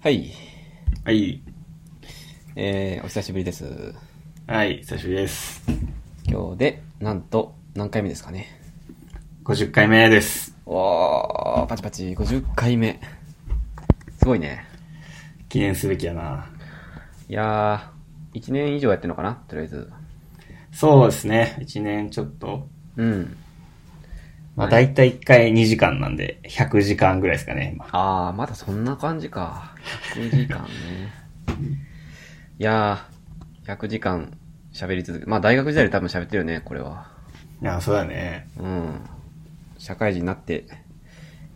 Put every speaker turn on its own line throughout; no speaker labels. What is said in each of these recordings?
はい。
はい。
えー、お久しぶりです。
はい、久しぶりです。
今日で、なんと、何回目ですかね。
50回目です。
おー、パチパチ、50回目。すごいね。
記念すべきやな。
いやー、1年以上やってるのかなとりあえず。
そうですね。1年ちょっと。
うん。
まあ、だいたい1回2時間なんで、100時間ぐらいですかね、今。
あー、まだそんな感じか。100時間ね。 いやー、100時間喋り続け、まあ大学時代で多分喋ってるよね、これは。
いや、そうだね。
うん。社会人になって、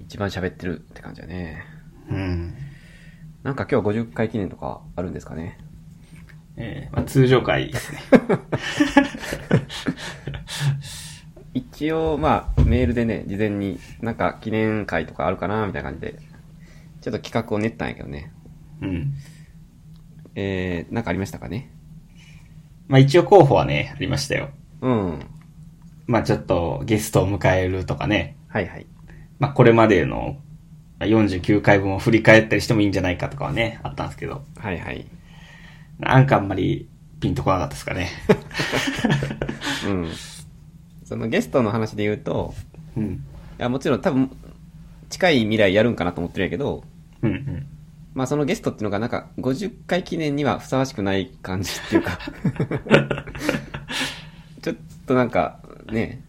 一番喋ってるって感じだね。
うん。
なんか今日50回記念とかあるんですかね
えーまあ、通常回ですね。
一応、まあ、メールでね、事前になんか記念会とかあるかなみたいな感じで、ちょっと企画を練ったんやけどね。
うん。
えー、なんかありましたかね
まあ、一応候補はね、ありましたよ。
うん。
まあ、ちょっとゲストを迎えるとかね。
はいはい。
まあ、これまでのまあ49回分を振り返ったりしてもいいんじゃないかとかはね、あったんですけど。
はいはい。
なんかあんまりピンとこなかったですかね。
うん。そのゲストの話で言うと、
うん。
いやもちろん多分、近い未来やるんかなと思ってるんやけど、
うんうん。
まあそのゲストっていうのがなんか50回記念にはふさわしくない感じっていう かちょっとなんかね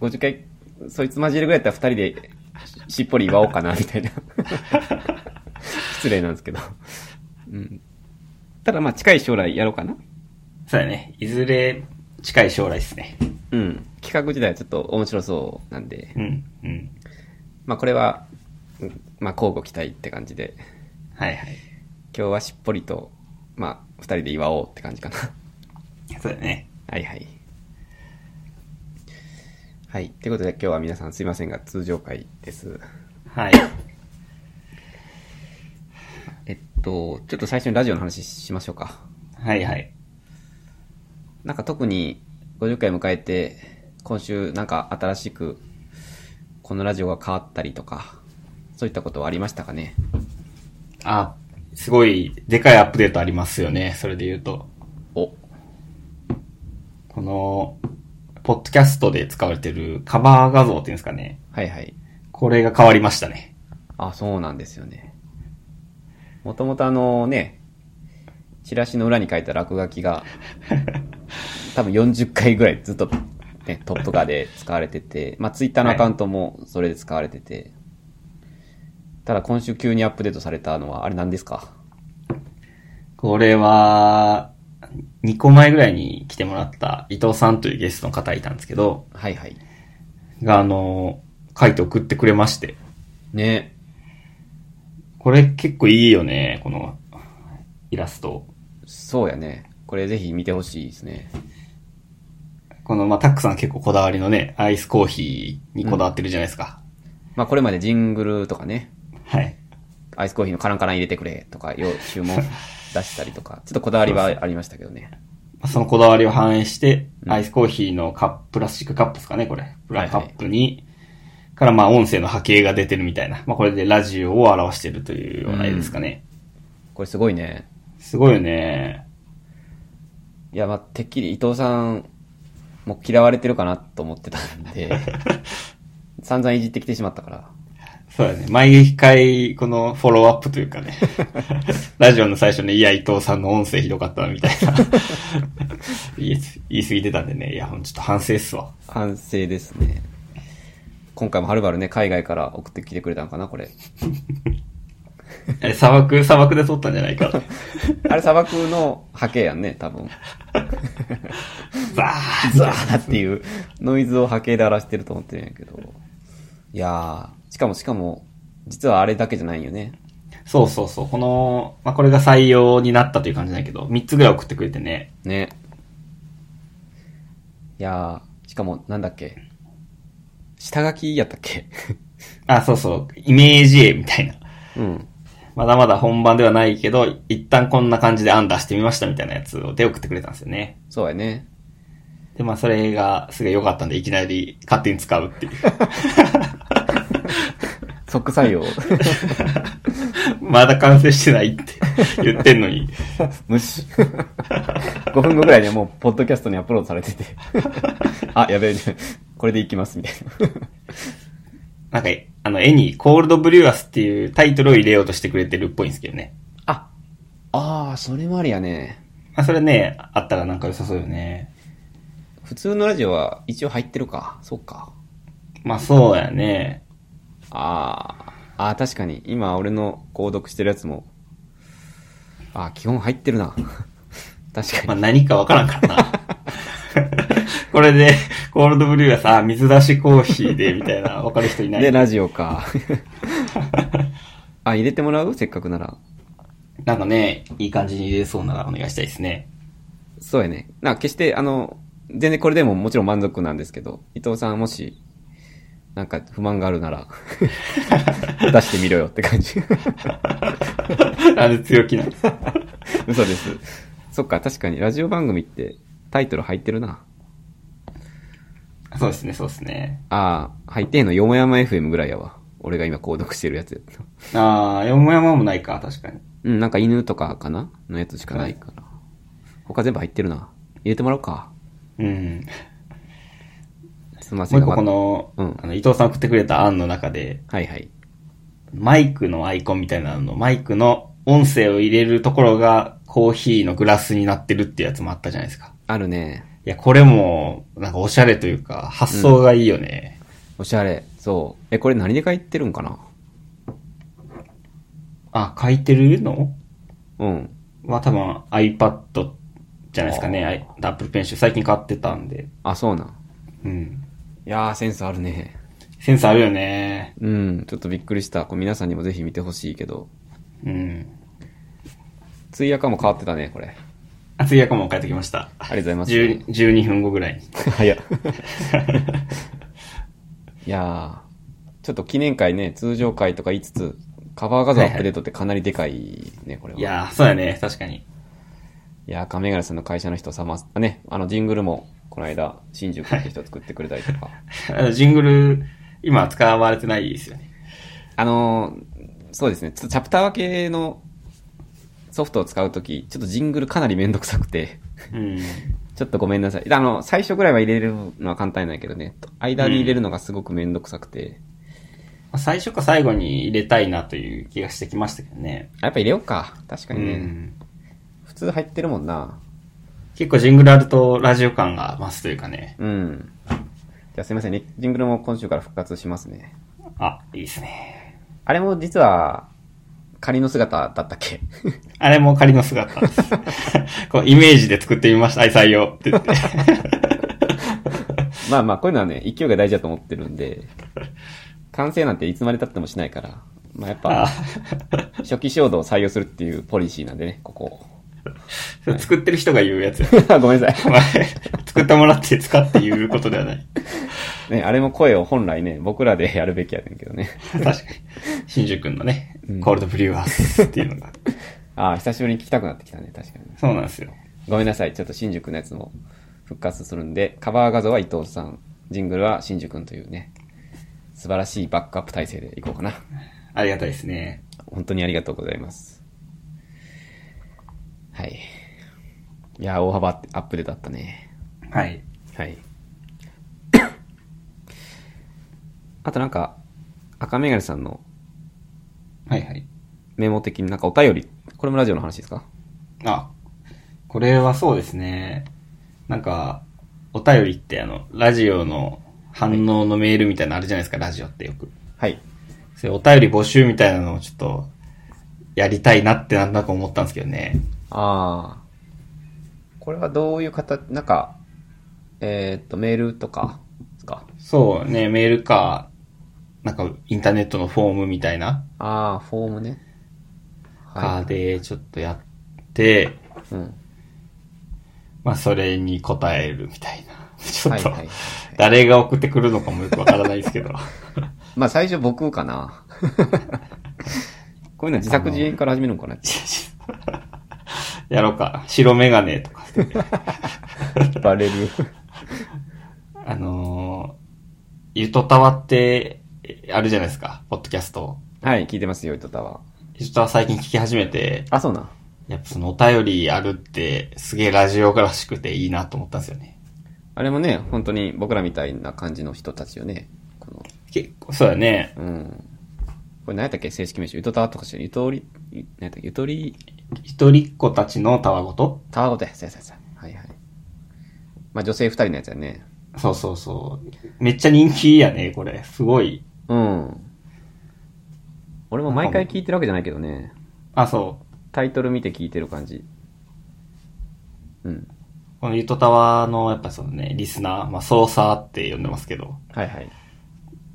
50回そいつ交じるぐらいだったら2人でしっぽり祝おうかなみたい な失礼なんですけど、うん、ただまあ近い将来やろうかな
そうだね。いずれ近い将来ですね。
うん企画時代はちょっと面白そうなんで
うん。うん。
まあこれはうんまあ交互期待って感じで
はいはい。
今日はしっぽりとまあ2人で祝おうって感じかな
そうだね。
はいはい。はい。ということで今日は皆さんすいませんが通常回です。
はい。
えっと、ちょっと最初にラジオの話しましょうか。
はいはい。
なんか特に50回迎えて今週なんか新しくこのラジオが変わったりとか、そういったことはありましたかね
あ、すごい、でかいアップデートありますよね。それで言うと。
お。
この、ポッドキャストで使われてるカバー画像っていうんですかね。
はいはい。
これが変わりましたね。
あ、そうなんですよね。もともとあのね、チラシの裏に書いた落書き が、多分40回ぐらいずっと、ね、トップガーで使われてて、まあツイッターのアカウントもそれで使われてて、ただ今週急にアップデートされたのは、あれ何ですか
これは、2個前ぐらいに来てもらった伊藤さんというゲストの方いたんですけど、
はいはい。
が、あの、書いて送ってくれまして。
ね。
これ結構いいよね、この、イラスト。
そうやね。これぜひ見てほしいですね。
この、まあ、タックさん結構こだわりのね、アイスコーヒーにこだわってるじゃないですか。
まあこれまでジングルとかね、
はい。
アイスコーヒーのカランカラン入れてくれとか、要注文出したりとか、ちょっとこだわりはありましたけどね。
そのこだわりを反映して、
うん
アイスコーヒーのカップ、プラスチックカップですかね、これ。プ
は
ラ
い
カ
はい
ップに、からまあ音声の波形が出てるみたいな。まあこれでラジオを表してるというような絵ですかね。
これすごいね。
すごいよね。
いや、まあ、てっきり伊藤さんも嫌われてるかなと思ってたんで、散々いじってきてしまったから。
そうだね。毎回、このフォローアップというかね。ラジオの最初に、いや、伊藤さんの音声ひどかったな、みたいな。言い言い過ぎてたんでね。いや、ほんとちょっと反省っすわ。
反省ですね。今回もはるばるね、海外から送ってきてくれたのかな、これ。
あれ、砂漠、砂漠で撮ったんじゃないか。
あれ砂漠の波形やんね、多分。
ザー
ザーっていうノイズを波形で表してると思ってるんやけど。いやー、しかもしかも、実はあれだけじゃないよね。
そうそうそう。この、まあ、これが採用になったという感じだけど、3つぐらい送ってくれてね。
ね。いやー、しかもなんだっけ。下書きやったっけ
あ、そうそう。イメージ絵みたいな。
うん。
まだまだ本番ではないけど、一旦こんな感じで案出してみましたみたいなやつをで送ってくれたんですよね。
そうやね。
で、まあ、それがすごい良かったんで、いきなり勝手に使うっていう。
即採用。
まだ完成してないって言ってん のに。
無視。5分後ぐらいにはもう、ポッドキャストにアップロードされてて。あ、やべえ、これでいきます、みたいな。
なんか、あの、絵にコールドブリュアスっていうタイトルを入れようとしてくれてるっぽいんですけどね。
あ、ああ、それもありやね。
まあ、それね、あったらなんか良さそうよね。
普通のラジオは一応入ってるか。そっか。
まあ、そうやね。
ああ、ああ、確かに。今、俺の購読してるやつも。ああ、基本入ってるな。 確か
まあ、
に。
何かわからんからな。 これで、コールドブリューはさ、水出しコーヒーで、みたいな、わかる人いない。
で、ラジオか。 あ、入れてもらうせっかくなら。
なんかね、いい感じに入れそうならお願いしたいですね。
そうやね。な、決して、あの、全然これでももちろん満足なんですけど、伊藤さんもし、なんか不満がある なら、出してみろよって感じ。
なんで強気なんですか
嘘です。そっか、確かにラジオ番組ってタイトル入ってるな。
そうですね、そうですね。
ああ、入ってんの、よもやま FM ぐらいやわ。俺が今購読してるやつやった。
あー、よもやまもないか、確かに。
うん、なんか犬とかかなのやつしかないから。他全部入ってるな。入れてもらおうか。
うん。
すみませ。
もうん一個こ
ま
の、
うん
あの伊藤さん送ってくれた案の中で、
はいはい。
マイクのアイコンみたいなの、マイクの音声を入れるところがコーヒーのグラスになってるってやつもあったじゃないですか。
あるね。
いや、これも、なんかおしゃれというか、発想がいいよね。
おしゃれ。そう。え、これ何で書いてるんかな
あ、書いてるの
うん。
は多分 iPad じゃないですかね。I- Apple Pencil 最近買ってたんで。
あ、そうなん。
うん。
いやー、センスあるね。
センスあるよね。
うん、ちょっとびっくりした。これ皆さんにもぜひ見てほしいけど。
うん。
ツイヤカも変わってたね、これ。
あ、次はかも帰ってきました。
ありがとうござい
10 12分後ぐらいに。
ます。早っ。いやー、ちょっと記念会ね、通常会とか言いつつ、カバー画像アップデートってかなりでかいね、これは。
いやー、そうやね。確かに。
いやー、亀ヶ谷さんの会社の人様、ね、あの、ジングルも、この間、新宿の人作ってくれたりとか。
あのジングル、今使われてないですよね。
あのーそうですね、ちょっとチャプター分けのソフトを使うとき、ちょっとジングルかなりめんどくさくて、
うん。
ちょっとごめんなさい。あの、最初ぐらいは入れるのは簡単なんやけどね、間に入れるのがすごくめんどくさくて、
最初か最後に入れたいなという気がしてきましたけどね。
あやっぱ入れようか。確か
う
にね。
ん。
普通入ってるもんな。
結構ジングルあるとラジオ感が増すというかね。
うん。じゃあすいませんね、ジングルも今週から復活しますね。
あ、いいですね。
あれも実は、仮の姿だったっけ
あれも仮の姿 です。こうイメージで作ってみました。愛採用って言って。
まあまあ、こういうのはね、勢いが大事だと思ってるんで、完成なんていつまで経ってもしないから、まあやっ ぱ
あ、
初期衝動を採用するっていうポリシーなんでね、ここ。
それ作ってる人が言うやつや。
ごめんなさ
まあ作ってもらって使って言うことではない。
い。ね、あれも声を本来ね、僕らでやるべきやねんけどね。
確かに。新宿のね、コールドブリュワーズっていうのが。
ああ、久しぶりに聞きたくなってきたね、確かに。
そうなんですよ。
ごめんなさい、ちょっと新宿のやつも復活するんで、カバー画像は伊藤さん、ジングルは新宿というね、素晴らしいバックアップ体制でいこうかな。
ありがたいですね。
本当にありがとうございます。はい。いや、大幅アップデートだったね。
はい。
はい。 あとなんか、赤メガネさんの
はいはい。
メモ的になんかお便り、これもラジオの話ですか
あ、これはそうですね。なんか、お便りってあの、ラジオの反応のメールみたいなのあるじゃないですか、ラジオってよく。
はい。
それお便り募集みたいなのをちょっと、やりたいなってなんだか思ったんですけどね。
ああ。これはどういう形、なんか、えーっと、メールとか、ですか。
そうね、メールか、なんかインターネットのフォームみたいな、
ああ、フォームね。
かでちょっとやって、
い。うん。
まあそれに答えるみたいな。 ちょ
は
っ
い
と、
はい。
誰が送ってくるのかもよくわからないですけど。
まあ、最初僕かな。 こういうの自作自演から始めるのかな
やろうか。白メガネとか。
バレる。
あのー、ゆとたわって、あるじゃないですか、ポッドキャスト。
はい、聞いてますよ、糸田は。
人は最近聞き始めて、
あ、そうなん。
やっぱそのお便りあるって、すげえラジオらしくていいなと思ったんですよね。
あれもね、本当に僕らみたいな感じの人たちよね。この、
結構、そうだね。
うん。これ何やったっけ正式名称。ゆとたわとかしゆとり、ゆ何やったっけゆとり、
一人っ子たちのたわごと
たわごとや。そうやそうやそうや。はいはい。まあ女性二人のやつやね。
そうそうそう。めっちゃ人気やね、これ。すごい。
うん。俺も毎回聞いてるわけじゃないけどね。
あ、そう。
タイトル見て聞いてる感じ。うん。
このゆとたわの、やっぱそのね、リスナー、まあ、ソーサーって呼んでますけど、
はいはい。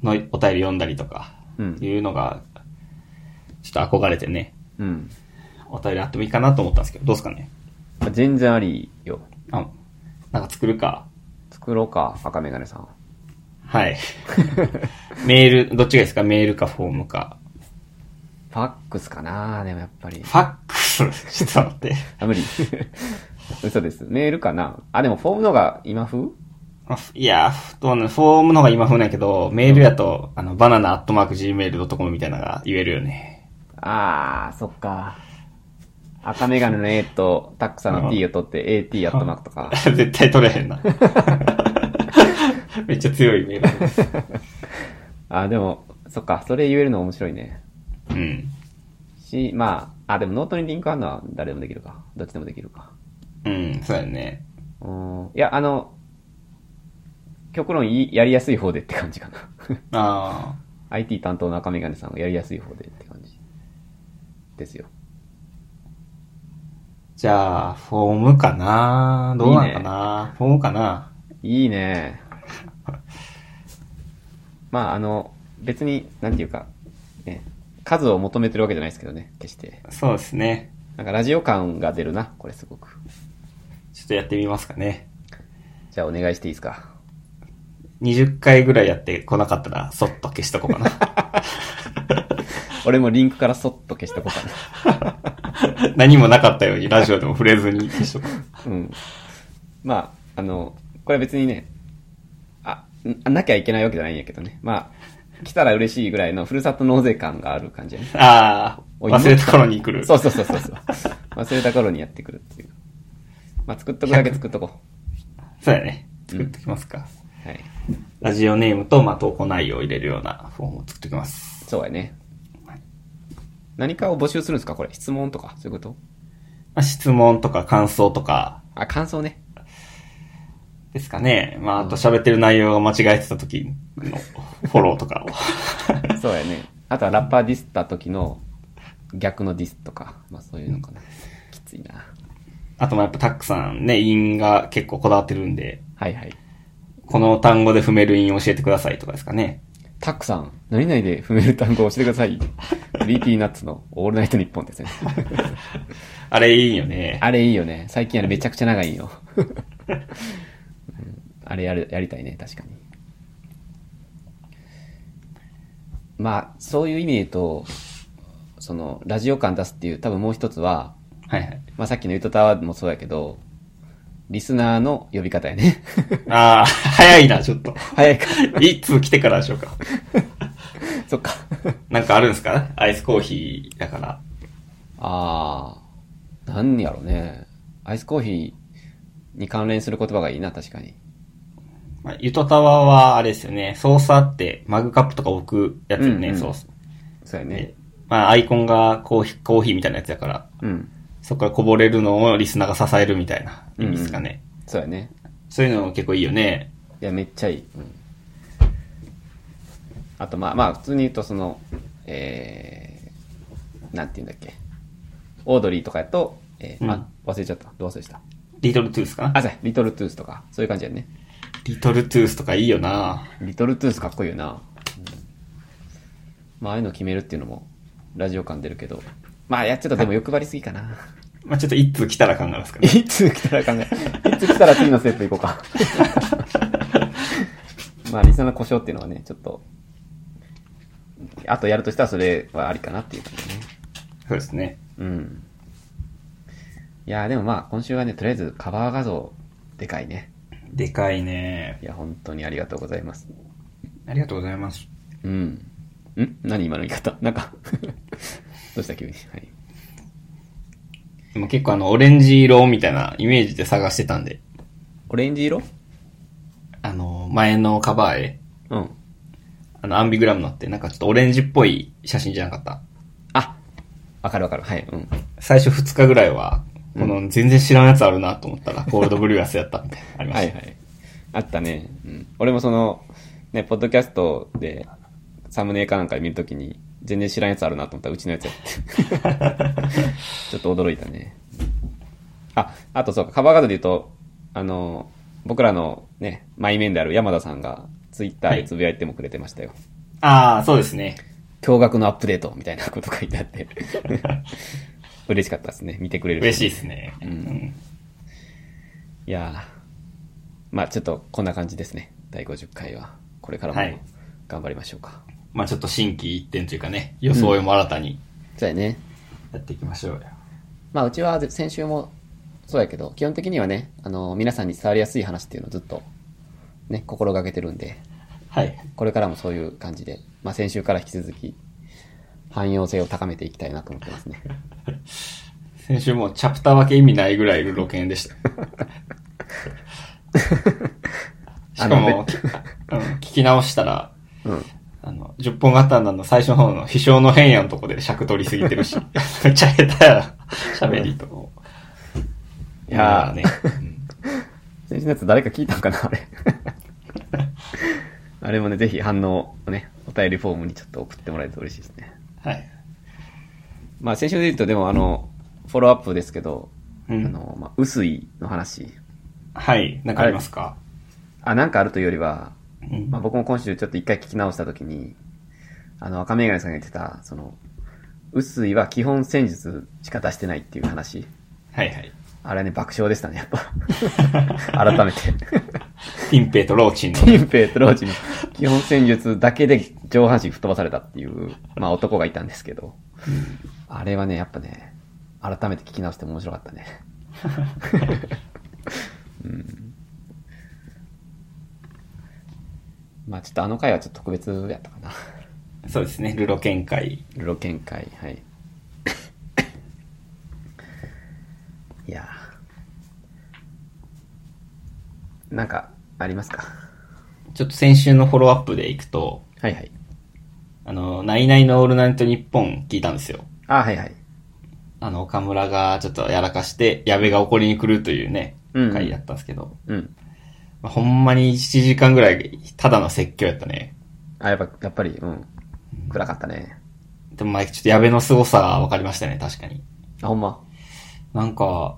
のお便り読んだりとか、
うん
いうのが、ちょっと憧れてね、
うん。
お便りあってもいいかなと思ったんですけど、どうですかね。
まあ全然ありよ。
あ、なんか作るか。
作ろうか、赤メガネさん。
はい。メール、どっちがいいですかメールかフォームか。
ファックスかなでもやっぱり。
ファックスちょっと待って。
あ、無理。 嘘です。メールかなあ、でもフォームの方が今風
あいや、どうなのフォームの方が今風なんやけど、メールやと、あの、バナナアットマーク Gmail.com みたいなのが言えるよね。
あー、そっか。赤メガネの A と、タックさんの T を取って AT やっとマークとか。
絶対取れへん な。めっちゃ強いメールです。
あ、でも、そっか、それ言えるの面白いね。
うん。
し、まあ、あ、でもノートにリンクあるのは誰でもできるか。どっちでもできるか。
うん、そうやね。
うーん。いや、あの、極論いやりやすい方でって感じかな。
あ
IT 担当の赤メガネさんがやりやすい方でって感じ。ですよ。
ーじゃあ、フォームかなどうなんかなフォームかない
いね。まあ、あの、別に、なんていうか、ね、数を求めてるわけじゃないですけどね、決して。
そうですね。
なんかラジオ感が出るな、これすごく。
ちょっとやってみますかね。
じゃあお願いしていいですか。
20回ぐらいやってこなかったら、そっと消しとこうか な。
俺もリンクからそっと消しとこうか
何もなかったようにラジオでも触れずに消しとこう。
な。うん。まあ、あの、これ別にね、あ、んなきゃいけないわけじゃないんやけどね。まあ、来たら嬉しいぐらいのふるさと納税感がある感じやね。
ああ、忘れた頃に来る。
そうそうそうそう そう。忘れた頃にやってくるっていう。まあ、作っとくだけ作っとこ
そうやね。作ってきますか。
う。はい。
ラジオネームと、まあ、投稿内容を入れるようなフォームを作っておきます。
そうやね
はい。
何かを募集するんですかこれ。質問とか、そういうこと
まあ、質問とか感想とか
あ、感想ね。
ですかね。まあ、あと喋ってる内容が間違えてた時のフォローとかを。
そうやね。あとはラッパーディスった時の逆のディスとか、まあそういうのかな。きついな。
あと、まあ、やっぱタックさんね、韻が結構こだわってるんで、
はいはい。
この単語で踏める韻を教えてくださいとかですかね。
たくさん、何々で踏める単語を教えてください。クリーピーナッツのオールナイトニッポンですね。
あれいいよね。
あれいいよね。最近あれめちゃくちゃ長いよ。うんあれやる、やりたいね、確かに。まあ、そういう意味で言うと、その、ラジオ感出すっていう、多分もう一つは、
はいはい。
まあさっきのゆとたわもそうやけど、リスナーの呼び方やね。
ああ、早いな、ちょっと。
早いか。
いつ来てからでしょうか。
そっか。
なんかあるんですかアイスコーヒーだから。
ああ、なんやろね。アイスコーヒーに関連する言葉がいいな、確かに。
まあ、ゆとたわは、あれですよね。ソーサーって、マグカップとか置くやつよね、
うんうん
ソース。
そうやね
で。まあ、アイコンがコーヒー、コーヒーみたいなやつだから、
うん。
そこからこぼれるのをリスナーが支えるみたいな意味ですかね。
そうやね。
そういうの結構いいよね。
いや、めっちゃいい。うんあと、まあ、まあ、普通に言うと、その、えー、なんて言うんだっけ。オードリーとかやと、えー
うん
あ、忘れちゃった。どう忘れした。
リトルトゥースか
あ、
な
そうやリトルトゥースとか、そういう感じやね。
リトルトゥースとかいいよな
リトルトゥースかっこいいよな。うんまあ、ああいうの決めるっていうのも、ラジオ感出るけど。まあ、やっちゃったでも欲張りすぎかな。
まあ、ちょっと一通来たら考えますかね。
いつ来たら考え、いつ来たら次のステップ行こう か。まあ、理想の故障っていうのはね、ちょっと、あとやるとしたらそれはありかなっていう感じね。
そうですね。
うん。いやーでもまあ、今週はね、とりあえずカバー画像、でかいね。
でかいね
いや、本当にありがとうございます。
ありがとうございます。
うん。ん何今の言い方なんか、 どうした急に。はい。
でも結構あの、オレンジ色みたいなイメージで探してたんで、
オレンジ色
あの、前のカバー絵、
うん。
あの、アンビグラムのって、なんかちょっとオレンジっぽい写真じゃなかった。
あ、わかるわかる。はい。うん。
最初2日ぐらいは、この、全然知らんやつあるなと思ったら、コールドブリュアスやったみたいな、ありま
は
し
い
た。
はい。あったね。うん。俺もその、ね、ポッドキャストで、サムネかなんかで見るときに、全然知らんやつあるなと思ったら、うちのやつやって。 ちょっと驚いたね。あ、あとそうか、カバーガードで言うと、あの、僕らのね、マイメンである山田さんが、ツイッターでつぶやいてもくれてましたよ。
ああ、そうですね。
驚愕のアップデートみたいなこと書いて あって。嬉しかったですね。見てくれる。
嬉しいですね。
う
うんん。
いやーまあちょっとこんな感じですね。第50回は。これから
は
も
い
頑張りましょうか。
まあちょっと新規一点というかね、装いも新たに
そうやね。
やっていきましょうよ。
まあうちは先週もそうやけど、基本的にはね、あの、皆さんに伝わりやすい話っていうのをずっとね、心がけてるんで、
はい。
これからもそういう感じで、まあ先週から引き続き、汎用性を高めていきたいなと思ってます ね。
先週もうチャプター分け意味ないぐらいいる露見で した。しかも、うん聞き直したら、
うん。
あの、10本刀の最初の方の飛翔の変やんとこで尺取りすぎてる し、めっちゃ下手やな、喋りとかも。
いやー
ね。うん
先週のやつ誰か聞いたんかなあれ。 あれもね、ぜひ反応をね、お便りフォームにちょっと送ってもらえると嬉しいですね。
はい。
まあ先週で言うと、でもあの、フォローアップですけど、
うん
あの、まあ、薄いの話。
はい。なんかありますか、
あ、なんかあるというよりは、
うん
まあ僕も今週ちょっと一回聞き直したときに、あの、赤メガネさんが言ってた、その、薄いは基本戦術しか出してないっていう話。
はいはい。
あれはね、爆笑でしたね、やっぱ。 改めて。
ティンペイとローチンの。
ティンペイとローチの基本戦術だけで上半身吹っ飛ばされたっていう、まあ男がいたんですけど、あれはね、やっぱね、改めて聞き直しても面白かった ね。うんまあちょっとあの回はちょっと特別やったかな。
そうですね。ルロ見解。
ルロ見解、はい。いやーなんか、ありますか
ちょっと先週のフォローアップでいくと、
はいはい。
あの、ナイナイのオールナイトニッポン聞いたんですよ。
あ、はいはい。
あの、岡村がちょっとやらかして、矢部が怒りに来るというね、
うん
回やったんですけど、
うん。
まあほんまに7時間ぐらい、ただの説教やったね。
あ、やっぱ、やっぱり、うん。暗かったね。
でもまあちょっと矢部の凄さは分かりましたね、確かに。
あ、ほんま。
なんか、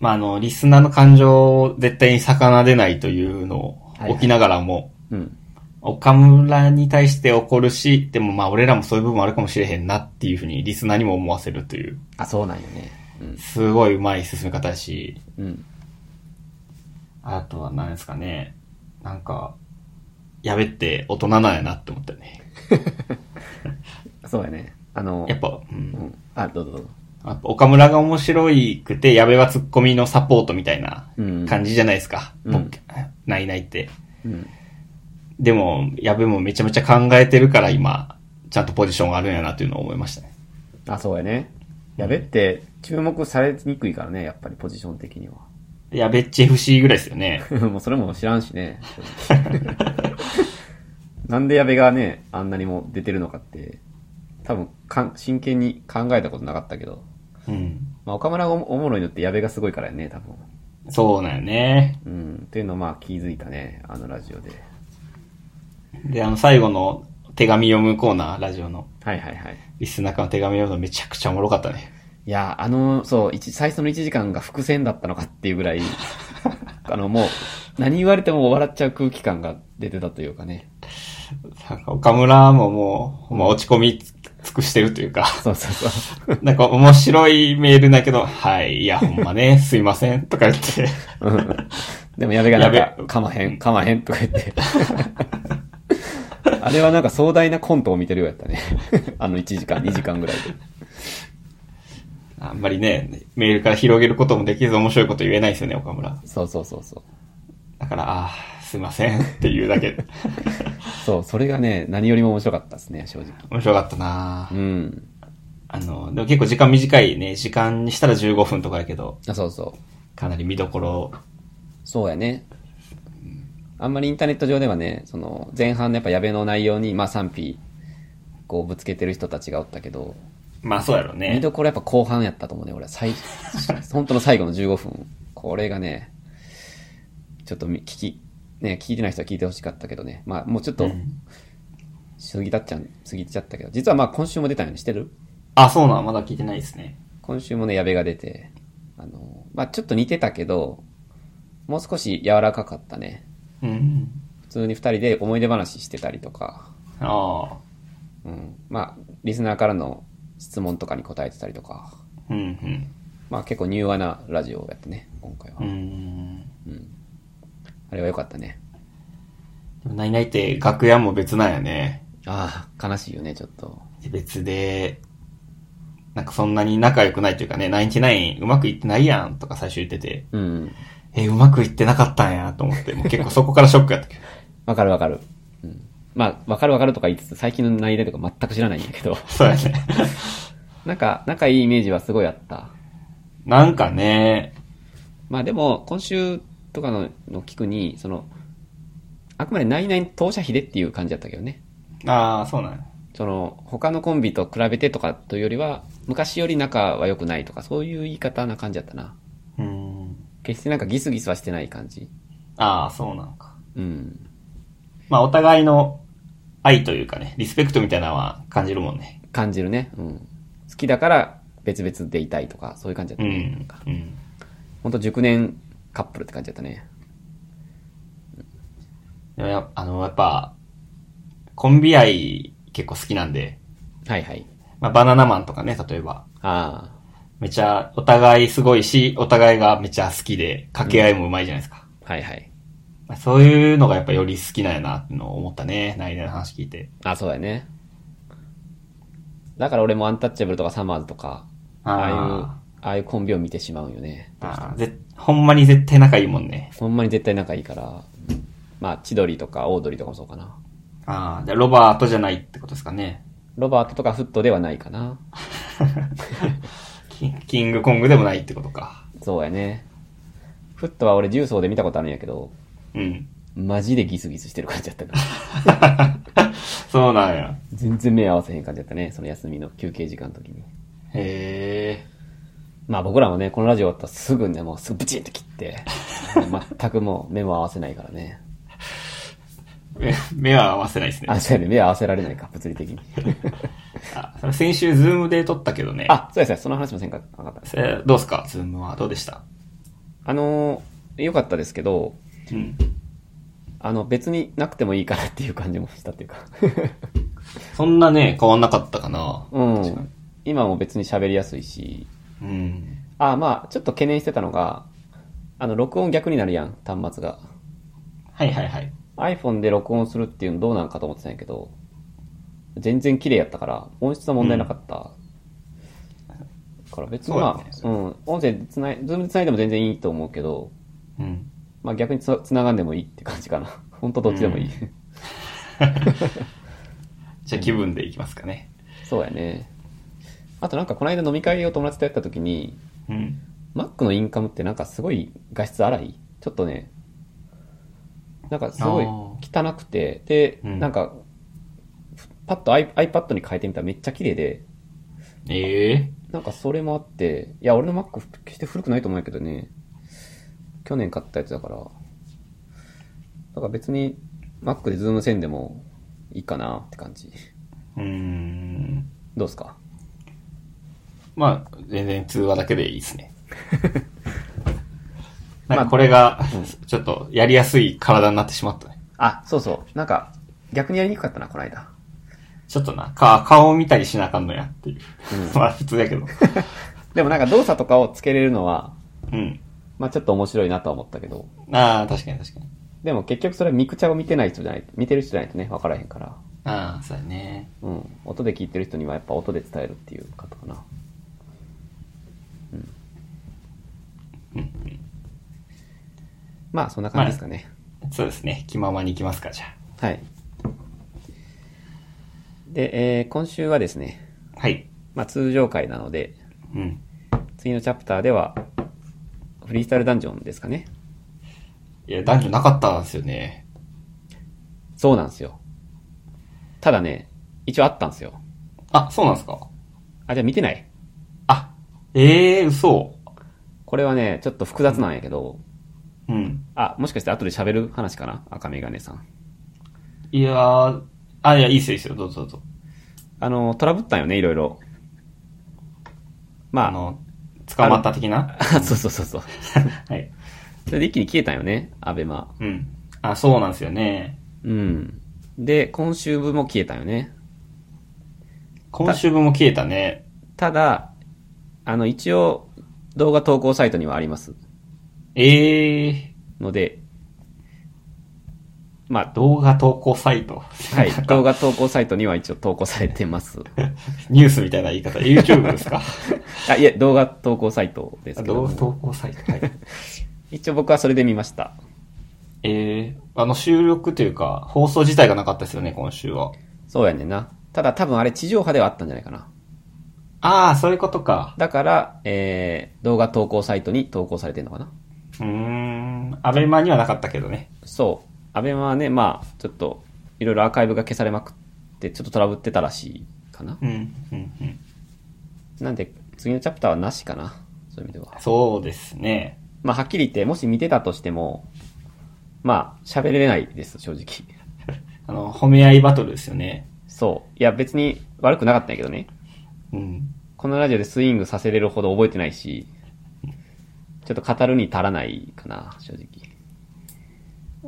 まああの、リスナーの感情を絶対に逆なでないというのを
はいはい
起きながらも、
うん。
岡村に対して怒るし、でもまあ俺らもそういう部分もあるかもしれへんなっていうふうにリスナーにも思わせるという、
あ、そうなんよね。うん。
すごい上手い進め方やし、
うん。
あとは何ですかね。なんか、やべって大人なんやなって思ったね。
そうやね。あの、
やっぱ、う。
うんん。あ、どうぞどうぞ。
やっぱ岡村が面白いくて、やべはツッコミのサポートみたいな
うん
感じじゃないですか。
うん
ボッケないないって。
うん。
でも、やべもめちゃめちゃ考えてるから今、ちゃんとポジションがあるんやなっていうのを思いましたね。
あ、そうやね。やべって、注目されにくいからね、やっぱりポジション的には。
やべっち FC ぐらいですよね。
もうそれも知らんしね。 なんで矢部がね、あんなにも出てるのかって、多分かん、真剣に考えたことなかったけど、
うん。
まあ、岡村がおおもろいのって矢部がすごいからやね、多分。
そうなんよね。
うん。っていうのをまあ気づいたね、あのラジオで。
で、あの、最後の手紙読むコーナー、ラジオの。
はいはいはい。
リスナーからの手紙読むのめちゃくちゃおもろかったね。
いや、あの、そう、一最初の1時間が伏線だったのかっていうぐ らい、あの、もう、何言われても笑っちゃう空気感が出てたというかね。
なんか岡村ももう、まあ、落ち込み尽くしてるという か、
そうそうそう。
なんか面白いメールだけど、はい、いや、ほんまね、 すいません、とか言って、
うんでも矢部がなん
矢
か
部、
かまへん、かまへんとか言って。 あれはなんか壮大なコントを見てるようやったね。 あの1時間、2時間ぐらいで。
あんまりね、メールから広げることもできず面白いこと言えないですよね、岡村。
そうそうそうそう。
だから、あーすいません、っていうだ け。
そう、それがね、何よりも面白かったですね、正直。
面白かったな
うん。
あの、でも結構時間短いね、時間にしたら15分とかやけど、
あ、そうそう。
かなり見どころ、
そうやね。あんまりインターネット上ではね、その前半のやっぱ矢部の内容に、まあ賛否、こうぶつけてる人たちがおったけど、
まあそうやろう
見
ね。
どころやっぱ後半やったと思うね、俺は。最、本当の最後の15分。これがね、ちょっとみ聞き、ね、聞いてない人は聞いてほしかったけどね。まあもうちょっと、過ぎたっちゃん、過ぎちゃったけど、実はまあ今週も出たようにしてる
あ、そうなん、まだ聞いてないですね。
今週もね、矢部が出て、あの、まあちょっと似てたけど、もう少し柔らかかったね。
うん。
普通に二人で思い出話してたりとか、
あ
うん。まあ、リスナーからの質問とかに答えてたりとか、
あ。うん、
まあ結構柔和なラジオをやってね、今回は
うん。う。ん。
あれは良かったね。
でもないないって楽屋も別なんやね。
ああ、悲しいよね、ちょっと。
別で、なんかそんなに仲良くないというかね、ナインティナインうまくいってないやんとか最初言ってて、
うん。
え、うまくいってなかったんやと思って、もう結構そこからショックやったけど。
わかるわかる。うん。まあ、わかるわかるとか言いつつ、最近の内容とか全く知らないんだけど、
そうやね。
なんか、仲いいイメージはすごいあった。
なんかね、
まあでも、今週とかのの聞くに、その、あくまでナイナイ当社比でっていう感じだったけどね。
ああ、そうなんや
その、他のコンビと比べてとかというよりは、昔より仲は良くないとか、そういう言い方な感じだったな。
うん。
決してなんかギスギスはしてない感じ。
ああ、そうなのか。
うん。
まあ、お互いの愛というかね、リスペクトみたいなのは感じるもんね。
感じるね。うん。好きだから別々でいたいとか、そういう感じだっ
う
たね。なん
ん
か。
うん。
ほんと熟年カップルって感じだったね。
でもや、あの、やっぱ、コンビ愛結構好きなんで、
はいはい。
まあ、バナナマンとかね、例えば。
あ
めちゃ、お互いすごいし、お互いがめちゃ好きで、掛け合いもうまいじゃないですか。
あ、はいはい。
まあそういうのがやっぱより好きなんやなってのを思ったね。ナイナイの話聞いて。
あ、そうだね。だから俺もアンタッチャブルとかサマーズとか、
あー
ああいう、ああいうコンビを見てしまうよね。
あーぜほんまに絶対仲いいもんね。
ほんまに絶対仲いいから。まあ、千鳥とかオードリーとかもそうかな。
ああ、じゃあロバートじゃないってことですかね。
ロバートとかフットではないかな。
キンキングコングでもないってことか。
そうやね。フットは俺重曹で見たことあるんやけど、
うん。
マジでギスギスしてる感じだったから。
そうなんや。
全然目合わせへん感じだったね。その休みの休憩時間の時に。
へえ。
まあ僕らもね、このラジオ終わったらすぐね、もうすぐブチンと切って、全くもう目も合わせないからね。
目目は合わせないですね
あ、。そうやね、目合わせられないか、物理的に。
あそれ先週ズームで撮ったけどね。
あ、そうやそうや、その話もせんかなかった。
それどうすかズームは。どうでした
あのー、良かったですけど、
うん。
あの、別になくてもいいかなっていう感じもしたっていうか。
そんなね、変わんなかったかな。
うん。今も別に喋りやすいし、
うん。
あ、まあちょっと懸念してたのが、あの、録音逆になるやん、端末が。
はいはいはい。
iPhone で録音するっていうのどうなんかと思ってたんやけど、全然綺麗やったから、音質は問題なかった。から別にまあ、う
そ
ん、音声つない、ズームでつないでも全然いいと思うけど、
うん。
まあ逆につつながんでもいいって感じかな。 本当どっちでもいい。
じゃあ気分でいきますかね。
そうやね。あとなんかこの間飲み会を友達とやった時に、
うん。
Mac のインカムってなんかすごい画質荒いちょっとね、なんかすごい
あ
汚くて、で、
うん
なんか、パッと i- iPad に変えてみたらめっちゃ綺麗で、
ええ
なんかそれもあって、いや、俺の Mac 決して古くないと思うんやけどね、去年買ったやつだから、だから別に Mac でズームせんでもいいかなって感じ。
うーん。
どうすか
まあ、全然通話だけでいいです ね。なん
まあ
かこれが、ちょっとやりやすい体になってしまったね。
あ、そうそう。なんか、逆にやりにくかったな、この間。
ちょっとな、か顔を見たりしなあかんのやっていう。 まあ普通やけど。
でもなんか動作とかをつけれるのは、
うん。
まあちょっと面白いなとは思ったけど、
ああ、確かに確かに。
でも結局それはミクチャを見てない人じゃない、見てる人じゃないとね、分からへんから、
ああ、そうやね。
うん、音で聞いてる人にはやっぱ音で伝えるっていうことかな。うん。まあそんな感じですかね。
そうですね。気ままに行きますか、じゃ
はい。で、えー今週はですね、
あ。はい。
まあ通常回なので、
うん。
次のチャプターでは、フリースタイルダンジョンですかね。
いや、男女なかったんですよね。
そうなんですよ。ただね、一応あったんですよ。
あ、そうなんですか
あ、じゃあ見てない
あ、ええー、嘘。
これはね、ちょっと複雑なんやけど、
うん。
あ、もしかして後で喋る話かな赤メガネさん。
いやー、あ、いや、いいっすよ、いいっすよ、どうぞどうぞ。
あの、トラブったんよね、いろいろ。まあ、
あの、捕まった的な
そうそうそうそう。
はい。
それで一気に消えたんよね、アベマ。
うん。あ、そうなんですよね。
うん。で、今週分も消えたんよね。
今週分も消えたね。
ただ、あの、一応、動画投稿サイトにはあります。
ええ
ので、まあ、
ー、動画投稿サイト。
はい、動画投稿サイトには一応投稿されてます。
ニュースみたいな言い方。YouTube です か
あ、いえ、動画投稿サイトですけど
動
も
画投稿サイト。 はい。
一応僕はそれで見ました。
ええあの収録というか、放送自体がなかったですよね、今週は。
そうやねんな。ただ多分あれ地上波ではあったんじゃないかな。
ああ、そういうことか。
だから、えー、動画投稿サイトに投稿されてんのかな。
うーん、アベマにはなかったけどね。
そう。アベマはね、まあ、ちょっと、いろいろアーカイブが消されまくって、ちょっとトラブってたらしいかな。
うん、うん、うん。
なんで、次のチャプターはなしかな。そういう意味では。
そうですね。
まあ、はっきり言って、もし見てたとしても、まあ、喋れないです、正直。
あの、褒め合いバトルですよね。
そう。いや、別に悪くなかったんやけどね。
うん。
このラジオでスイングさせれるほど覚えてないし、ちょっと語るに足らないかな、正直。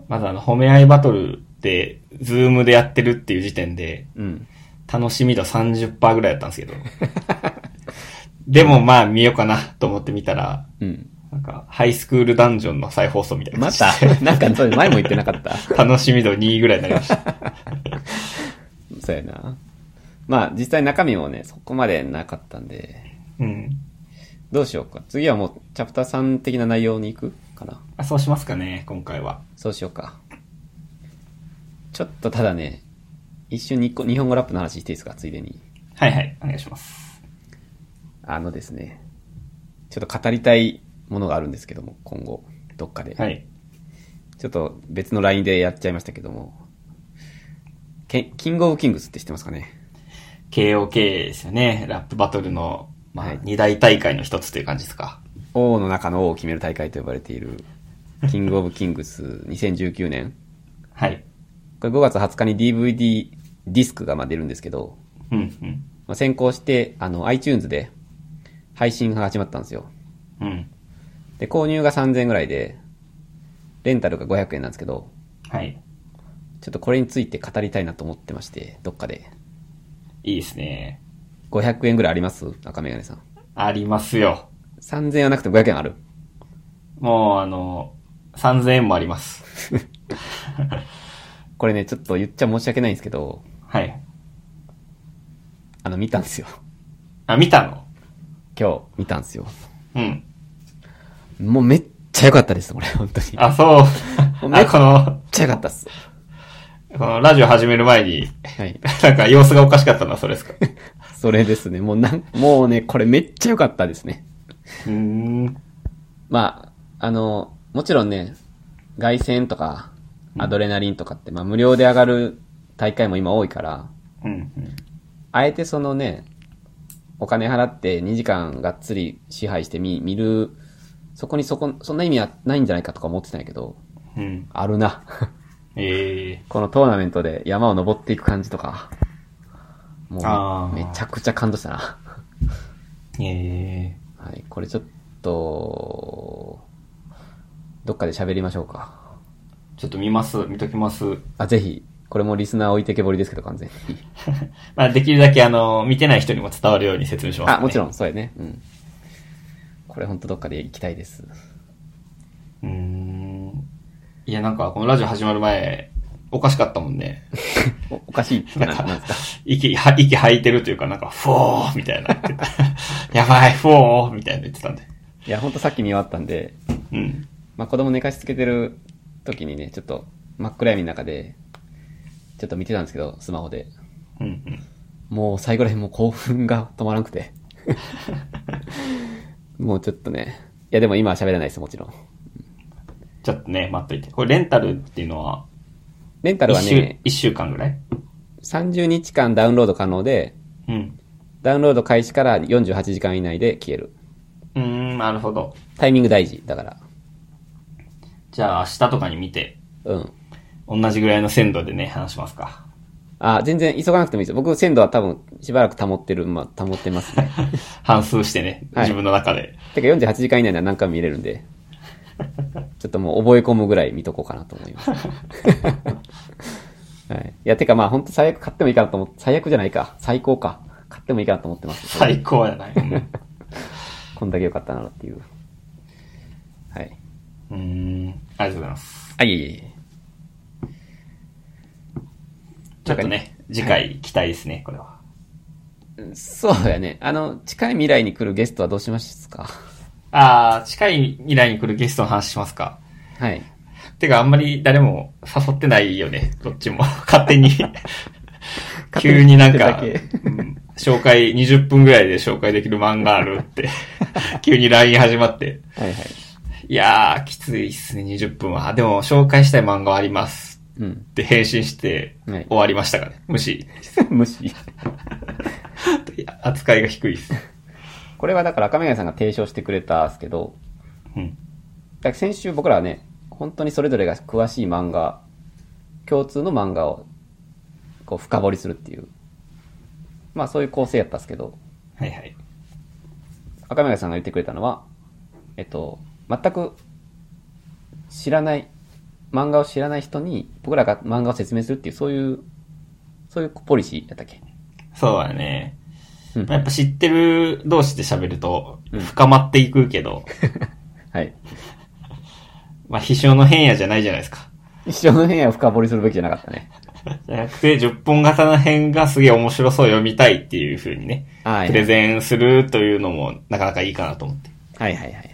まずあの、褒め合いバトルって、ズームでやってるっていう時点で、
うん。
楽しみ度30%ぐらいだったんですけど。 でもまあ見ようかなと思ってみたら、
うん。
なんか、ハイスクールダンジョンの再放送みたいな
ま
感じで
た、 なんかそれ前も言ってなかった。
楽しみ度2位ぐらいになりました。
そうやな。まあ、実際中身もね、そこまでなかったんで、
うん。
どうしようか。次はもう、チャプター3的な内容に行くかな。
あそうしますかね、今回は。
そうしようか。ちょっとただね、一瞬日日本語ラップの話していいですか、ついでに。
はいはい、お願いします。
あのですね、ちょっと語りたいものがあるんですけども、今後、どっかで。
はい。
ちょっと別の LINE でやっちゃいましたけども、けキングオブキングスって知ってますかね
KOK ですよね。ラップバトルの、ま
は
あ、
い
二大大会の一つという感じですか。
王の中の王を決める大会と呼ばれている、キングオブキングス2019年。
はい。
これ5月20日に DVD ディスクがまあ出るんですけど、
うん、うん。
まあ、先行して、あの、iTunes で配信が始まったんですよ。
うん。
で、購入が3000円ぐらいで、レンタルが500円なんですけど、
はい。
ちょっとこれについて語りたいなと思ってまして、どっかで。
いいですね。
500円ぐらいあります赤メガネさん。
ありますよ。
3000円はなくても500円ある
もう、あの、3000円もあります。
これね、ちょっと言っちゃ申し訳ないんですけど、
はい。
あの、見たんですよ。
あ、見たの
今日、見たんですよ。
うん。
もうめっちゃ良かったです、これ、本当に。めっ
あ、そう。
ごめん
あ、この、
ちゃ良かったっす。
このラジオ始める前に、
はい。
なんか様子がおかしかったのはそれ ですか。
それですね、もうなん、もうね、これめっちゃ良かったですね。
うーん。
まあ、あの、もちろんね、外線とか、アドレナリンとかって、まあ、無料で上がる大会も今多いから、
うん、うん。
あえてそのね、お金払って2時間がっつり支配してみ、見る、そこにそこ、そんな意味はないんじゃないかとか思ってたんやけど、
うん。
あるな。
ええ
このトーナメントで山を登っていく感じとか、も
あ
う
ー
めちゃくちゃ感動したな。
ええ
はい、これちょっと、どっかで喋りましょうか。
ちょっと見ます。見ときます。
あ、ぜひ、これもリスナー置いてけぼりですけど完全に。
まあ、できるだけ、あの、見てない人にも伝わるように説明します、ね。
あ、もちろ
ん。
ん、そうやね。うん。これほんとどっかで行きたいです。
うーん。いや、なんか、このラジオ始まる前、おかしかったもんね。
おおかしいってななん ですか
息、は息吐いてるというか、なんか、フォーみたいな。 やばい、フォーみたいな言ってたんで。
いや、ほんとさっき見終わったんで、
うん。
まあ、子供寝かしつけてる時にね、ちょっと真っ暗闇の中で、ちょっと見てたんですけど、スマホで。
うん、うん。
もう最後らへんもう興奮が止まらなくて。 もうちょっとね。いやでも今は喋らないです、もちろん。
ちょっとね、待っといて。これレンタルっていうのは、
レンタルは
一週
ね、、
一週間ぐらい
30日間ダウンロード可能で、
うん。
ダウンロード開始から48時間以内で消える。
うーん、なるほど。
タイミング大事、だから。
じゃあ明日とかに見て、
うん。
同じぐらいの鮮度でね、話しますか。
あ、全然急がなくてもいいです。僕、鮮度は多分、しばらく保ってる、まあ、保ってますね。
反数してね、
はい
自分の中で。
てか48時間以内なら何回も見れるん で、ちょっともう覚え込むぐらい見とこうかなと思います。 はい。いや、てかまあ、本当最悪買ってもいいかなと思って、最悪じゃないか。最高か。買ってもいいかなと思ってます。
最高や ない。うん
こんだけ良かったならっていう。はい。
うーん、ありがとうございます。
あ、いえいえいえ。
ちょっとね、次回期待ですね、これは。
そうやね。あの、近い未来に来るゲストはどうしますか
あー、近い未来に来るゲストの話しますか。
はい。
てか、あんまり誰も誘ってないよね、どっちも。 勝手に。急になんか、
勝手に言ってる
うん紹介、20分ぐらいで紹介できる漫画ある って、急に LINE 始まって。
はいはい。
いやー、きついっすね、20分は。でも、紹介したい漫画あります。
うん。
って返信して、
はい
終わりましたからね。無視。
無視。
いや扱いが低いっ す。
これはだから赤目谷さんが提唱してくれたんですけど、
うん。
だから先週僕らはね、本当にそれぞれが詳しい漫画、共通の漫画をこう深掘りするっていう、まあそういう構成やったんですけど、
はいはい。
赤目さんが言ってくれたのは、えっと、全く知らない、漫画を知らない人に僕らが漫画を説明するっていう、そういう、そういうポリシーやったっけ
そうだね。
うん
やっぱ知ってる同士で喋ると
うん、
深まっていくけど、
はい。
まあ、秘書の変やじゃないじゃないですか。
一生の部屋を深掘りするべきじゃなかったね。
じゃなくて、10本型の編がすげえ面白そう読みたいっていう風にね、
はい
プレゼンするというのもなかなかいいかなと思って。
はいはいはいはい。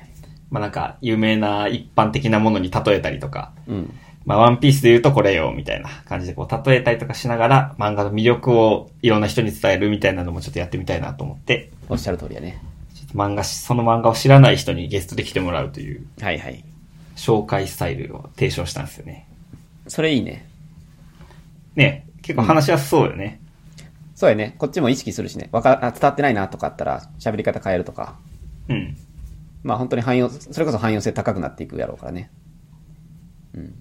まあなんか、有名な一般的なものに例えたりとか、
うん。
まあワンピースで言うとこれよ、みたいな感じでこう例えたりとかしながら、漫画の魅力をいろんな人に伝えるみたいなのもちょっとやってみたいなと思って、
おっしゃる通りやね。
ちょっと漫画し、その漫画を知らない人にゲストで来てもらうという
はいはい。
紹介スタイルを提唱したんですよね。
それいいね。
ね結構話しやすそうよね。
そうやね。こっちも意識するしね。わか、あ伝わってないなとかあったら、喋り方変えるとか。
うん。
まあ本当に汎用、それこそ汎用性高くなっていくやろうからね。うん。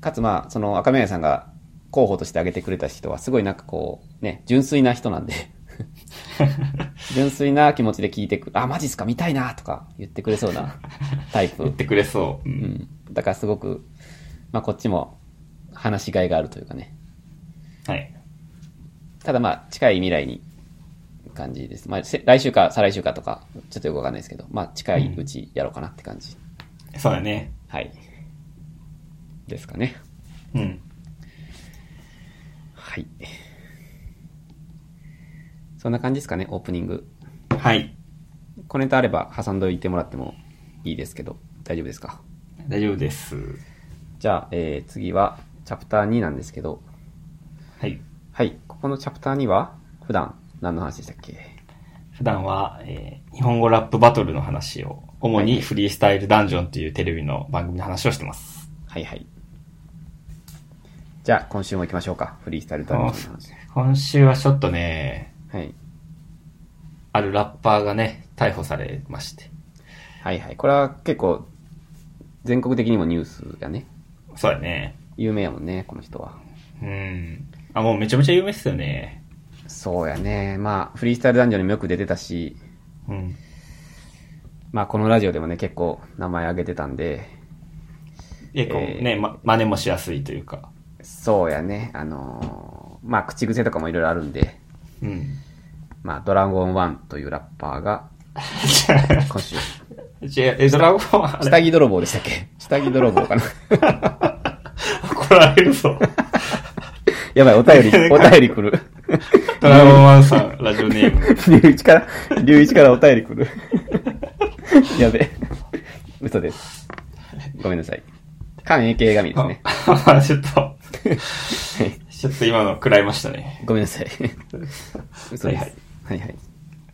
かつまあ、その赤目屋さんが候補として挙げてくれた人は、すごいなんかこう、ね、純粋な人なんで。純粋な気持ちで聞いてく、あ、マジっすか見たいなとか言ってくれそうなタイ
言っ。
プ
てくれそう。う
うんん。だからすごく、まあこっちも話しがいがあるというかね。
はい。
ただまあ、近い未来に、感じです。まあ、せ来週か再来週かとか、ちょっとよくわかんないですけど、まあ、近いうちやろうかなって感じ。
そうだね。
はい。ですかね。
うん。
はい。そんな感じですかね、オープニング。
はい。
コネタあれば挟んでおいてもらってもいいですけど、大丈夫ですか。
大丈夫です。
じゃあ、えー次は、チャプター2なんですけど、
はい。
はい、ここのチャプター2は、普段、何の話でしたっけ
普段は、えー日本語ラップバトルの話を、主にフリースタイルダンジョンっていうテレビの番組の話をしてます。
はいはい。じゃあ、今週も行きましょうか。フリースタイルダンジョンの話。
今週はちょっとね、
はい。
あるラッパーがね、逮捕されまして。
はいはい。これは結構、全国的にもニュースがね、
そうだね。
有名やもんね、この人は。
うん。あ、もうめちゃめちゃ有名っすよね。
そうやね。まあ、フリースタイルダンジョンにもよく出てたし、
うん。
まあ、このラジオでもね、結構名前挙げてたんで、
結構ね、ま、真似もしやすいというか。
そうやね。あのーまあ、口癖とかもいろいろあるんで、
うん。
まあ、ドラゴンワンというラッパーが、今週、
違う、え、ドラゴンは、あ れ
下着泥棒でしたっけ下着泥棒かな。
怒られるぞ。
やばい、お便り、お便り来る。
ドラゴンワンさん、ラジオネーム。
龍一から、龍一からお便り来る。やべ。嘘です。 ごめんなさい。関 AK 神ですね。
あ、ちょっと、ちょっと今の食らいましたね。
ごめんなさい。嘘です。
は
はいい
は
はいい。はいはい。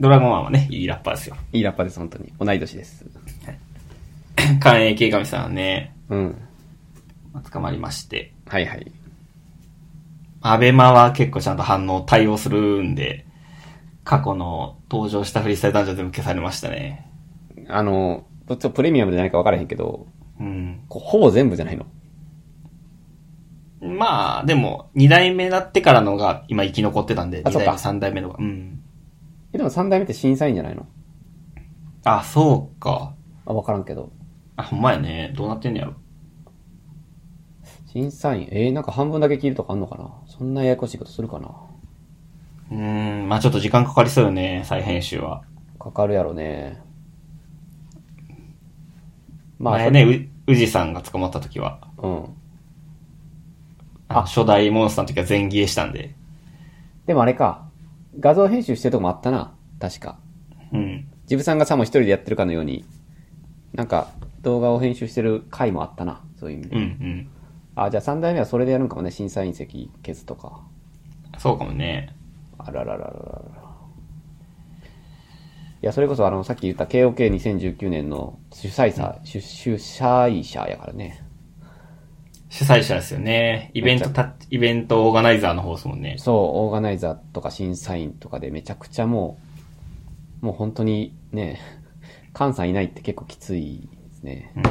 ドラゴンマンはね、いいラッパーですよ。
いいラッパーです、本当に。同い年です。
関営系神さんはね、
うん。
捕まりまして。
はいはい。
アベマは結構ちゃんと反応、対応するんで、過去の登場したフリースタイルダンジョン全部消されましたね。
あの、どっちもプレミアムじゃないか分からへんけど、
うん。
こうほぼ全部じゃないの。
まあ、でも、二代目だってからのが今生き残ってたんで、
あ
二
そっ
代
か
目、三代目のが。うん。
え、でも3代目って審査員じゃないの
あ、そうか。
あ、分からんけど。
あ、ほんまやね。どうなってんのやろ。
審査員、えー、なんか半分だけ切るとかあんのかなそんなややこしいことするかな
うーん、まあちょっと時間かかりそうよね、再編集は。
かかるやろね。まあ、
前ね、う宇治さんが捕まった時は、
それうん。
あ初代モンスターの時は全消えしたんで。
でもあれか、画像編集してるとこもあったな。確か。
うん。
ジブさんがさも一人でやってるかのように、なんか動画を編集してる回もあったな。そういう意味で。
うんうん。
あ、じゃあ3代目はそれでやるんかもね。審査員席消すとか。
そうかもね。
あらららららら。いや、それこそあの、さっき言った KOK2019 年の主催者、主主催者やからね。
主催者ですよね。イベントた、イベントオーガナイザーの方ですもんね。
そう、オーガナイザーとか審査員とかでめちゃくちゃもう、もう本当にね、 関西いないって結構きついですね。
うん。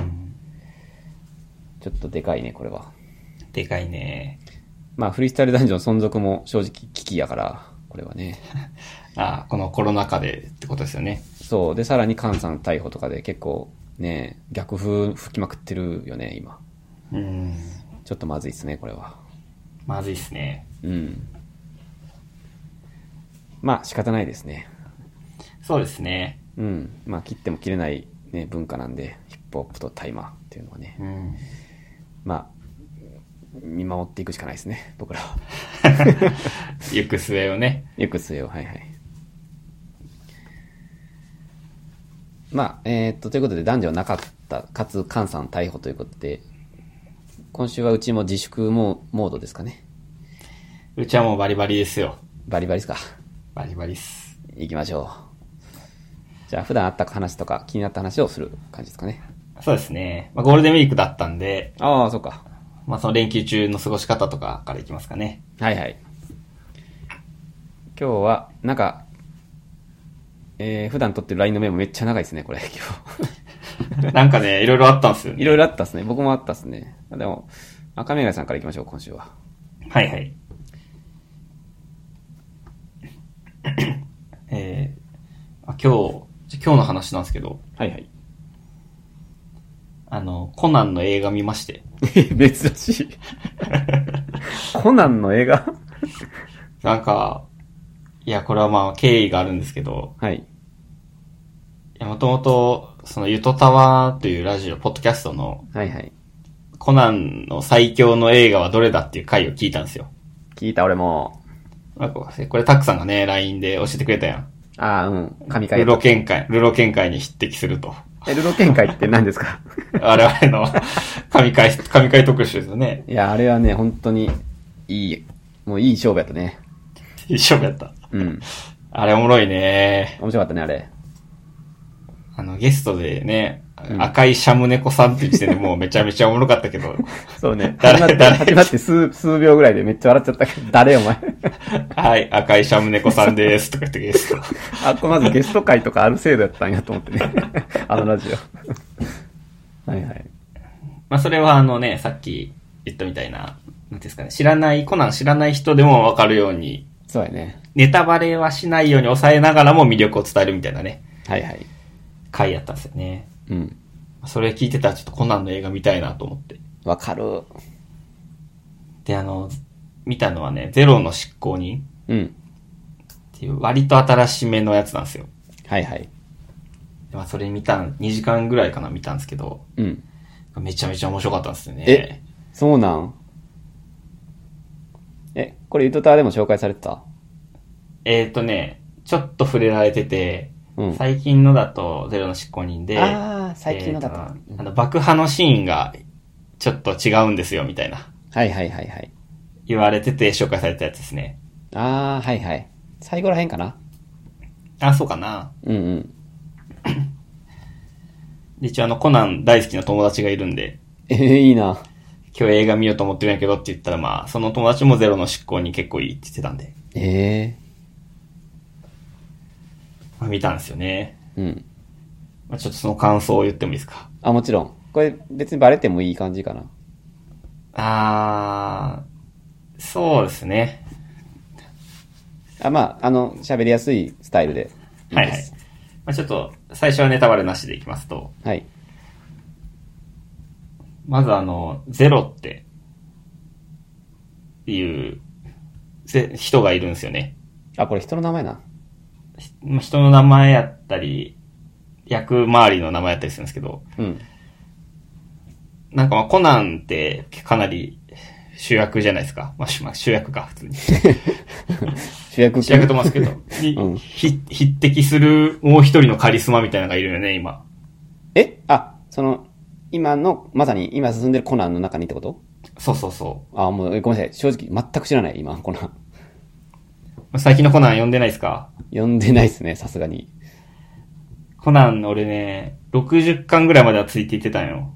ちょっとでかいね、これは。
でかいね。
まあ、フリースタイルダンジョン存続も正直危機やから、これはね。
あ、このコロナ禍でってことですよね。
そう。で、さらに菅さん逮捕とかで結構ね、逆風吹きまくってるよね、今。
うん。
ちょっとまずいっすね、これは。
まずいっすね。
うん。まあ、仕方ないですね。
そうですね。
うん。まあ、切っても切れない、ね、文化なんで、ヒップホップとタイマーっていうのはね。
うん。
まあ、見守っていくしかないですね、僕らは。
行く末をね。
よく末を、はいはい。まあ、えーっと、ということで、男女はなかった、かつ、菅さん逮捕ということで、今週はうちも自粛モモードですかね。
うちはもうバリバリですよ。
バリバリですか。
バリバリっす。
行きましょう。じゃあ、普段あった話とか、気になった話をする感じですかね。
そうですね。まあ、ゴールデンウィークだったんで、
ああ、そうか。
まあ、その連休中の過ごし方とかからいきますかね。
はいはい。今日は、なんか、えー、普段撮ってる LINE のメモめっちゃ長いですね、これ、今日。
なんかね、いろいろあったんですよ
い
ね。
ろいろあったっすね。僕もあったっすね。あでも、赤目がさんから行きましょう、今週は。
はいはい。 えー、あ今日、今日の話なんですけど、
はいはい。
あの、コナンの映画見まして。
珍しい。 コナンの映画
なんか、いや、これはまあ、経緯があるんですけど、
はい。
いや、もともと、その、ゆとたわというラジオ、ポッドキャストの、
はいはい。
コナンの最強の映画はどれだっていう回を聞いたんですよ。
聞いた俺も。
まあこうこれ、たくさんがね、LINE で教えてくれたやん。
ああ、うん。神
ル
回。
ロ見解、ルロ見解に匹敵すると。
え、ルロ見解って何ですか
我々の 神回、神回特集ですよね。
いや、あれはね、本当に、いい、もういい勝負やったね。
一緒やった。
うん。
あれおもろいね。
面白かったね、あれ。
あの、ゲストでね、
うん
赤いシャム猫さんっていう時点 でもうめちゃめちゃおもろかったけど、
そう ね。
誰
始まって、
誰
始まって数、数秒ぐらいでめっちゃ笑っちゃったけど、誰お前。
はい、赤いシャム猫さんですとか言ってゲスト。
あ、これまずゲスト会とかある制度やったんやと思ってね。 あのラジオ。はいはい。
まあそれはあのね、さっき言ったみたいな、なんていうんですかね、知らない、コナン知らない人でもわかるように、
そうやね。
ネタバレはしないように抑えながらも魅力を伝えるみたいなね、
はいはい。
回やったんですよね。
うん。
それ聞いてたらちょっとコナンの映画見たいなと思って。
わかる。
で、あの、見たのはね、ゼロの執行人
うん。
っていう割と新しめのやつなんですよ。
はいはい。
まあ、それ見たん、2時間ぐらいかな見たんですけど、
うん。
めちゃめちゃ面白かったんですよね。
えそうなんえ、これ、ゆとたわでも紹介されてた
えーとね、ちょっと触れられてて、
うん。
最近のだと、ゼロの執行人で、
あー最近のだと
えーなあの、爆破のシーンが、ちょっと違うんですよ、みたいな。
はいはいはいはい。
言われてて紹介されたやつですね。
あー、はいはい。最後らへんかな
あ、そうかな。
うんうん。
で一応あの、コナン大好きな友達がいるんで、
えー、いいな。
今日映画見ようと思ってるんやけどって言ったら、まあ、その友達もゼロの執行に結構いいって言ってたんで、
え
まあ、見たんですよね。
ー、うん。
まあ、ちょっとその感想を言ってもいいですか。
あ、もちろん。これ別にバレてもいい感じかな。
あー、そうですね。
あ、まあ、あの、喋りやすいスタイルでいい
はい
で
はい
す。。
まあ、ちょっと、最初はネタバレなしでいきますと、
はい、
まずあの、ゼロって、いう、ぜ人がいるんですよね。
あ、これ人の名前な。
ひ人の名前やったり、役周りの名前やったりするんですけど、
うん。
なんかまあコナンってかなり主役じゃないですか。まあ主まあ主役か、普通に。
主役
主役とますけど。 に、
うん
ひ匹敵するもう一人のカリスマみたいなのがいるよね、今。
えあ、その、今の、まさに今進んでるコナンの中にってこと
そうそうそ
あ、もう、えごめんなさい。正直、全く知らない、今、コナン。
う。まあ最近のコナン読んでないですか
呼んでないですね、さすがに。
コナン俺ね、60巻ぐらいまではついていってたんよ。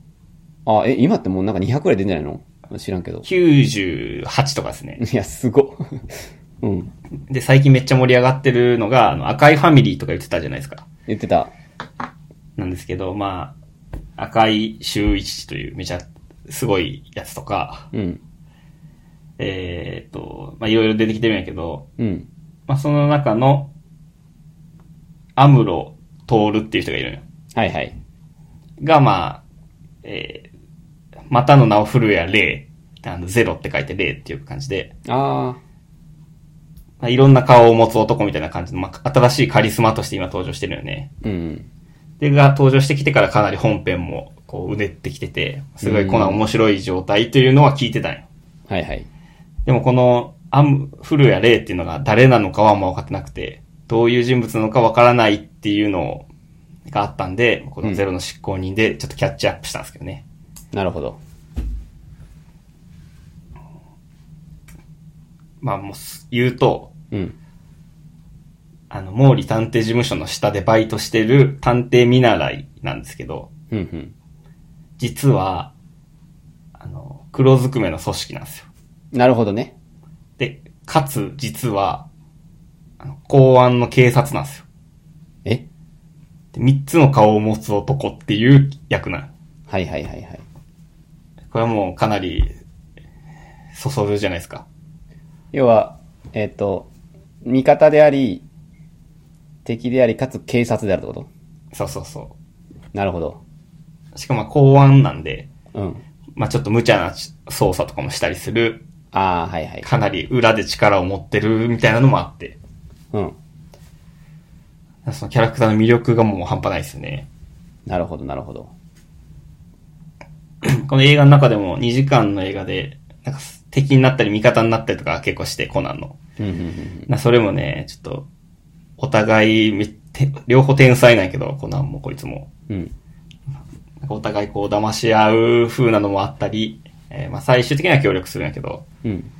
あ、え、今ってもうなんか200くらい出んじゃないの知らんけど。
98とかですね。
いや、すごっ。 うん。
で、最近めっちゃ盛り上がってるのが、あの赤いファミリーとか言ってたじゃないですか。
言ってた。
なんですけど、まあ、赤い周一というめちゃすごいやつとか、
うん。
えーっと、まあいろいろ出てきてるんやけど、
うん。
まあその中の、アムロ・トールっていう人がいるのよ。
はいはい。
が、まあ、えー、またの名を古谷霊、あの、ゼロって書いて霊っていう感じで、
あ
まあ、いろんな顔を持つ男みたいな感じの、まあ、新しいカリスマとして今登場してるよね。
ー。うん。
で、が登場してきてからかなり本編も、こう、うねってきてて、すごいコナン面白い状態というのは聞いてたんよ。
はいはい。
でもこの、アム、古谷霊っていうのが誰なのかはあんま分かってなくて、どういう人物なのか分からないっていうのがあったんで、このゼロの執行人でちょっとキャッチアップしたんですけどね。
なるほど。
まあもうす、言うと、
うん。
あの、毛利探偵事務所の下でバイトしてる探偵見習いなんですけど、
うんうん。
実は、あの、黒ずくめの組織なんですよ。
なるほどね。
で、かつ、実は、あの公安の警察なんですよ。
え
で、三つの顔を持つ男っていう役なの。
はいはいはいはい。
これはもうかなり、そそるじゃないですか。
要は、えっ、と、味方であり、敵であり、かつ警察であるってこ
そうそうそ
となるほど。
う。しかもまあ公安なんで、
うん。
まあちょっと無茶な操作とかもしたりする、
ああ、はいはい。
かなり裏で力を持ってるみたいなのもあって、
うん。
そのキャラクターの魅力がもう半端ないですよね。
なるほど、なるほど。
この映画の中でも2時間の映画で、なんか敵になったり味方になったりとか結構して、コナンの。
うんうんうん
な、それもね、ちょっと、お互いめて、両方天才なんやけど、コナンもこいつも。
うん。うん。
なんかお互いこう騙し合う風なのもあったり、えーまあ最終的には協力するんやけど、
うん。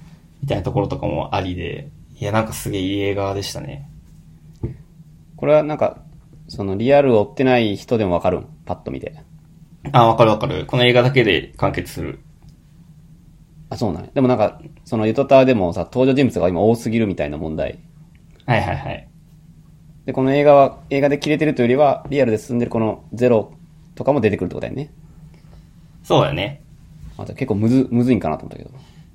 みたいなところとかもありで、いや、なんかすげえいい映画でしたね。
これはなんか、そのリアルを追ってない人でもわかるんパッと見て。
あ、わかるわかる。この映画だけで完結する。
あ、そうなんやでもなんか、そのゆとたわでもさ、登場人物が今多すぎるみたいな問題。
はいはいはい。
で、この映画は、映画で切れてるというよりは、リアルで進んでるこのゼロとかも出てくるってことだよね。
そうだね。
あと結構むず、むずいんかなと思ったけど。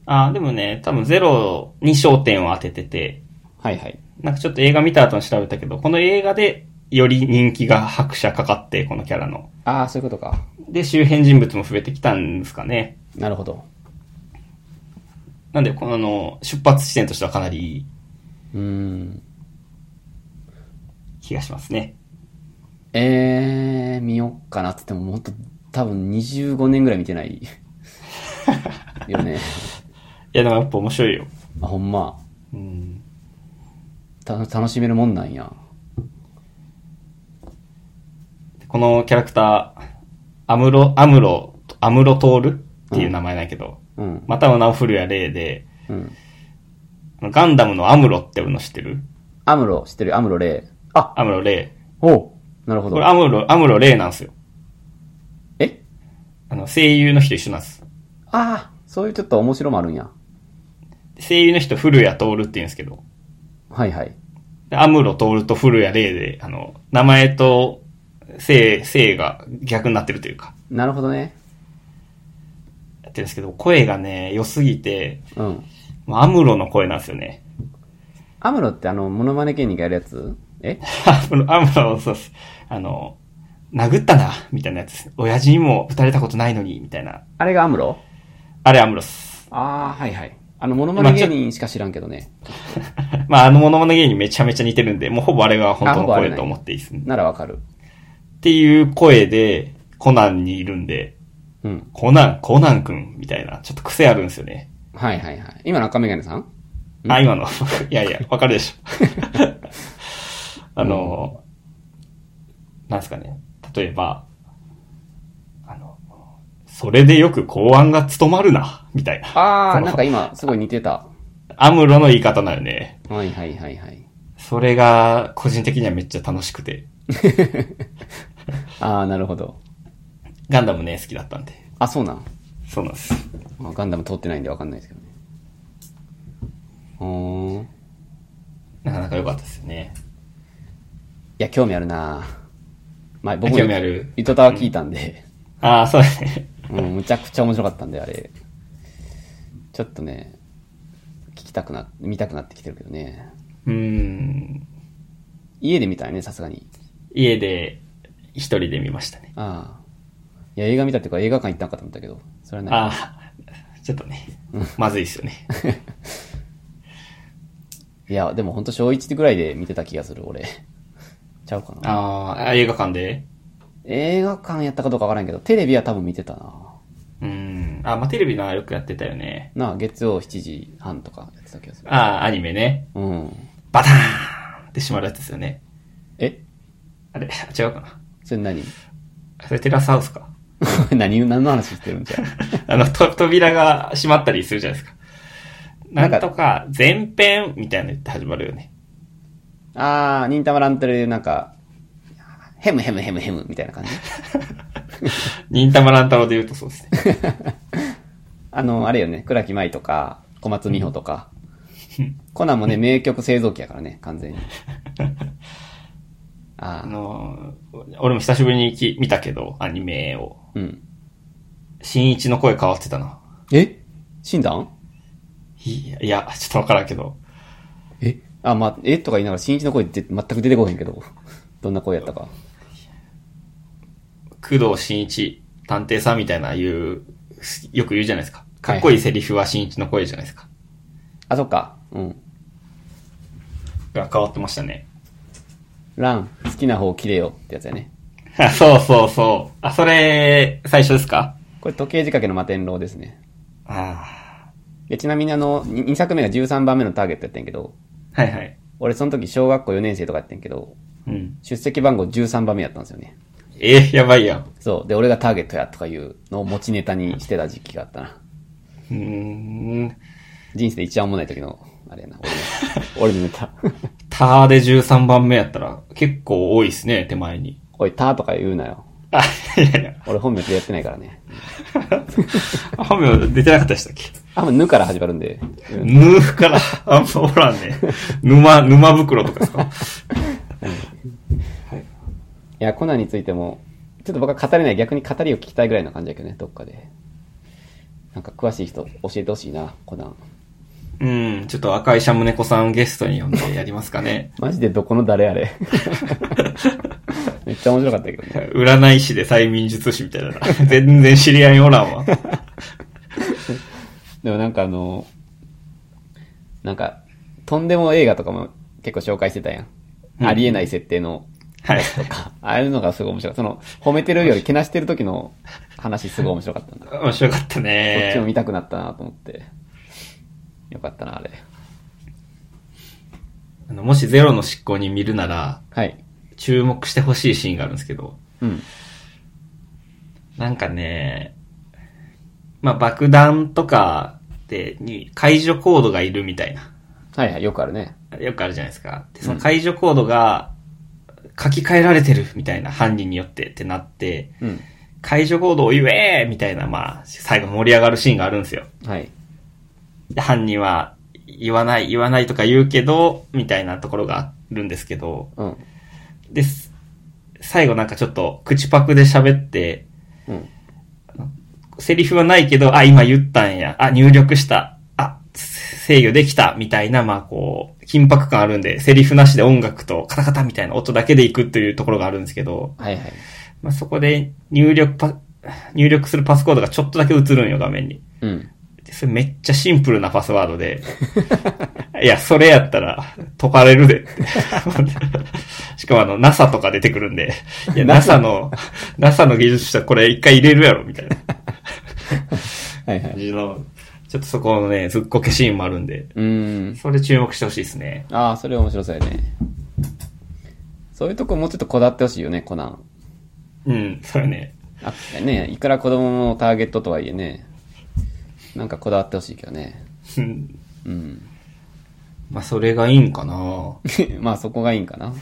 あ、でもね、多分ゼロに焦点を当ててて、
はいはい。
なんかちょっと映画見た後に調べたけど、この映画でより人気が拍車かかって、このキャラの。
ああ、そういうことか。
で、周辺人物も増えてきたんですかね。
なるほど。
なんで、このあの、出発地点としてはかなりいいう
ーん。
気がしますね。
えー、見よっかなって言っても、もっと多分25年ぐらい見てないよね。
いや、でもやっぱ面白いよ。
あ、ほんま。
うん。
た楽しめるもんなんや。
このキャラクター、アムロ、アムロ、アムロトールっていう名前なんやけど、
うん。
または名を振るや例で、
うん。
ガンダムのアムロって俺の知ってる
アムロ、知ってるアムロレイ。あ、
アムロレイ。
おうなるほ
こ
ど
れ。アムロ、アムロレイなんですよ。
え
あの、声優の人一緒なんです。
ああ、そういうちょっと面白もあるんや。
声優の人古谷徹って言うんですけど、
はいはい。
でアムロ徹と古谷レイで、あの、名前と姓、姓が逆になってるというか、
なるほどね。
やってるんですけど、声がね、良すぎて、
うん。
もうアムロの声なんですよね。
アムロってあの、モノマネ芸人がやるやつえ
アムロ、アムロ、そうっす。あの、殴ったな、みたいなやつです。親父にも撃たれたことないのに、みたいな。
あれがアムロ
あれアムロっす。
ああ、はいはい。あの、モノマネ芸人しか知らんけどね。
まあ、あのモノマネ芸人めちゃめちゃ似てるんで、もうほぼあれが本当
あほ
の
ぼあれ
声
ね
と思っていいですね。
ならわかる。
っていう声で、コナンにいるんで、
うん。
コナン、コナンくん、みたいな、ちょっと癖あるんですよね。
はいはいはい。今の赤眼鏡さん
あ、今の。 いやいや、わかるでしょ。 あの、なんですかね。例えば、あの、それでよく公安が務まるな、みたいな。
あ
そ
あ、
の
なんか今、すごい似てた。
アムロの言い方だよね。
はいはいはいはい。
それが、個人的にはめっちゃ楽しくて。
ああ、なるほど。
ガンダムね、好きだったんで。
あ、そうなん。
そうなんです。
まあ、ガンダム通ってないんでわかんないですけどね。うーん。い
なかなか良かったですよね。
や、興味あるなまあ、僕も、
興味ある
糸田は聞いたんで、
ああ、そうですね。
うん、むちゃくちゃ面白かったんで、あれ。ちょっとね、聞きたくな、見たくなってきてるけどね。
うーん。
家で見たいね、さすがに。
家で、一人で見ましたね。
ああ。いや、映画見たっていうか映画館行ったんかと思ったけど、それはない。
ああ、ちょっとね、まずいですよね。
いや、でもほんと小1ぐらいで見てた気がする、俺。 ちゃうかな。
あーあ、映画館で
映画館やったかどうかわからんけど、テレビは多分見てたな。
うーん。あ、まあ、テレビのはよくやってたよね。
なあ、月曜7時半とかやってた気がする。
ああ、アニメね。
うん。
バターンって閉まるやつですよね。
え
あれ、違うかな。
それ何
それテラスハウスか。
何、何の話してるんじゃ。
あの、と、扉が閉まったりするじゃないですか。
な
なん
か
んとか、前編みたいなの言って始まるよね。
あー、忍たま乱太郎でなんか、ヘムヘムヘムヘムみたいな感じ。
忍たま乱太郎で言うとそうですね。
あの、あれよね、倉木舞とか、小松美穂とか。コナンもね、名曲製造機やからね、完全に。あ
あ
あ、
のー、俺も久しぶりにき見たけど、アニメを。
うん。
新一の声変わってたな。
え死んだん
いや、いやちょっとわからんけど。
えあ、まあ、えとか言いながら、新一の声って全く出てこへんけど、 どんな声やったか。
工藤新一、探偵さんみたいな言う、よく言うじゃないですか。かっこいいセリフは新一の声じゃないですか。
あ、そっか。うん。
が変わってましたね。
ラン、好きな方切れよってやつやね。
あ そうそうそう。あ、それ、最初ですか
これ時計仕掛けの摩天楼ですね。
あ
でちなみにあの、2, 作目が13番目のターゲットやってんけど、
あ。はいはい。
俺その時小学校4年生とかやってんけど、
うん。
出席番号13番目やったんですよね。
えー、やばいやん。
そう。で、俺がターゲットやとかいうのを持ちネタにしてた時期があったな。
うーん。
人生で一番おもんない時の、あれやな、俺の、俺のネタ。
ターで13番目やったら結構多いですね、手前に。
おい、ターとか言うなよ。
あ、いやいや。
俺本名でやってないからね。
あ本名出てなかったでしたっけ
あんま、ぬから始まるんで。うん
ぬから、あんまおらん ね。沼、沼袋とかですか
いや、コナンについても、ちょっと僕は語れない、逆に語りを聞きたいぐらいな感じだけどね、どっかで。なんか詳しい人教えてほしいな、コナン。
うん、ちょっと赤いシャムネコさんゲストに呼んでやりますかね。
マジでどこの誰あれ。 めっちゃ面白かったけどね。
占い師で催眠術師みたいな。 全然知り合いおらんわ。
でもなんかあの、なんか、とんでも映画とかも結構紹介してたやん。
うん
ありえない設定の、
はい。
ああいうのがすごい面白かった。その、褒めてるよりけなしてる時の話すごい面白かったんだ。
面白かった
そっちも
ね。
見たくなったなと思って。よかったな、あれ。
あのもしゼロの執行に見るなら、
はい。
注目してほしいシーンがあるんですけど、
うん。
なんかね、まあ、爆弾とか、て、に解除コードがいるみたいな。
はいはい、よくあるね。
よくあるじゃないですか。で、その解除コードが書き換えられてるみたいな、犯人によってってなって、
うん。
解除コードを言えーみたいな、まあ、最後盛り上がるシーンがあるんですよ。
はい。
で犯人は言わない、言わないとか言うけど、みたいなところがあるんですけど、
うん。
です。最後なんかちょっと口パクで喋って、
うん。
セリフはないけど、あ、今言ったんや。あ、入力した。あ、制御できた。みたいな、まあこう、緊迫感あるんで、セリフなしで音楽とカタカタみたいな音だけでいくというところがあるんですけど、
はいはい。
まあそこで入力パ、入力するパスコードがちょっとだけ映るんよ、画面に。
うん。
でそれめっちゃシンプルなパスワードで。 いや、それやったら解かれるでって。 しかもあの、NASA とか出てくるんで。いや、NASA の、NASA の技術者これ一回入れるやろ、みたいな
はいは
感
い。
じの。ちょっとそこのね、ずっこけシーンもあるんで。
うーん。
それ注目してほしいですね。
ああ、それ面白そうやね。そういうとこもうちょっとこだわってほしいよね、コナン。
うん、そうよね。
あったよね。いくら子供のターゲットとはいえね。なんかこだわってほしいけどね。
うん
うん。
まあ、それがいいんかな
まあそこがいいんかな。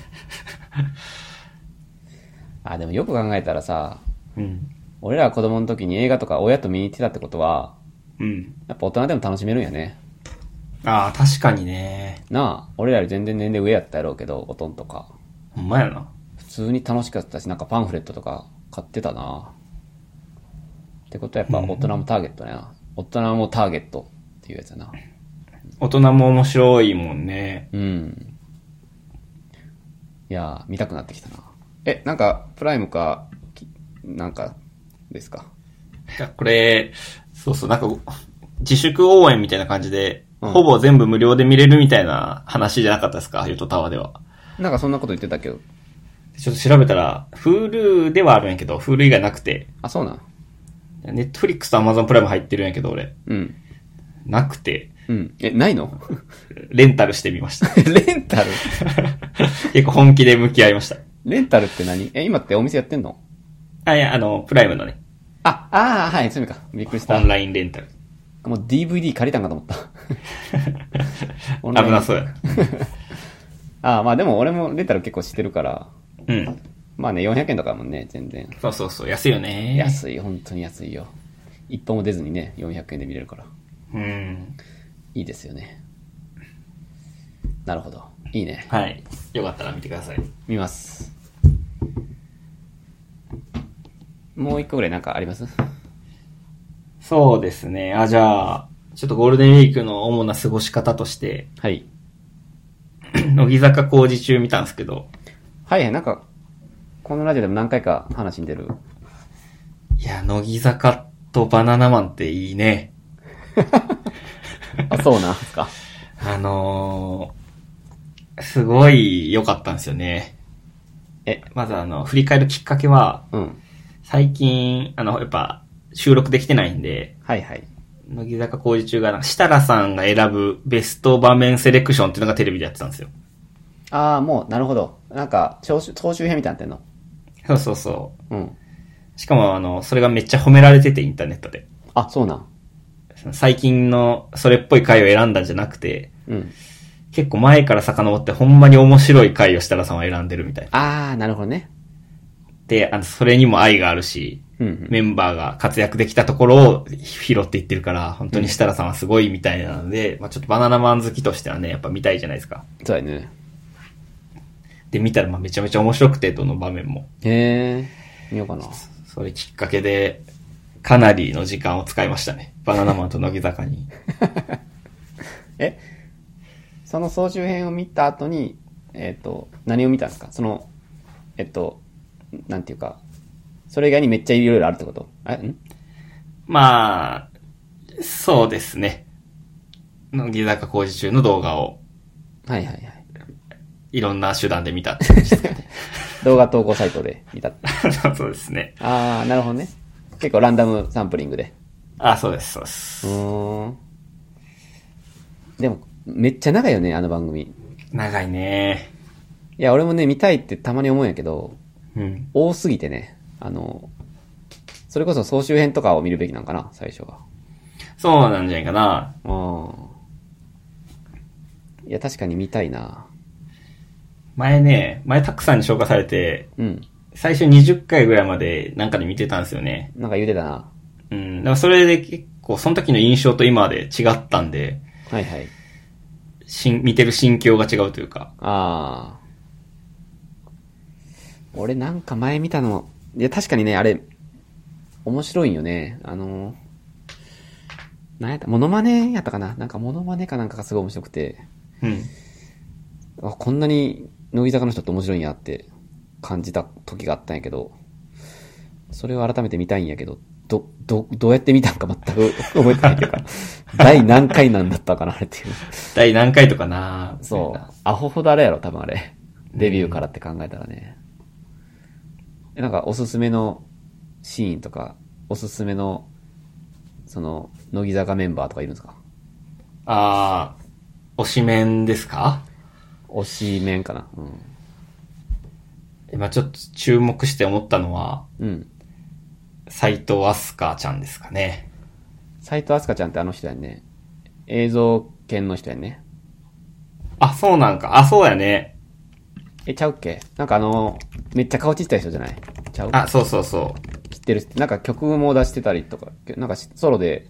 あ、でもよく考えたらさ、
うん。
俺らが子供の時に映画とか親と見に行ってたってことは、
うん。
やっぱ大人でも楽しめるんやね。
ああ、確かにね。
なあ、俺らより全然年齢上やったやろうけど、おとんとか。
ほんまやな。
普通に楽しかったし、なんかパンフレットとか買ってたな。ってことはやっぱ大人もターゲットだな。大人もターゲットっていうやつだな。
大人も面白いもんね。
うん。いやー、見たくなってきたな。え、なんか、プライムか、きなんか、ですか。
いやこれ、そうそう、なんか、自粛応援みたいな感じで、
うん
ほぼ全部無料で見れるみたいな話じゃなかったですか、ヨトタワーでは。
なんかそんなこと言ってたけど。
ちょっと調べたら、Hulu ではあるんやけど、Hulu 以外なくて、
あ、そうなん。
Netflix と Amazon プライム入ってるんやけど、俺、
うん。
なくて、
うん。え、ないの
レンタルしてみました。
レンタル
結構本気で向き合いました。
レンタルって何え、今ってお店やってんの
あ、いや、あの、プライムのね、
あ、ああ、はい、そういう意味か。びっくりし
オ
た
ン。ラインレンタル。。
もう DVD 借りたんかと思った。
危なそううや。
ああ、まあでも俺もレンタル結構してるから、
うん。
まあね、400円とかもね、全然。
そうそうそう、安いよね。
安い、本当に安いよ。一本も出ずにね、400円で見れるから。
うん。
いいですよね。なるほど。いいね。
はい。よかったら見てください。
見ます。もう一個ぐらいなんかあります
そうですね。あ、じゃあ、ちょっとゴールデンウィークの主な過ごし方として、
はい。
乃木坂工事中見たんですけど、
はいはい、なんか、このラジオでも何回か話に出る。
いや、乃木坂とバナナマンっていいね。
あ、そうなんです か。
あのー、すごい良かったんですよね。
え、
まずあの、振り返るきっかけは、
うん。
最近、あの、やっぱ、収録できてないんで、
はいはい。
乃木坂工事中が、なんか設楽さんが選ぶベスト場面セレクションっていうのがテレビでやってたんですよ。
ああ、もう、なるほど。なんか、聴取聴取編みたいになって
そうそうそ
んの。うん。
う。しかも、あの、それがめっちゃ褒められてて、インターネットで。
あ、そうなん。
その最近のそれっぽい回を選んだんじゃなくて、
うん。
結構前から遡ってほんまに面白い回を設楽さんは選んでるみたいな。
ああ、なるほどね。
で、あの、それにも愛があるし、
うんうん。
メンバーが活躍できたところを拾っていってるから、本当に設楽さんはすごいみたいなので、まあちょっとバナナマン好きとしてはね、やっぱ見たいじゃないですか。
そうやね。
で、見たらまあめちゃめちゃ面白くて、どの場面も。
へえ、見ようかな。
それきっかけで、かなりの時間を使いましたね。バナナマンと乃木坂に。
え、その総集編を見た後に、えっ、と、何を見たんですかその、えっ、と、なんていうか、それ以外にめっちゃいろいろあるってことえ、ん
まあ、そうですね。乃木坂工事中の動画を
はいはいはい。
いろんな手段で見たって感じですかね。
動画投稿サイトで見た。
そうですね。
ああ、なるほどね。結構ランダムサンプリングで。
あ、そうです、そうで
う
す。
ーん。でも、めっちゃ長いよね、あの番組。
長いね。
いや、俺もね、見たいってたまに思うんやけど、
うん。
多すぎてね、あの、それこそ総集編とかを見るべきなんかな、最初が。
そうなんじゃないかな。
うん。いや、確かに見たいな。
前ね、前タックさんに紹介されて、
うん。
最初20回ぐらいまでなんかで見てたんですよね。
なんか言うてたな。
うん。だからそれで結構、その時の印象と今で違ったんで、
はいはい。
しん見てる心境が違うというか。
ああ。俺なんか前見たの、いや確かにね、あれ、面白いんよね。あの、なんやった、モノマネやったかななんかモノマネかなんかがすごい面白くて、
うん。
あこんなに乃木坂の人って面白いんやって感じた時があったんやけど、それを改めて見たいんやけど、ど、ど、どうやって見たんか全く 覚えてないというか、第何回なんだったかなあれっていう。
第何回とかな
そう。アホほどあれやろ、多分あれ。デビューからって考えたらね。えなんか、おすすめのシーンとか、おすすめの、その、乃木坂メンバーとかいるんですか
あー、推しメンですか
推し面かなうん。
今ちょっと注目して思ったのは、
うん。
斎藤明日香ちゃんですかね。
斎藤飛鳥ちゃんってあの人やんね。映像犬の人やんね。
あ、そうなんか。あ、そうやね。
え、ちゃうっけなんかあの、めっちゃ顔ちっちゃい人じゃないちゃう
あ、そうそうそ
知ってる人なんか曲も出してたりとか、なんかしソロで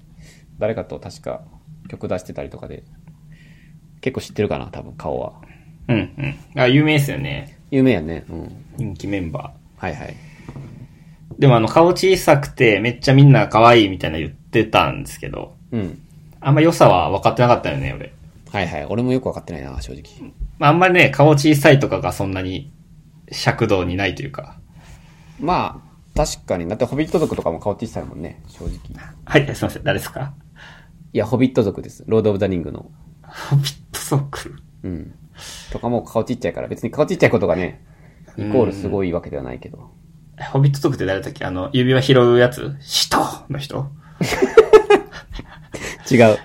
誰かと確か曲出してたりとかで、結構知ってるかな、多分顔は。
う。うんうん。あ、有名ですよね。
有名やね。うん。
人気メンバ
はいはい。
ー。でもあの、顔小さくてめっちゃみんな可愛いみたいな言ってたんですけど、
うん。
あんま良さは分かってなかったよね、俺。
はいはい。俺もよくわかってないな、正直。
まああんまりね、顔小さいとかがそんなに尺度にないというか。
まあ、確かに。だって、ホビット族とかも顔小さいもんね、正直。
はい、すいません、誰ですか
いや、ホビット族です。ロード・オブ・ザ・リングの。
ホビットソック。
うん。とかも顔ちっちゃいから、別に顔ちっちゃいことがね、イコールすごいわけではないけど。
ホビットソックって誰だっけあの、指輪拾うやつ使徒の人
違 う。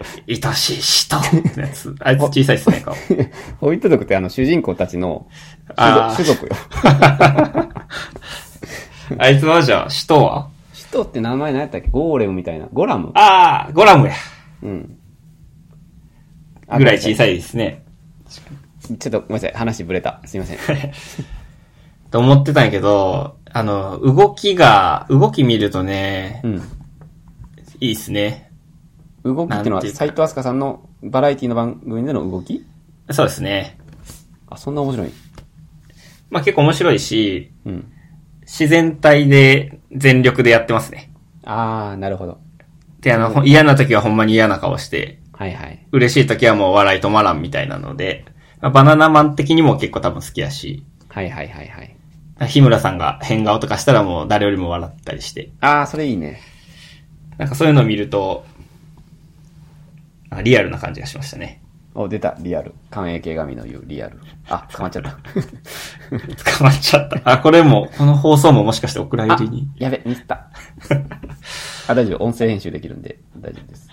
愛しい使 徒のやつ。あいつ小さいっすね、顔。
ホビット族ってあの、主人公たちの
あー
種族種族よ。
あいつはじゃあ、使徒は
人って名前何やったっけゴーレムみたいな。ゴラム
ああ、ゴラムや。
うん。
ぐらい小
い。
さいですね。
ちょっとごめんなさい。話ぶれた。すいません。
と思ってたんやけど、あの、動きが、動き見るとね、
うん。
いいっすね。
動きってい
な
うの
ん
は、
ていうか
斎藤飛鳥さんのバラエティの番組での動き
そうですね。
あ、そんな面白い。
まあ結構面白いし、
うん。
自然体で全力でやってますね。
あー、なるほど。
で、あの、ほん嫌な時はほんまに嫌な顔して、
はいはい。
嬉しい時はもう笑い止まらんみたいなので、まあバナナマン的にも結構多分好きやし、
はいはいはいはい。
日村さんが変顔とかしたらもう誰よりも笑ったりして、
あー、それいいね。
なんかそういうのを見ると、あリアルな感じがしましたね。
お、出た。リアル。関影系神の言うリアル。あ、捕まっちゃった。
捕まっちゃった。あ、これも、この放送ももしかしてお蔵入りに。
やべ、ミスった。あ、大丈夫。音声編集できるんで、大丈夫です。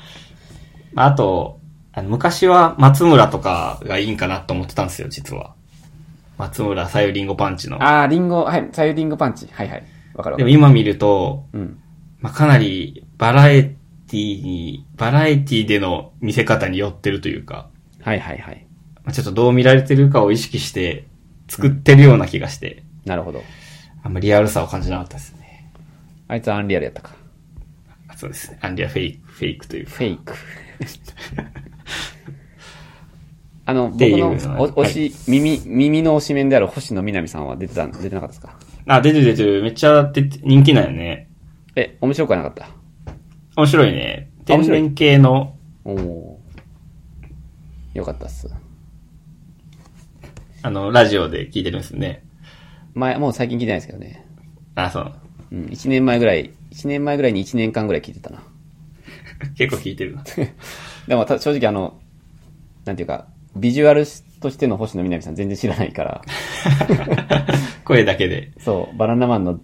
まああと、あの昔は松村とかがいいんかなと思ってたんですよ、実は。松村さゆりんごパンチの。
あー、リンゴ、はい。さゆリンゴパンチ。はいはい。わかるわ
で
か
も
る。
今見ると、
うん。
まあ、かなりバラエティに、バラエティでの見せ方に寄ってるというか、
はいはいはい。
まあちょっとどう見られてるかを意識して作ってるような気がして、
なるほど。
あんまりリアルさを感じなかったですね。
あいつはアンリアルやったか。
あそうですね。アンリアフェイク、フェイクというか。
フェイク。 あの、僕
ていう
の
のは
お推し、耳、耳の推し面である星野みなみさんは出てた、出てなかったですか
あ、出てる出てる。めっちゃ出て人気なんよね。
え、面白くはなかった。
面白いね。
面
天
白い
然系の、
おおー。よかったっす。
あの、ラジオで聞いてるんですよね。
前、もう最近聞いてないですけどね。
あ、そう。
うん、1年前ぐらい、1年前ぐらいに1年間ぐらい聞いてたな。
結構聞いてるな。
でもた正直あの、なんていうか、ビジュアルとしての星野みなみさん全然知らないから、
声だけで。
そう、バナナマンの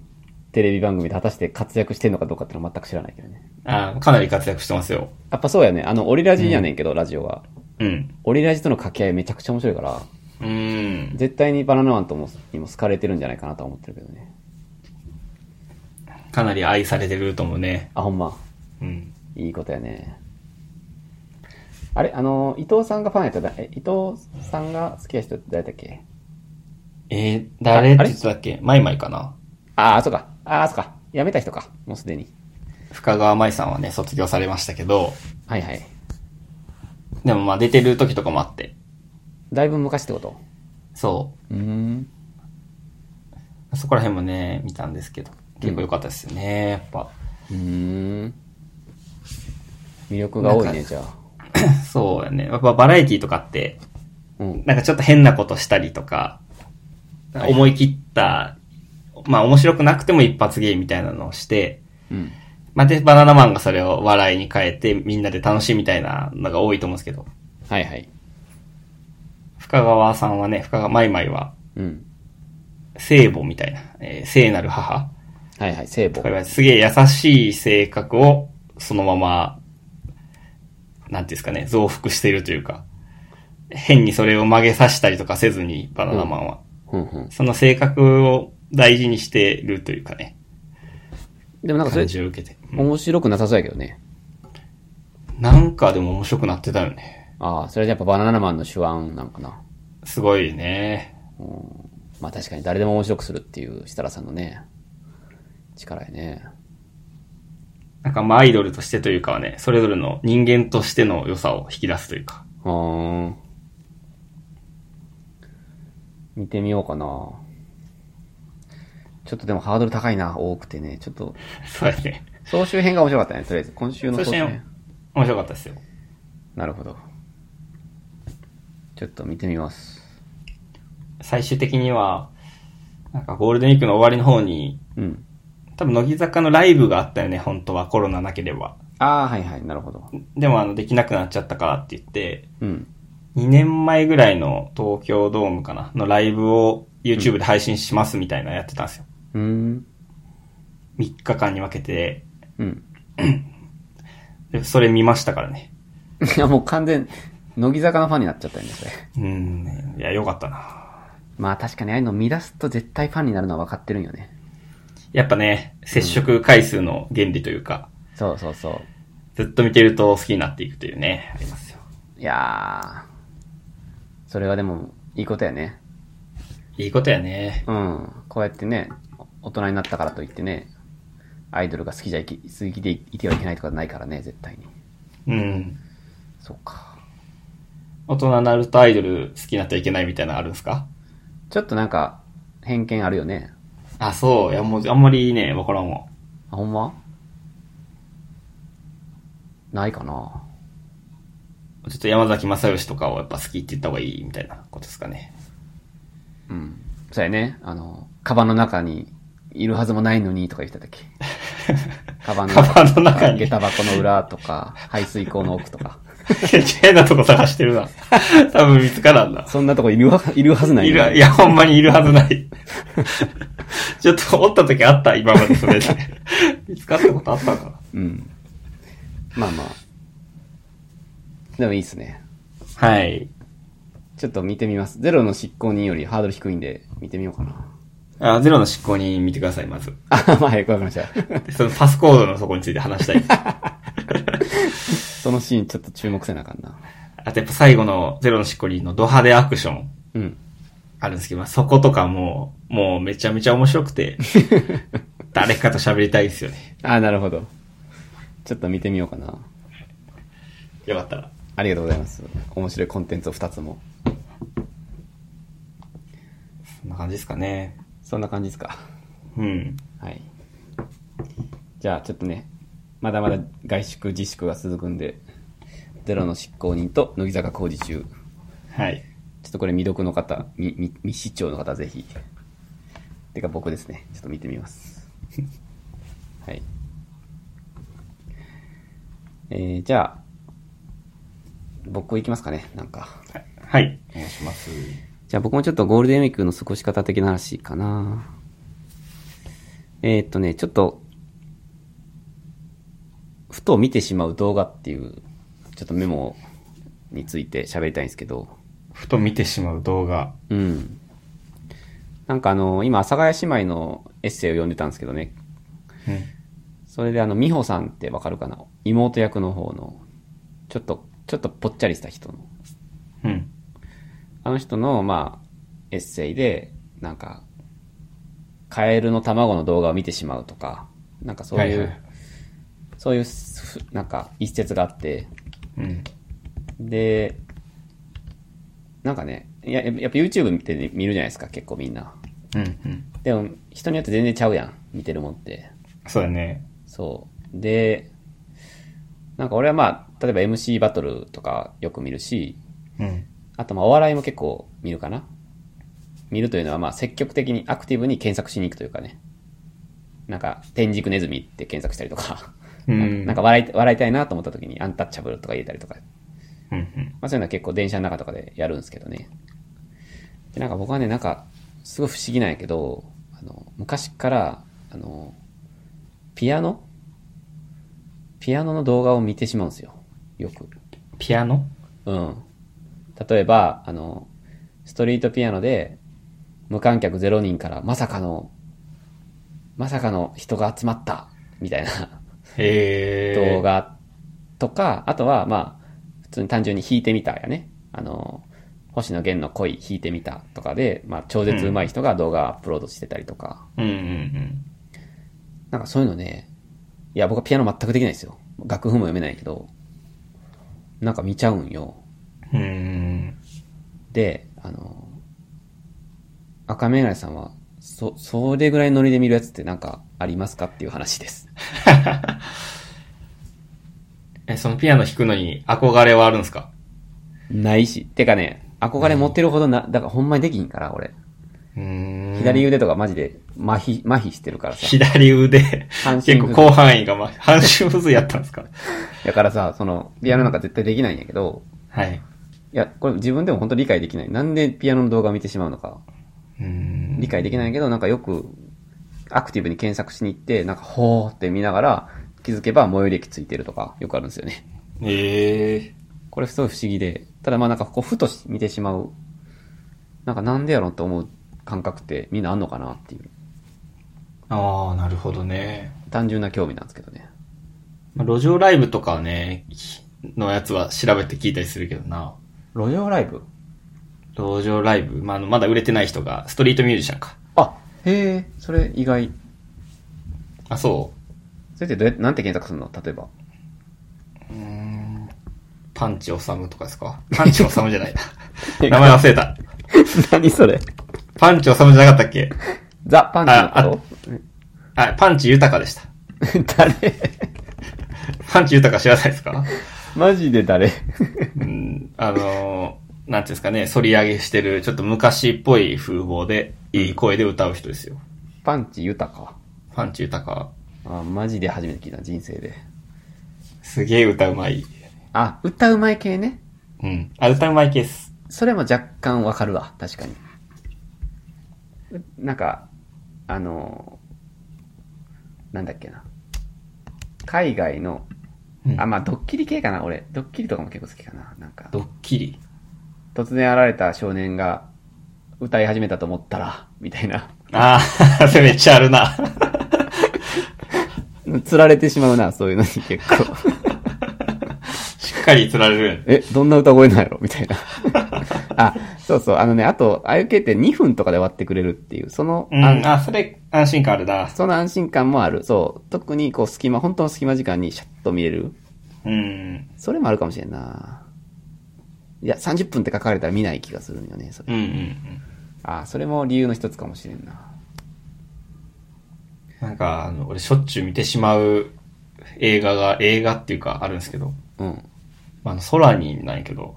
テレビ番組で果たして活躍してんのかどうかってのは全く知らないけどね。
あ、かなり活躍してますよ。
やっぱそうやね。あの、オリラジやねんけど、ラジオは。
うん。
オリラジとの掛け合いめちゃくちゃ面白いから、
うーん。
絶対にバナナマンともにも好かれてるんじゃないかなとは思ってるけどね。
かなり愛されてると思うね。
あ、ほんま。
うん。
いいことやね。あれあの、伊藤さんがファンやったら、え、伊藤さんが好きな人って誰だっけ
えー、誰っ
あ
て
れ
言ってたっけマイマイかな
ああ、そうか。ああ、そうか。辞めた人か。もうすでに。
深川舞さんはね、卒業されましたけど、
はいはい。
でもまあ出てる時とかもあって。
だいぶ昔ってこと
そう
ーん。
う。そこら辺もね、見たんですけど、結構良かったですよね、やっぱ。
うーん。魅力が多い
な
ね、
んか
じゃあ。
そうやね。やっぱバラエティとかって、
うん。
なんかちょっと変なことしたりとか、思い切った、まあ面白くなくても一発芸みたいなのをして、
うん。
まあで、バナナマンがそれを笑いに変えてみんなで楽しいみたいなのが多いと思うんですけど、
はいはい。
深川さんはね、深川マイマイは、
うん。
聖母みたいな、えー聖なる母。
はいはい、聖母
こ。れはすげえ優しい性格をそのまま、なんていうんですかね、増幅してるというか、変にそれを曲げさせたりとかせずに、バナナマンは。
うんうん。
その性格を大事にしてるというかね、
でもなんかそれ
感、じを受けて。うん
面白くなさそうやけどね。
なんかでも面白くなってたよね。
ああ、それじゃやっぱバナナマンの手腕なんかな。
すごいね。
うん。まあ確かに誰でも面白くするっていう設楽さんのね、力やね。
なんかまあアイドルとしてというかはね、それぞれの人間としての良さを引き出すというか。
うーん。見てみようかな。ちょっとでもハードル高いな、多くてね。ちょっと、
そうやね。
総集編が面白かったね、とりあえず。今週の
そ
総
し
集
て
編。
面白かったですよ。
なるほど。ちょっと見てみます。
最終的には、なんかゴールデンウィークの終わりの方に、
うん。
多分乃木坂のライブがあったよね、本当はコロナなければ。
ああ、はいはい、なるほど。
でもあの、できなくなっちゃったからって言って、
うん。
2年前ぐらいの東京ドームかな、のライブを YouTube で配信しますみたいなのやってたんですよ。
うーん。
3日間に分けて、
うん。
でそれ見ましたからね。
いや、もう完全、乃木坂のファンになっちゃったよね、それ。
うん、いや、よかったな。
まあ確かにああいうの見出すと絶対ファンになるのは分かってるんよね。
やっぱね、接触回数の原理というか、
そうそうそう。
ずっと見てると好きになっていくというね、ありますよ。
いやー、それはでも、いいことやね。
いいことやね。
うん。こうやってね、大人になったからといってね、アイドルが好きじゃいき、好きでいてはいけないとかないからね、絶対に。
うん。
そうか。
大人になるとアイドル好きになっちゃいけないみたいなのあるんですか
ちょっとなんか、偏見あるよね。
あ、そう。いや、もう、あんまりね、わからんわ。
あ、ほんまないかな
ちょっと山崎正義とかをやっぱ好きって言った方がいいみたいなことですかね。
うん。そうやね。あの、カバンの中にいるはずもないのにとか言って たっけ。カバンの
カバンの中に
下駄箱の裏とか、排水溝の奥とか。
変なとこ探してるな。多分見つからんな。
そんなとこいるわ、いるはずない
い
のに
る、いや、ほんまにいるはずない。ちょっと、おった時あった今までそれで。見つかったことあったのかな
うん。まあまあ。でもいいっすね。
はい。
ちょっと見てみます。ゼロの執行人よりハードル低いんで、見てみようかな。
あ、ゼロの執行に見てください、まず。
あ、まあ、はい、わかりました。
でそのパスコードのそこについて話したい。
そのシーンちょっと注目せなあかんな。
あとやっぱ最後のゼロの執行にのド派手アクション
うん。
あるんですけど、まあそことかもう、もうめちゃめちゃ面白くて、 誰かと喋りたいですよね。
あ、なるほど。ちょっと見てみようかな。
よかったら。
ありがとうございます。面白いコンテンツを2つも。
そんな感じですかね。
そんな感じですか。
うん。
はい。じゃあ、ちょっとね、まだまだ外宿自粛が続くんで、ゼロの執行人と乃木坂工事中。
はい。
ちょっとこれ未読の方、みみ未視聴の方ぜひ。てか僕ですね。ちょっと見てみます。 はい。えー、じゃあ、僕行きますかね、なんか。
はい。お願いします。
じゃあ僕もちょっとゴールデンウィークの過ごし方的な話かな。えー、っとね、ちょっと、ふと見てしまう動画っていう、ちょっとメモについて喋りたいんですけど、
ふと見てしまう動画。
うん。なんかあの、今、阿佐ヶ谷姉妹のエッセイを読んでたんですけどね。
うん。
それであの、美穂さんってわかるかな妹役の方の、ちょっとちょっとぽっちゃりした人の、
うん。
あの人の、まあ、エッセイで、なんか、カエルの卵の動画を見てしまうとか、なんかそういう、
はいはい
そういうふ、なんか一節があって、
うん。
で、なんかね、いややっぱ YouTube 見てね見るじゃないですか、結構みんな。
うん。うん。
でも、人によって全然ちゃうやん、見てるもんって。
そうだね。
そう。で、なんか俺はまあ、例えば MC バトルとかよく見るし、
うん。
あとまあお笑いも結構見るかな。見るというのはまあ積極的にアクティブに検索しに行くというかね。なんか、天竺ネズミって検索したりとか、
うん。
なんか、笑い笑いたいなと思った時にアンタッチャブルとか入れたりとか、
うんうん。
まあそういうのは結構電車の中とかでやるんですけどね。で、なんか僕はね、なんか、すごい不思議なんやけど、あの、昔から、あの、ピアノピアノの動画を見てしまうんですよ。よく。
ピアノ
うん。例えば、あの、ストリートピアノで、無観客0人からまさかの、まさかの人が集まった、みたいな
へえ。
動。画とか、あとは、まあ、普通に単純に弾いてみたやね。あの、星野源の恋弾いてみたとかで、まあ、超絶上手い人が動画アップロードしてたりとか、
うんうん
なんかそういうのね、いや、僕はピアノ全くできないですよ。楽譜も読めないけど、なんか見ちゃうんよ。
うん。うん。
で、あの、赤目がさんは、そ、それぐらいノリで見るやつってなんかありますかっていう話です。
え、そのピアノ弾くのに憧れはあるんですか
ないし。てかね、憧れ持ってるほどな、だからほんまにできひんから、俺。
うーん。
左腕とかマジで麻痺、麻痺してるからさ。
左腕
半身。
結構広範囲が、ま、半身不随やったんですか
だからさ、その、ピアノなんか絶対できないんやけど、
はい。
いや、これ自分でも本当理解できない。なんでピアノの動画を見てしまうのか、
うーん。
理解できないけど、なんかよく、アクティブに検索しに行って、なんか、ほーって見ながら、気づけば最寄り駅ついてるとか、よくあるんですよね。
ええ
これすごい不思議で、ただまあなんかこうふとし見てしまう、なんかなんでやろうと思う感覚ってみんなあんのかなっていう、
ああ、なるほどね。
単純な興味なんですけどね。
まあ路上ライブとかはね、のやつは調べて聞いたりするけどな。
路上ライブ
路上ライブ、まあ、あのまだ売れてない人が、ストリートミュージシャンか。
あ、へえ、それ意外。
あ、そう。
それってどうやって、なんて検索するの例えば。
パンチおさむとかですかパンチおさむじ ゃないな。名前忘れた。
何それ
パンチおさむじゃなかったっけ
ザ・パンチのこ
あ、パンチ豊かでした。
と誰
パンチ豊か知らないですか
マジで誰
うん、あのーなんていうんですかね、反り上げしてる、ちょっと昔っぽい風貌で、いい声で歌う人ですよ。
パンチ豊か。
パンチ豊か。
あ、マジで初めて聞いた、人生で。
すげえ歌うまい。
あ、歌うまい系ね。
うん。あ、歌うまいケース。
それも若干わかるわ、確かに。うなんか、あのー、なんだっけな。海外の、
うん
あ、まあ、ドッキリ系かな、俺。ドッキリとかも結構好きかな。なんか、
ドッキリ。
突然現れた少年が歌い始めたと思ったら、みたいな。
ああ、それめっちゃあるな。
釣られてしまうな、そういうのに結構。
しっかり釣られる。
え、どんな歌声なんやろみたいな。あ、そうそう、あのね、あと、ああいう系って2分とかで終わってくれるっていう、その、
うん、
あの
あ、それ安心感あるな。
その安心感もある。そう。特にこう隙間、本当の隙間時間にシャッと見れる。
うん。
それもあるかもしれんな。いや、30分って書かれたら見ない気がするんよね、それ。
うんうんうん。
ああ、それも理由の一つかもしれんな。
なんか、あの、俺しょっちゅう見てしまう映画が、映画っていうかあるんですけど、
うん。
あの、空になんやけど、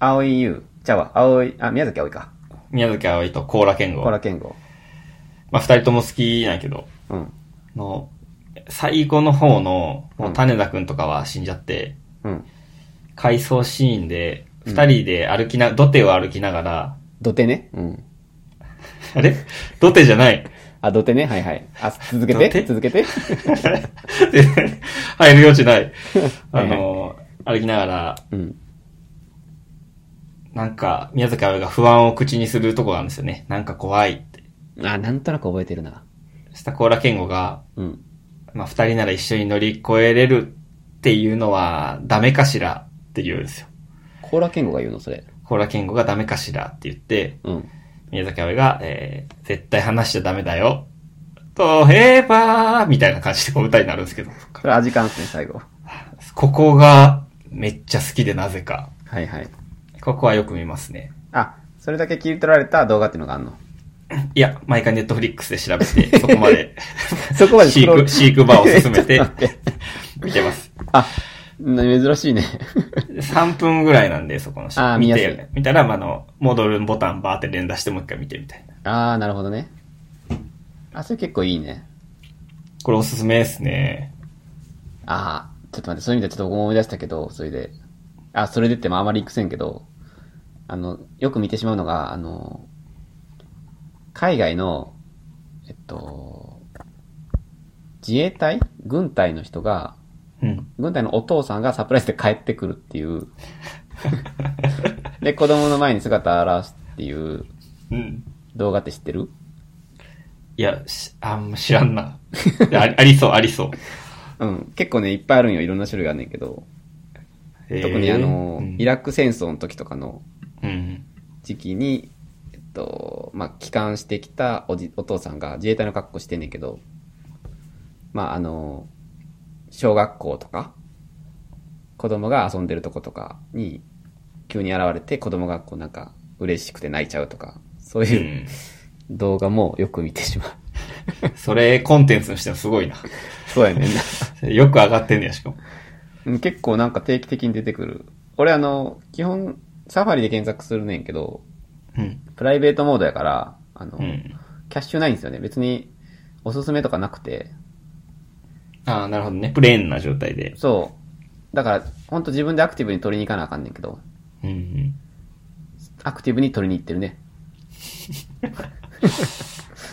青井優。ちゃうわ、青井、あ、宮崎葵か。
宮崎あおいと甲羅健吾。
コラ健吾。
まあ、二人とも好きなんやけど、
うん。
の、最後の方の、も
うん
う種田くんとかは死んじゃって、
うん。
回想シーンで、二人で歩きな、土手を歩きながら、
土手ね。うん。
あれ土手じゃない。
あ、土手ね。はいはい。あ、続け
土手
て。続けて。
入る余地ない。あの、歩きながら、
うん。
なんか、宮崎駿が不安を口にするとこなんですよね。なんか怖いって。
あ、なんとなく覚えてるな。
した甲羅健吾が、
うん。
まあ、二人なら一緒に乗り越えれるっていうのはダメかしらっってるようですよ。
コーラケンゴが言うの、それ。
コーラ健吾がダメかしらって言って、
うん。
宮崎あおいが、えー、絶対話しちゃダメだよ。と、へーばーみたいな感じでこう歌になるんですけど、
それ味感ですね、最後。
ここがめっちゃ好きでなぜか。
はいはい。
ここはよく見ますね。
あ、それだけ切り取られた動画っていうのがあんの。、
いや、毎回ネットフリックスで調べて、そこまで
そこまで
飼
黒
育、飼育場を進め
ち
て
ょっと待って、
見てます。
あ、珍しいね。
3分ぐらいなんで、そこの
あー
見
見やすい
て、見たら、まあ、あの、戻るボタンバーって連打してもう一回見てみたいな。
あー、なるほどね。あ、それ結構いいね。
これおすすめですね。
あー、ちょっと待って、そういう意味でちょっと僕も思い出したけど、それで。あ、それでってもあまりいくせんけど、あの、よく見てしまうのが、あの、海外の、えっと、自衛隊軍隊の人が、
うん。
軍隊のお父さんがサプライズで帰ってくるっ ていう。で、子供の前に姿を現すっていう
うん。
動画って知ってる
いや、しあんま知らんな。いやありありそう、ありそう。
うん。結構ね、いっぱいあるんよ。いろんな種類があんねんけど。
えー
特にあの、
うん
イラク戦争の時とかの
うん。
時期に、えっと、まあ、帰還してきたおじ、お父さんが自衛隊の格好してんねんけど、まあ、あの、小学校とか、子供が遊んでるとことかに、急に現れて子供がこうなんか、嬉しくて泣いちゃうとか、そう
う。
いうん動画もよく見てしまう。
それ、コンテンツのしてはすごいな。
そうやねんな。
よく上がってんねや、しかも。
うん 結構なんか定期的に出てくる。俺あの、基本、サファリで検索するねんけど、
うん。
プライベートモードやから、あの、
うん。
キャッシュないんですよね。別に、おすすめとかなくて。
ああ、なるほどね。プレーンな状態で。
そう。だから、ほんと自分でアクティブに取りに行かなあかんねんけど、
うんうん。
アクティブに取りに行ってるね。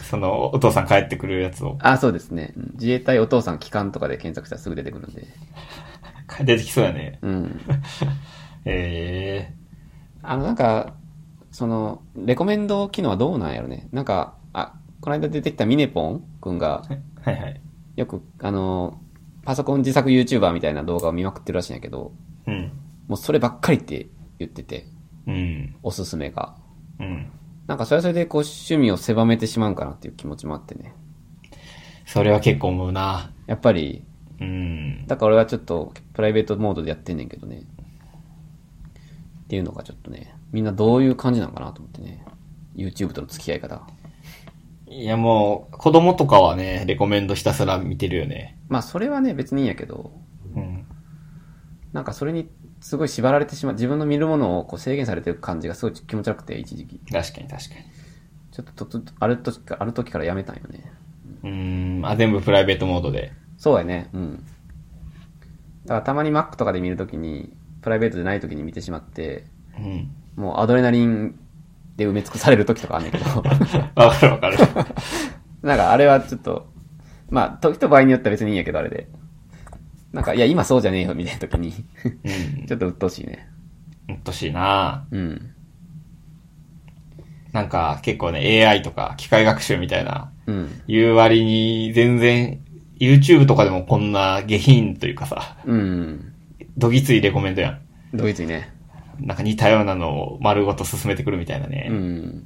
その、お父さん帰ってくるやつを、
あ、そうですね。うん自衛隊お父さん機関とかで検索したらすぐ出てくるんで。
出てきそうやね。
うん。
え
あの、なんか、その、レコメンド機能はどうなんやろね。なんか、あ、この間出てきたミネポンくんが
え、はいはい。
よく、あの、パソコン自作 YouTuber みたいな動画を見まくってるらしいんやけど、
うん。
もうそればっかりって言ってて、
うん。
おすすめが。
うん。
なんかそれはそれでこう趣味を狭めてしまうんかなっていう気持ちもあってね。
それは結構思うな。
やっぱり、
うん。
だから俺はちょっとプライベートモードでやってんねんけどね。っていうのがちょっとね、みんなどういう感じなんかなと思ってね。YouTube との付き合い方。
いやもう、子供とかはね、レコメンドひたすら見てるよね。
まあそれはね別にいいんやけど、
うん。
なんかそれにすごい縛られてしまう、自分の見るものをこう制限されてる感じがすごい気持ち悪くて、一時期。
確かに確かに。
ちょっとととある時か、ある時からやめたんよね。
うん。あ、全部プライベートモードで。
そうやね。うん。だからたまに Mac とかで見るときに、プライベートでないときに見てしまって、
うん。
もうアドレナリンで埋め尽くされる時とかあんねんけど、
わかるわかる。
なんかあれはちょっと、まあ、時と場合によっては別にいいんやけど、あれで。なんか、いや、今そうじゃねえよ、みたいな時に。
うん。
ちょっと鬱陶しいね。
うっとしいな
うん。
なんか、結構ね、AI とか、機械学習みたいな、
うん。
言う割に、全然、YouTube とかでもこんな下品というかさ、
うん。
どぎついレコメンドやん。
ドイツにね。
なんか似たようなのを丸ごと進めてくるみたいなね。
うん。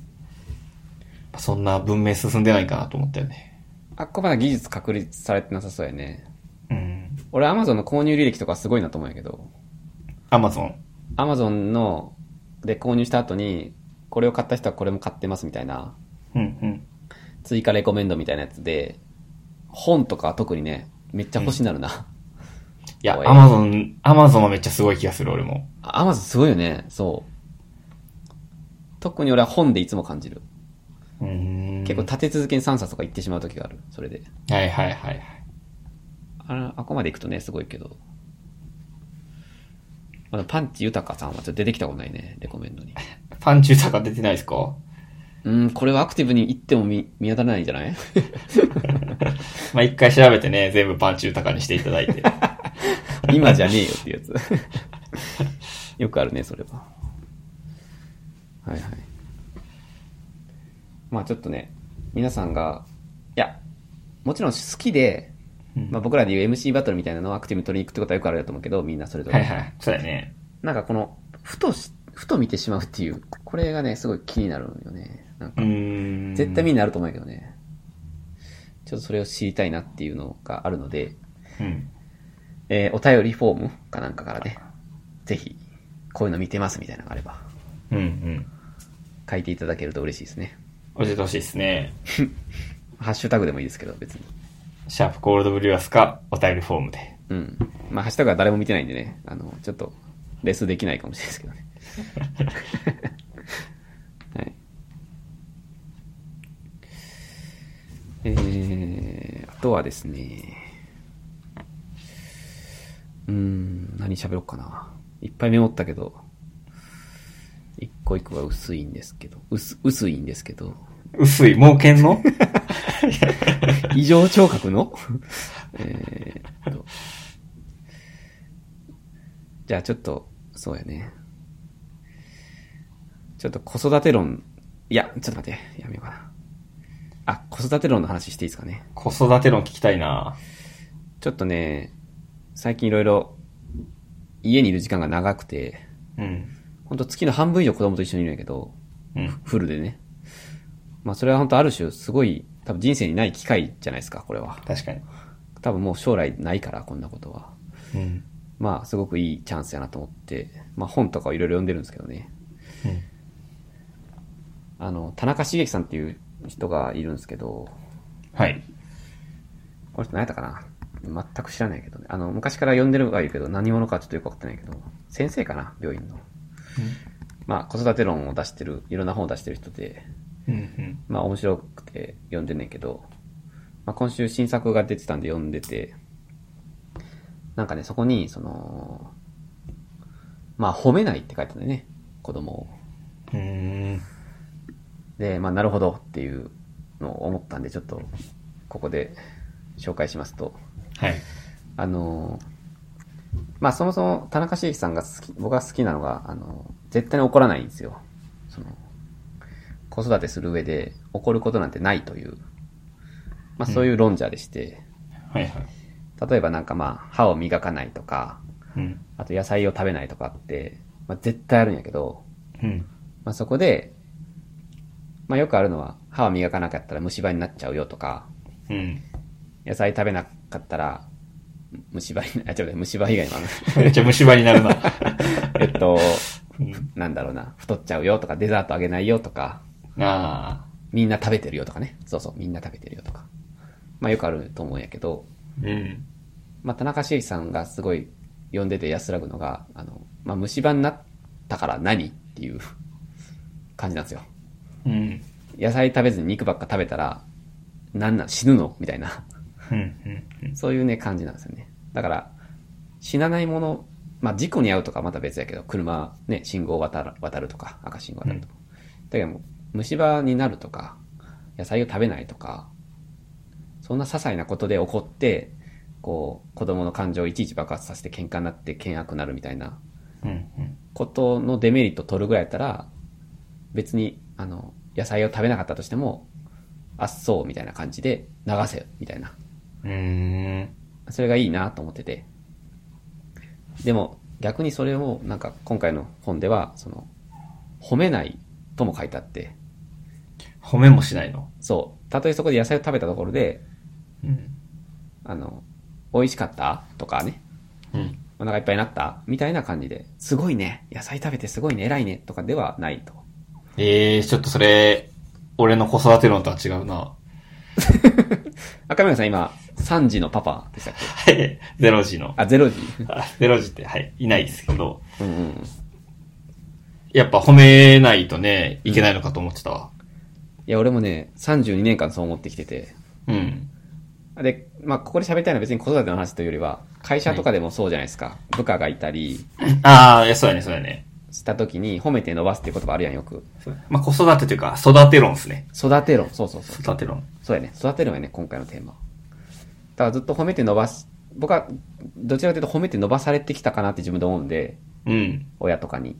そんな文明進んでないかなと思ったよね。
あっこまだ技術確立されてなさそうやね。
うん。
俺、アマゾンの購入履歴とかすごいなと思うんやけど、
アマゾン。
アマゾンの、で購入した後に、これを買った人はこれも買ってますみたいな、
うん、
追加レコメンドみたいなやつで、本とかは特にね、めっちゃ欲しになるな。
いや
お、い
アマゾン、アマゾンはめっちゃすごい気がする、俺も。
アマゾンすごいよね、そう。特に俺は本でいつも感じる。
うん
結構立て続けに3冊とか行ってしまう時がある、それで。
はいはいはいはい。
あら、あこまで行くとね、すごいけど。まだパンチ豊さんはちょっと出てきたことないね、レコメン ドに。
パンチ豊か出てないですか
うん、これはアクティブに行っても見見当たらないんじゃない
まあ、一回調べてね、全部パンチ豊かにしていただい て。
今じゃねえよっていうやつ。 よくあるね、それは。はいはい。まあちょっとね、皆さんが、いや、もちろん好きで、
うん
まあ僕らで言う MC バトルみたいなのをアクティブに取りに行くってことはよくあるやと思うけど、みんなそれぞれ。
はいはい。そうだよね。
なんかこの、ふとし、ふと見てしまうっていう、これがね、すごい気になるよね。なん
う
か、
ーん。
絶対見になると思うんやけどね。ちょっとそれを知りたいなっていうのがあるので、
うん。
えーお便りフォームかなんかからね、ぜひ、こういうの見てますみたいなのがあれば、
うんうん。
書いていただけると嬉しいですね。
教えてほしいですね。
ハッシュタグでもいいですけど、別に。
シャープコールドブリュアスか、お便りフォームで。
うん。まあ、ハッシュタグは誰も見てないんでね、あの、ちょっと、レスできないかもしれないですけどね。はい。えー、あとはですね、うーん、何喋ろうかな。いっぱいメモったけど、一個一個が薄いんですけど、薄、薄いんですけど、
薄い、猛犬 の
異常聴覚のえーっと。じゃあちょっと、そうやね。ちょっと子育て論、いや、ちょっと待って、やめようかな。あ、子育て論の話していいですかね。
子育て論聞きたいな
ちょっとね、最近いろいろ、家にいる時間が長くて、
うん。
ほんと月の半分以上子供と一緒にいるんやけど、
うん。
フルでね。まあそれは本当ある種、すごい、多分人生にない機会じゃないですか、これは。
確かに。
多分もう将来ないから、こんなことは。
うん。
まあ、すごくいいチャンスやなと思って、まあ本とかをいろいろ読んでるんですけどね。あの、田中茂樹さんっていう人がいるんですけど、
はい。
この人何やったかな全く知らないけどね。あの、昔から読んでるはいるけど、何者かちょっとよくわかってないけど、先生かな病院の。まあ、子育て論を出してる、いろんな本を出してる人で、
うん。うん。
まあ面白くて読んでんねんけど、まあ今週新作が出てたんで読んでて、なんかね、そこに、その、まあ褒めないって書いてたんだよね、子供を。
うーん。
で、まあなるほどっていうのを思ったんで、ちょっと、ここで紹介しますと、
はい。
あの、まあそもそも田中茂樹さんが好き、僕が好きなのが、あの、絶対に怒らないんですよ。その、子育てする上で怒ることなんてないという、まあそういう論者でして、
はいはい。
例えばなんかまあ歯を磨かないとか、
うん。
あと野菜を食べないとかって、まあ絶対あるんやけど、
うん。
まあそこで、まあよくあるのは歯を磨かなかったら虫歯になっちゃうよとか、
うん。
野菜食べなかったら虫歯にな、あ、ちょっと待って虫歯以外にもある。
めっちゃ虫歯になる な。
えっと、
うん。
なんだろうな、太っちゃうよとか、デザートあげないよとか、
あ
みんな食べてるよとかね。そうそう、みんな食べてるよとか。まあよくあると思うんやけど、
ー。うん。
まあ田中茂樹さんがすごい読んでて安らぐのが、あの、まあ虫歯になったから何っていう感じなんですよ。
うん。
野菜食べずに肉ばっか食べたら、なんなん、死ぬのみたいな。
うん。うん。うん
そういうね、感じなんですよね。だから、死なないもの、まあ、事故に遭うとかまた別やけど、車、ね、信号を渡る渡るとか、赤信号渡るとか。だけどもう、虫歯になるとか、野菜を食べないとか、そんな些細なことで起こって、こう、子供の感情をいちいち爆発させて喧嘩になって険悪になるみたいな
うん。うん。
ことのデメリットを取るぐらいやったら、別に、あの、野菜を食べなかったとしても、あっそう、みたいな感じで流せよ、みたいな。
うーん。
それがいいなと思ってて。でも、逆にそれを、なんか、今回の本では、その、褒めないとも書いてあって、
褒めもしないの。
そう、たとえそこで野菜を食べたところで、
うん。
あの、美味しかったとかね、
うん。
お腹いっぱいになったみたいな感じで、すごいね、野菜食べてすごいね、偉いね、とかではないと。
ええー、ちょっとそれ、俺の子育て論とは違うな。
赤嶺さん今、3時のパパでしたっけ
はい。ゼロ時の。
あ、0時。
あゼロ時って、はい、いないですけど。
うんうん。
やっぱ褒めないとね、いけないのかと思ってたわ。
いや、俺もね、32年間そう思ってきてて、
うん。
で、まあ、ここで喋りたいのは別に子育ての話というよりは、会社とかでもそうじゃないですか。部下がいたり
ああ、いやそうやね、そうやね。
した時に、褒めて伸ばすっていう言葉あるやん、よく。
まあ、子育てというか、育て論ですね。
育て論。そうそうそう。
育て論。
そうやね。育て論やね、今回のテーマ。だからずっと褒めて伸ばし、僕は、どちらかというと褒めて伸ばされてきたかなって自分で思うんで、
うん。
親とかに。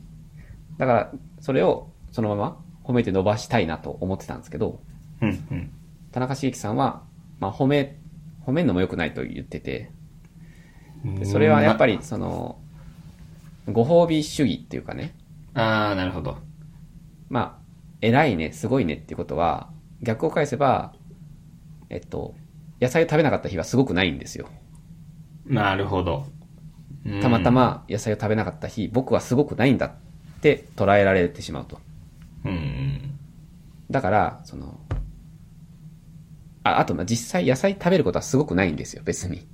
だから、それをそのまま褒めて伸ばしたいなと思ってたんですけど、
うん、うん。
田中茂樹さんは、まあ、褒め、褒めんのも良くないと言ってて、でそれはやっぱり、その、ご褒美主義っていうかね、
あー、なるほど。
まあ、偉いね、すごいねっていうことは、逆を返せば、えっと、野菜を食べなかった日はすごくないんですよ。
なるほど。うん
たまた。ま野菜を食べなかった日、僕はすごくないんだって捉えられてしまうと。
うん。
だから、その、あ、あと、まあ、実際野菜食べることはすごくないんですよ、別に。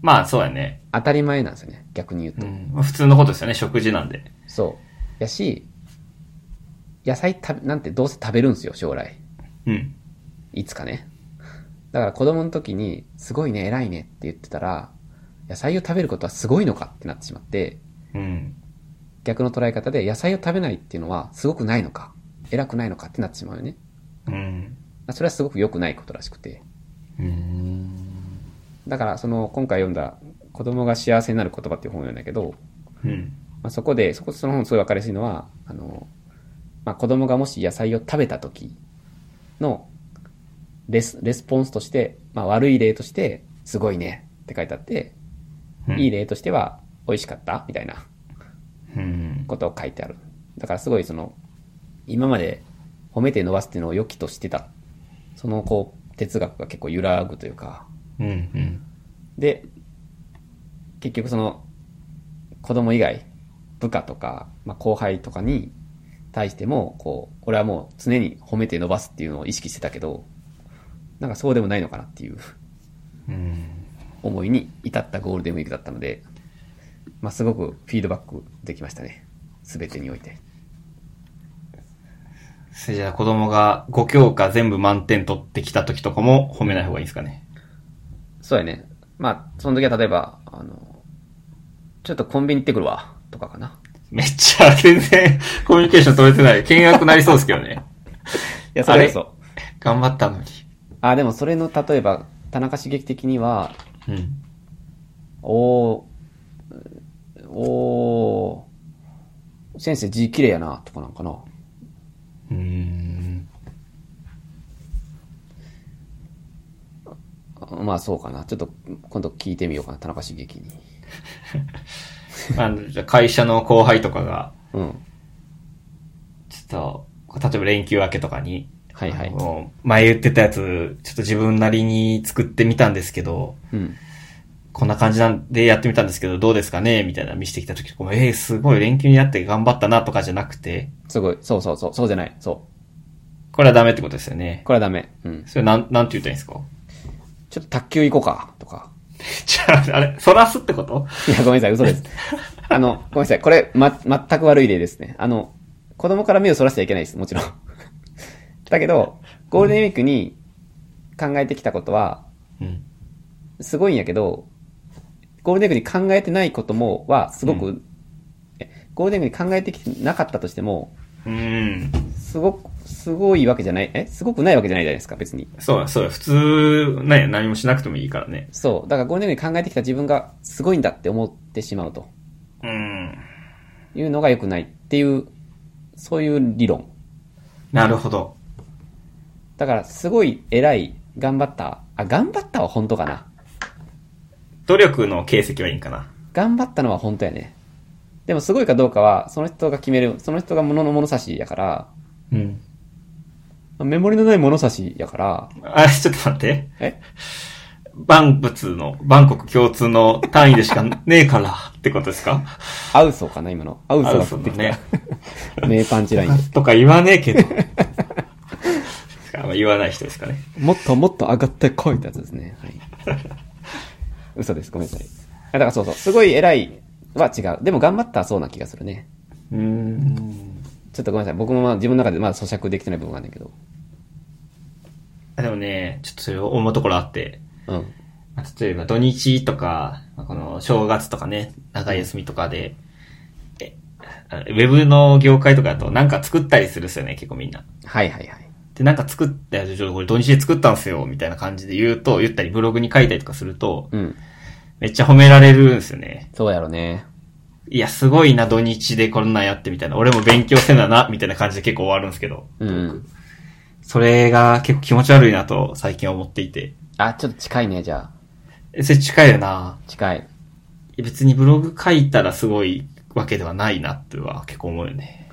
まあ、そうやね。
当たり前なんですよね、逆に言うと。
うん。普通のことですよね、食事なんで。
そう。やし、野菜食べ、なんてどうせ食べるんですよ、将来。
うん。
いつかね。だから子供の時に、すごいね、偉いねって言ってたら、野菜を食べることはすごいのかってなってしまって、
うん。
逆の捉え方で野菜を食べないっていうのはすごくないのか、偉くないのかってなってしまうよね。
うん。
それはすごく良くないことらしくて。
うん。
だから、その、今回読んだ、子供が幸せになる言葉っていう本を読んだけど、
うん。
まあ、そこで、そこ、その本すごい分かりやすいのは、あの、まあ、子供がもし野菜を食べた時のレス、レスポンスとして、まあ、悪い例として、すごいねって書いてあって、
うん
いい。例としては、美味しかったみたいな
うん。
ことを書いてある。だからすごいその、今まで褒めて伸ばすっていうのを良きとしてた。その、こう、哲学が結構揺らぐというか、
うん。うん。
で、結局その、子供以外、部下とか、まあ、後輩とかに対しても、こう、俺はもう常に褒めて伸ばすっていうのを意識してたけど、なんかそうでもないのかなっていう
うん。
思いに至ったゴールデンウィークだったので、まあ、すごくフィードバックできましたね。すべてにおいて。
それじゃあ子供が5教科全部満点取ってきた時とかも褒めない方がいいんですかね。
そうやね。まあ、その時は例えば、あの、ちょっとコンビニ行ってくるわ、とかかな。
めっちゃ全然コミュニケーション取れてない。険悪なりそうですけどね。
いや
それこそ
う。
頑張ったのに。
あ、でもそれの、例えば、田中刺激的には、
うん。
おー、おー、先生字綺麗やな、とかなんかな。
うーん。
あまあそうかな。ちょっと今度聞いてみようかな、田中茂樹に。
あの、じゃあ会社の後輩とかが、
うん。
ちょっと、例えば連休明けとかに、
はいはい
あの前言ってたやつ、ちょっと自分なりに作ってみたんですけど、
うん。
こんな感じなんでやってみたんですけど、どうですかねみたいな見せてきた時とかも、えー、すごい連休になって頑張ったなとかじゃなくて、
すごい。そうそうそう。そうじゃない。そう。
これはダメってことですよね。
これはダメ。うん。
それなん、なんて言ったらいいんですか
ちょっと卓球行こうか、とか。
じゃあ、あれ、そらすってこと
いや、ごめんなさい、嘘です。 あの、ごめんなさい。これ、ま、全く悪い例ですね。あの、子供から目をそらしちゃいけないです、もちろん。 だけど、ゴールデンウィークに考えてきたことは、
うん。
すごいんやけど、ゴールデンウィークに考えてないことも、は、すごく、
う
えゴールデンウィークに考えてきてなかったとしても、
うん。
すごく、すごいわけじゃない、えすごくないわけじゃないじゃないですか、別に。
そうだ、そうだ、普通、ね、何もしなくてもいいからね。
そう。だからゴールデンウィークに考えてきた自分がすごいんだって思ってしまうと
うん。
いうのが良くないっていう、そういう理論。
なるほど。
だから、すごい偉い、頑張った。あ、頑張ったは本当かな。
努力の形跡はいいんかな。
頑張ったのは本当やね。でも、すごいかどうかは、その人が決める、その人が物の物差しやから、
うん。
メモリのない物差しやから、
あれ、ちょっと待って。
え
万物の、万国共通の単位でしかねえからってことですか
アウソかな今の。アウソ
あ
が
そ
降
う
って
だ
き
ね。
た。名パンチライン。
とか言わねえけど。あんま言わない人ですかね。
もっともっと上がってこいってやつですね。はい。嘘です。ごめんなさい。あだからそうそう。すごい偉いは違う。でも頑張ったはそうな気がするね。
うーん。
ちょっとごめんなさい。僕もまあ自分の中でまだ咀嚼できてない部分があるんだけど。
あでもね、ちょっとそれを思うところあって。
うん。
まあ例えば土日とか、まあこの正月とかね、長い休みとかで、えあウェブの業界とかだとなんか作ったりするっすよね、結構みんな。
はいはいはい。
で、なんか作った、ちょっとこれ土日で作ったんすよ、みたいな感じで言うと、言ったりブログに書いたりとかすると、
うん。
めっちゃ褒められるんですよね。
そうやろね。
いや、すごいな、土日でこんなんやってみたいな。俺も勉強せなな、みたいな感じで結構終わるんですけど。
うん。
それが結構気持ち悪いなと最近思っていて。
あ、ちょっと近いね、じゃあ。
えそれ近いよな。
近い。
別にブログ書いたらすごいわけではないなっては結構思うよね。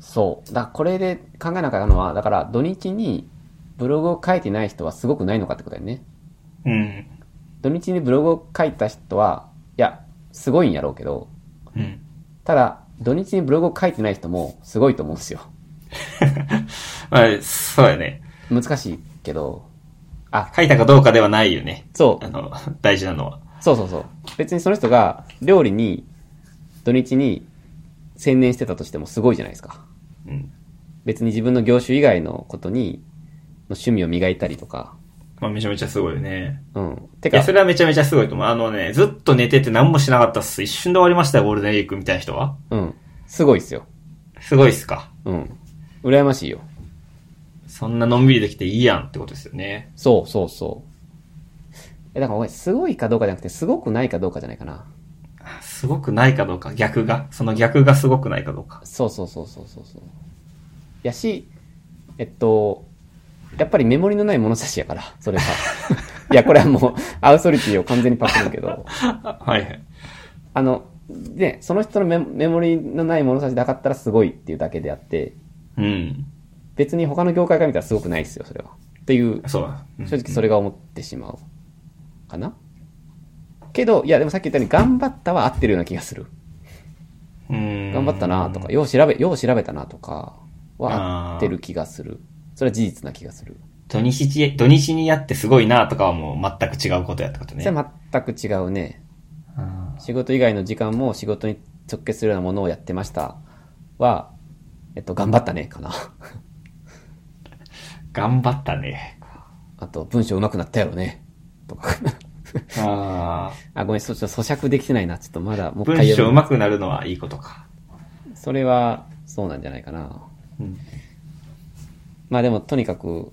そう。だからこれで考えなかったのは、だから土日にブログを書いてない人はすごくないのかってことだよね。
うん。
土日にブログを書いた人は、いや、すごいんやろうけど、
うん。
ただ、土日にブログを書いてない人もすごいと思うんですよ。
まあ、そうやね。
難しいけど、あ、
書いたかどうかではないよね。
そう
あ、の、大事なのは。
そうそうそう。別にその人が料理に土日に専念してたとしてもすごいじゃないですか。
うん。
別に自分の業種以外のことに、の趣味を磨いたりとか。
まあ、めちゃめちゃすごいよね。
うん。て
い
か
や、、それはめちゃめちゃすごいと思う。あのね、ずっと寝てて何もしなかったっす。一瞬で終わりましたよ、ゴールデンウィークみたいな人は。
うん。すごいっすよ。
すごいっすか。
うん。羨ましいよ。
そんなのんびりできていいやんってことですよね。
そうそうそう。え、だから俺、すごいかどうかじゃなくて、すごくないかどうかじゃないかな。
すごくないかどうか、逆が。その逆がすごくないかどうか。
そうそうそうそうそうそう。やし、えっと、やっぱりメモリのない物差しやから、そ れは。いや、これはもう、アウソリティを完全にパクるけど、
あはいはい。
あの、ね、その人のメメモリのない物差しで測ったらすごいっていうだけであって、
うん。
別に他の業界から見たらすごくないですよ、それは。っていう、
そうだ。うん
正直それが思ってしまう。かなけど、いや、でもさっき言ったように、頑張ったは合ってるような気がする。
うん。
頑張ったなとか、よう調べ、よう調べたなとか、
あ
は
ー
合ってる気がする。それは事実な気がする。
土日、土日にやってすごいなとかはもう全く違うことやってことね。
それは全く違うね。
うん
仕事以外の時間も仕事に直結するようなものをやってました。は、えっと、頑張ったね、かな。
頑張ったね。
あと、文章上手くなったやろね。とか。
あ
あ、ごめん、そ、ちょっと咀嚼できてないな。ちょっとまだ、も
あ。文
う一回
章
読
上手くなるのはいいことか。
む。それは、そうなんじゃないかな。
うん。
まあでも、とにかく、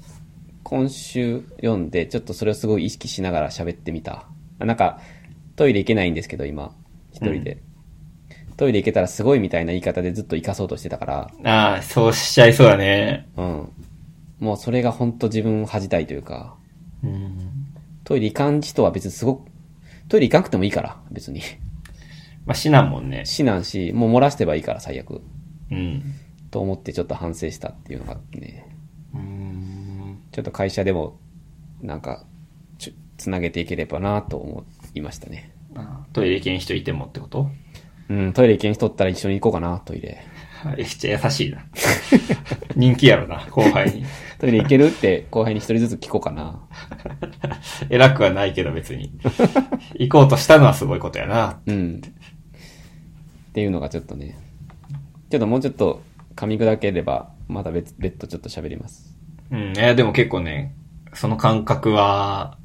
今週読んで、ちょっとそれをすごい意識しながら喋ってみた。あなんか、トイレ行けないんですけど、今、一人で。トイレ行けたらすごいみたいな言い方でずっと生かそうとしてたから、
ああ、そうしちゃいそうだね。
うん。もうそれが本当自分を恥じたいというか、
うん。
トイレ行かん人は別にすごく、トイレ行かなくてもいいから、別に。
まあ、死なんもんね。
死なんし、もう漏らしてばいいから、最悪。
うん。
と思ってちょっと反省したっていうのがあってね。
うん。
ちょっと会社でも、なんか、ちょつなげていければなと思いましたね。
あトイレ行けん人いてもってこと
うん、トイレ行けん人おったら一緒に行こうかな、トイレ。
はいめっちゃ優しいな。 人気やろな、後輩 に。
トイレ行けるって後輩に一人ずつ聞こうかな。
偉くはないけど別に。行こうとしたのはすごいことやな。
うん。っていうのがちょっとね。ちょっともうちょっと噛み砕ければ、また別、別途ちょっと喋ります。
うん、えーでも結構ね、その感覚は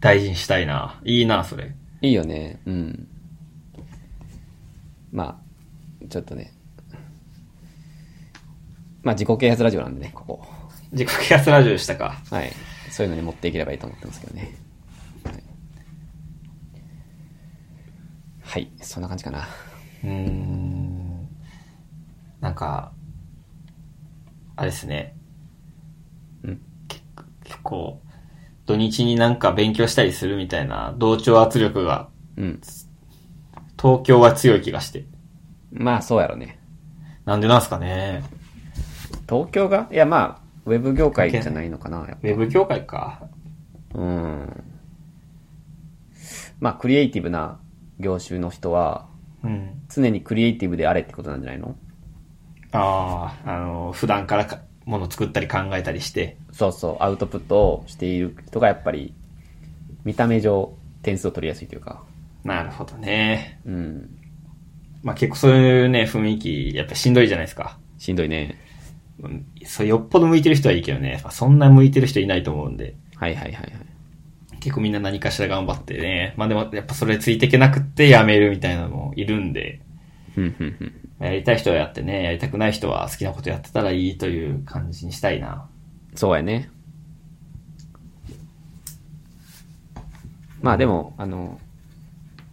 大事にしたいな。いいな、それ。
いいよね。うん。まあ、ちょっとね。まあ自己啓発ラジオなんでね、ここ。
自己啓発ラジオでしたか。
はい。そういうのに持っていければいいと思ってますけどね。はい。はい、そんな感じかな。
うーん。なんか、あれですね。
うん
結構。結構、土日になんか勉強したりするみたいな同調圧力が
うん。
東京は強い気がして。
まあ、そうやろね。
なんでなんすかね。
東京がいや、まあ、ウェブ業界じゃないのかな、やっぱ
ウェブ業界か。
うん。まあ、クリエイティブな業種の人は、
うん。
常にクリエイティブであれってことなんじゃないの
ああ、あの、普段からかもの作ったり考えたりして。
そうそう、アウトプットをしている人がやっぱり、見た目上、点数を取りやすいというか。
なるほどね。
うん。
まあ結構そういうね、雰囲気、やっぱしんどいじゃないですか。
しんどいね。
うんそう、よっぽど向いてる人はいいけどね、まあそんな向いてる人いないと思うんで、
はいはいはいはい。
結構みんな何かしら頑張ってね、まあでもやっぱそれついていけなくってやめるみたいなのもいるんで、
ふんふんふん。
やりたい人はやってね、やりたくない人は好きなことやってたらいいという感じにしたいな。
そうやね。まあでも、あの、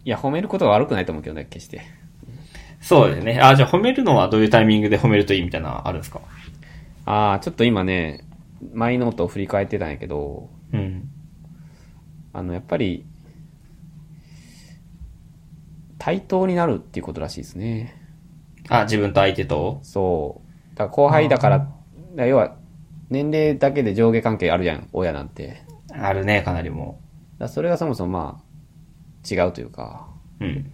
いや、褒めることは悪くないと思うけどね、決して。
そうですね。あ、じゃあ褒めるのはどういうタイミングで褒めるといいみたいなのあるんですか
ああ、ちょっと今ね、マイノートを振り返ってたんやけど、
うん。
あの、やっぱり、対等になるっていうことらしいですね。
あ、自分と相手と
そう。だから後輩だから、だから要は、年齢だけで上下関係あるじゃん、親なんて。だか
あるね、かなりも
らそれがそもそもまあ、違うというか。
う。うん。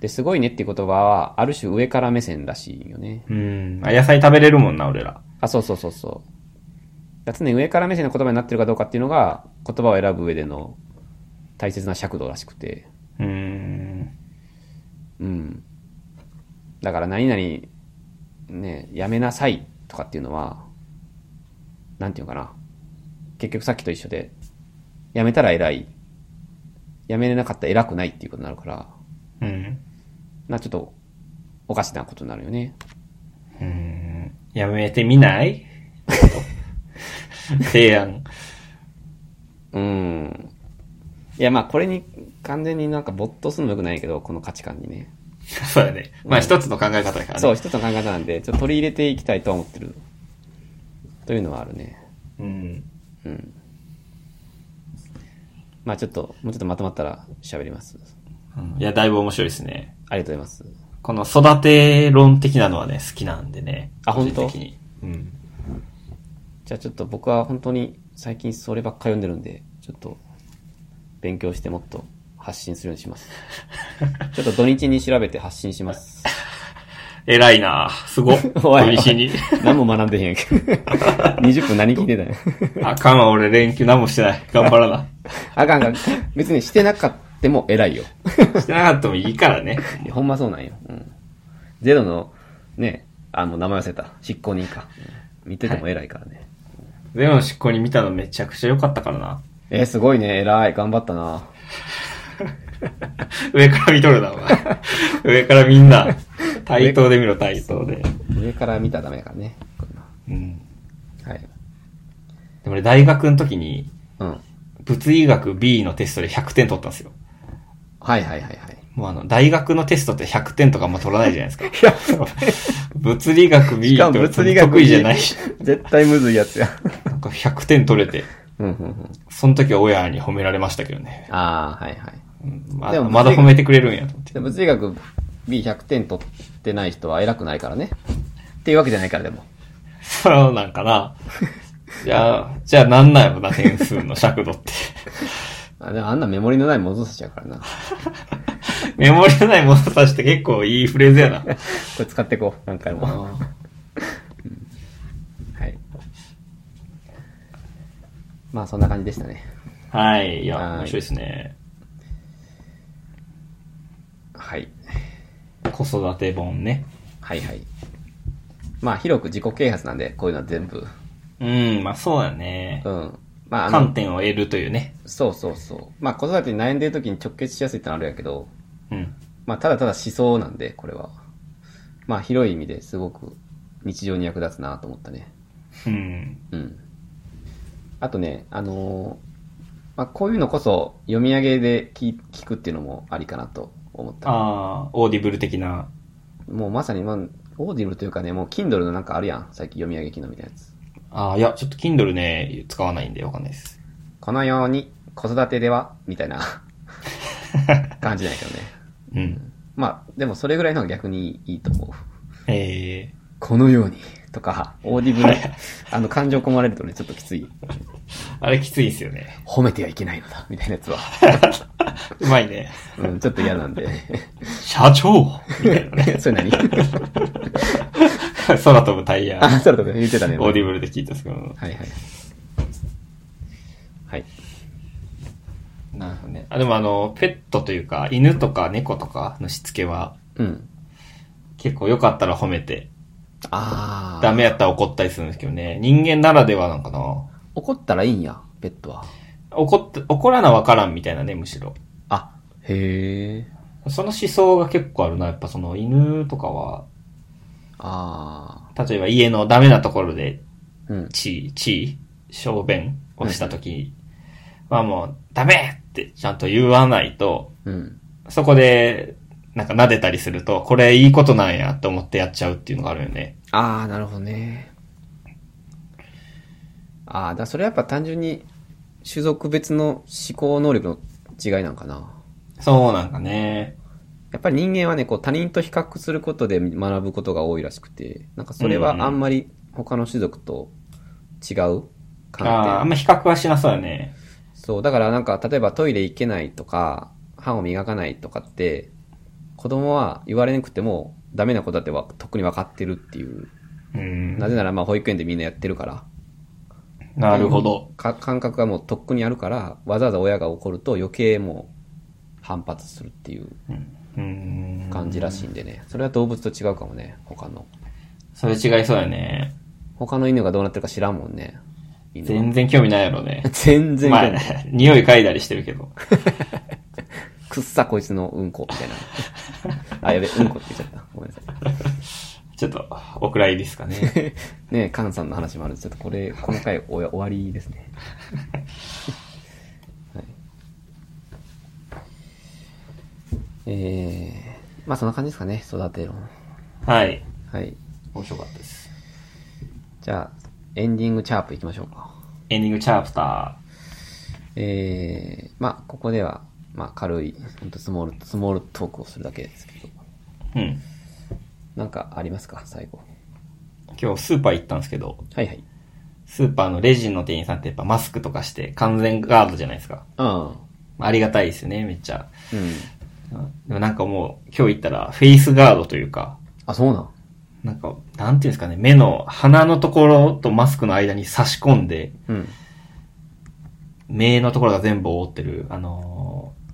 で、すごいねっていう言葉は、ある種上から目線らしいよね。
うん。あ、野菜食べれるもんな、俺ら。
あ、そうそうそうそう。だから常に上から目線の言葉になってるかどうかっていうのが、言葉を選ぶ上での大切な尺度らしくて。
うん。
うん。だから何々、ね、やめなさいとかっていうのは、なんていうのかな。結局さっきと一緒で、やめたら偉い。やめれなかったら偉くないっていうことになるから、
うん。
な、ちょっと、おかしなことになるよね。
うん。やめてみない 提案。
うん。いや、まあ、これに完全になんか没頭するのも良くないけど、この価値観にね。
そうだね。まあ一つの考え方だからね。
そう、一つの考え方なんで、ちょっと取り入れていきたいとは思ってる。というのはあるね。
うん。
うん。まあ、ちょっと、もうちょっとまとまったら喋ります。
うん。いや、だいぶ面白いですね。
ありがとうございます。
この育て論的なのはね、好きなんでね。
あ本当
個人的に。うん。
じゃあちょっと僕は本当に最近そればっか読んでるんで、ちょっと、勉強してもっと発信するようにします。ちょっと土日に調べて発信します。
偉いなすご。
おいおい
小西に。
何も学んでへんやけど。20分 何聞いてたんや。
あかんわ、俺連休何もしてない。頑張ら な。
あかんあかん。別にしてなかったも偉いよ。
してなかったもいいからね。
いやほんまそうなんよ。うん。ゼロの、ね、あ、もう名前忘れた。執行人か。うん見てても偉いからね。
ゼロの執行に見たのめちゃくちゃ良かったからな。
えーすごいね。偉い。頑張ったな。
上から見とるな、お前。 上からみんな。対等で見ろ、対等で。
上から見たらダメだからね。
うん。
はい。
でも俺大学の時に、
うん。
物理学 B のテストで100点取ったんですよ。
はいはいはいはい。
もうあの、大学のテストって100点とかも取らないじゃないです か。物理学 B って得意じゃないし。
絶対むずいやつや。
なんか100点取れて、
うんうんうん。
その時は親に褒められましたけどね。
ああ、はいはい。
うんま
で
だ
も
まだ褒めてくれるんやと思って。
で物理学 B100 点取ってない人は偉くないからね。っていうわけじゃないからでも。
そうなんかな。 じゃあ、じゃあなんなんやろな、点数の尺度って。
あでもあんなメモリのないものさちゃうからな。こ
メモリのないものさして結構いいフレーズやな。
れ使って こう。何回も。は
あ
い。まあそんな感じでしたね。
ーはい。いや、
はい
面白いですね。
はい。
子育て本ね。
はいはい。まあ広く自己啓発なんで、こういうのは全部。
うん、まあそうだね
う。ん。まああの、
観点を得るというね。
そうそうそう。まあ子育てに悩んでる時に直結しやすいってのはあるやけど、
うん。
まあただただ思想なんで、これは。まあ広い意味ですごく日常に役立つなと思ったね。
うん。
うん。あとね、あのーまあ、こういうのこそ読み上げで聞聞くっていうのもありかなと思った。
ああ、オーディブル的な。
もうまさに、まあ、オーディブルというかね、もう Kindle のなんかあるやん。最近読み上げ機能みたいなやつ。
ああ、いや、ちょっと Kindle ね、使わないんでわかんないです。
このように子育てでは、みたいな感じないけどね。
うん。
まあ、でもそれぐらいの方が逆にいいと思う。
ええ
このようにとか、オーディブル、あの、感情込まれるとね、ちょっときつい。
あれきついですよね。
褒めてはいけないのだ、みたいなやつは。
うまい ね。
うん、ちょっと嫌なんで。
社長みたいなね。
それ何
空飛ぶタイヤ。
あ、そうだ、言ってたね。
オーディブルで聞いたんですけど。
はいはい。はい。
なるほどね。あ、でもあの、ペットというか、犬とか猫とかのしつけは、
うん。
結構良かったら褒めて、
あ
ダ。メやったら怒ったりするんですけどね。人間ならではなんかな。
怒ったらいいんや、ペットは。
怒って、怒らなわからんみたいなね、むしろ。
あ、へえ。
その思想が結構あるな。やっぱその犬とかは、
あ
例えば家のダメなところで
あ。うん。
ち、ち、小便をしたときはもう、ダメってちゃんと言わないと、
うん。
そこで、なんか撫でたりすると、これいいことなんやと思ってやっちゃうっていうのがあるよね。
ああ、なるほどね。ああ、だからそれはやっぱ単純に種族別の思考能力の違いなんかな。
そうなんかね。
やっぱり人間はね、こう他人と比較することで学ぶことが多いらしくて、なんかそれはあんまり他の種族と違う
ああ、あ
観
ん
点。
ま比較はしなそうだね。
そう、だからなんか例えばトイレ行けないとか、歯を磨かないとかって、子供は言われなくてもダメなことだってわとっくに分かってるっていう。
うん。
なぜならまあ保育園でみんなやってるから。
なるほど。
か感覚がもうとっくにあるから、わざわざ親が怒ると余計もう反発するっていう
うん。
感じらしいんでね。それは動物と違うかもね、他の。
それ違いそうだね。
他の犬がどうなってるか知らんもんね。犬は。
全然興味ないやろね
全然
ま
興味
あ
ない。、
匂い嗅いだりしてるけど。
くっさこいつのうんこ、みたい な。あ、やべ、うんこって言っちゃった。ごめんなさい。
ちょっと、お蔵入りですか ね。
ねえ、カンさんの話もあるんで、ちょっとこれ、この回おや終わりです ね。はい、えー、まあそんな感じですかね、育て論。
はい。
はい。
面白かったです。
じゃあ、エンディングチャープいきましょうか。
エンディングチャプタ
えー、まあここでは、まあ軽い、ほんとスモール、スモールトークをするだけですけど、
ー。うん。
なんかありますか、最後。
今日スーパー行ったんですけど、
はいはい。
スーパーのレジの店員さんってやっぱマスクとかして完全ガードじゃないですか。
あ
ありがたいですよね、めっちゃ。
あ、うん。
でもなんかもう、今日行ったらフェイスガードというか、
あ、そうなん。
なんか、なんていうんですかね、目の鼻のところとマスクの間に差し込んで、
うん。
目のところが全部覆ってる、あのー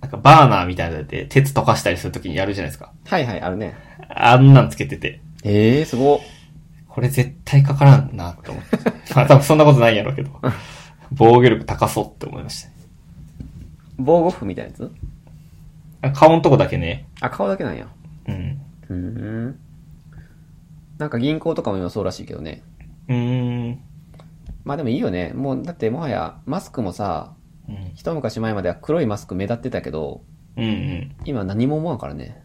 なんかバーナーみたいなので鉄溶かしたりするときにやるじゃないですか。
はいはい、あるね。
あんなんつけてて、
ええー、すごっ。
これ絶対かからんなと思って。 まあ多分そんなことないんやろうけど、防御力高そうって思いましたね。
防護服みたいなやつ
あ顔のとこだけね、
あ、顔だけなんや。
うん。
うーん。なんか銀行とかも今そうらしいけどね。
うーん。
まあでもいいよね。もう、だってもはや、マスクもさ、
うん。
一昔前までは黒いマスク目立ってたけど、
うんうん。
今何も思わんからね。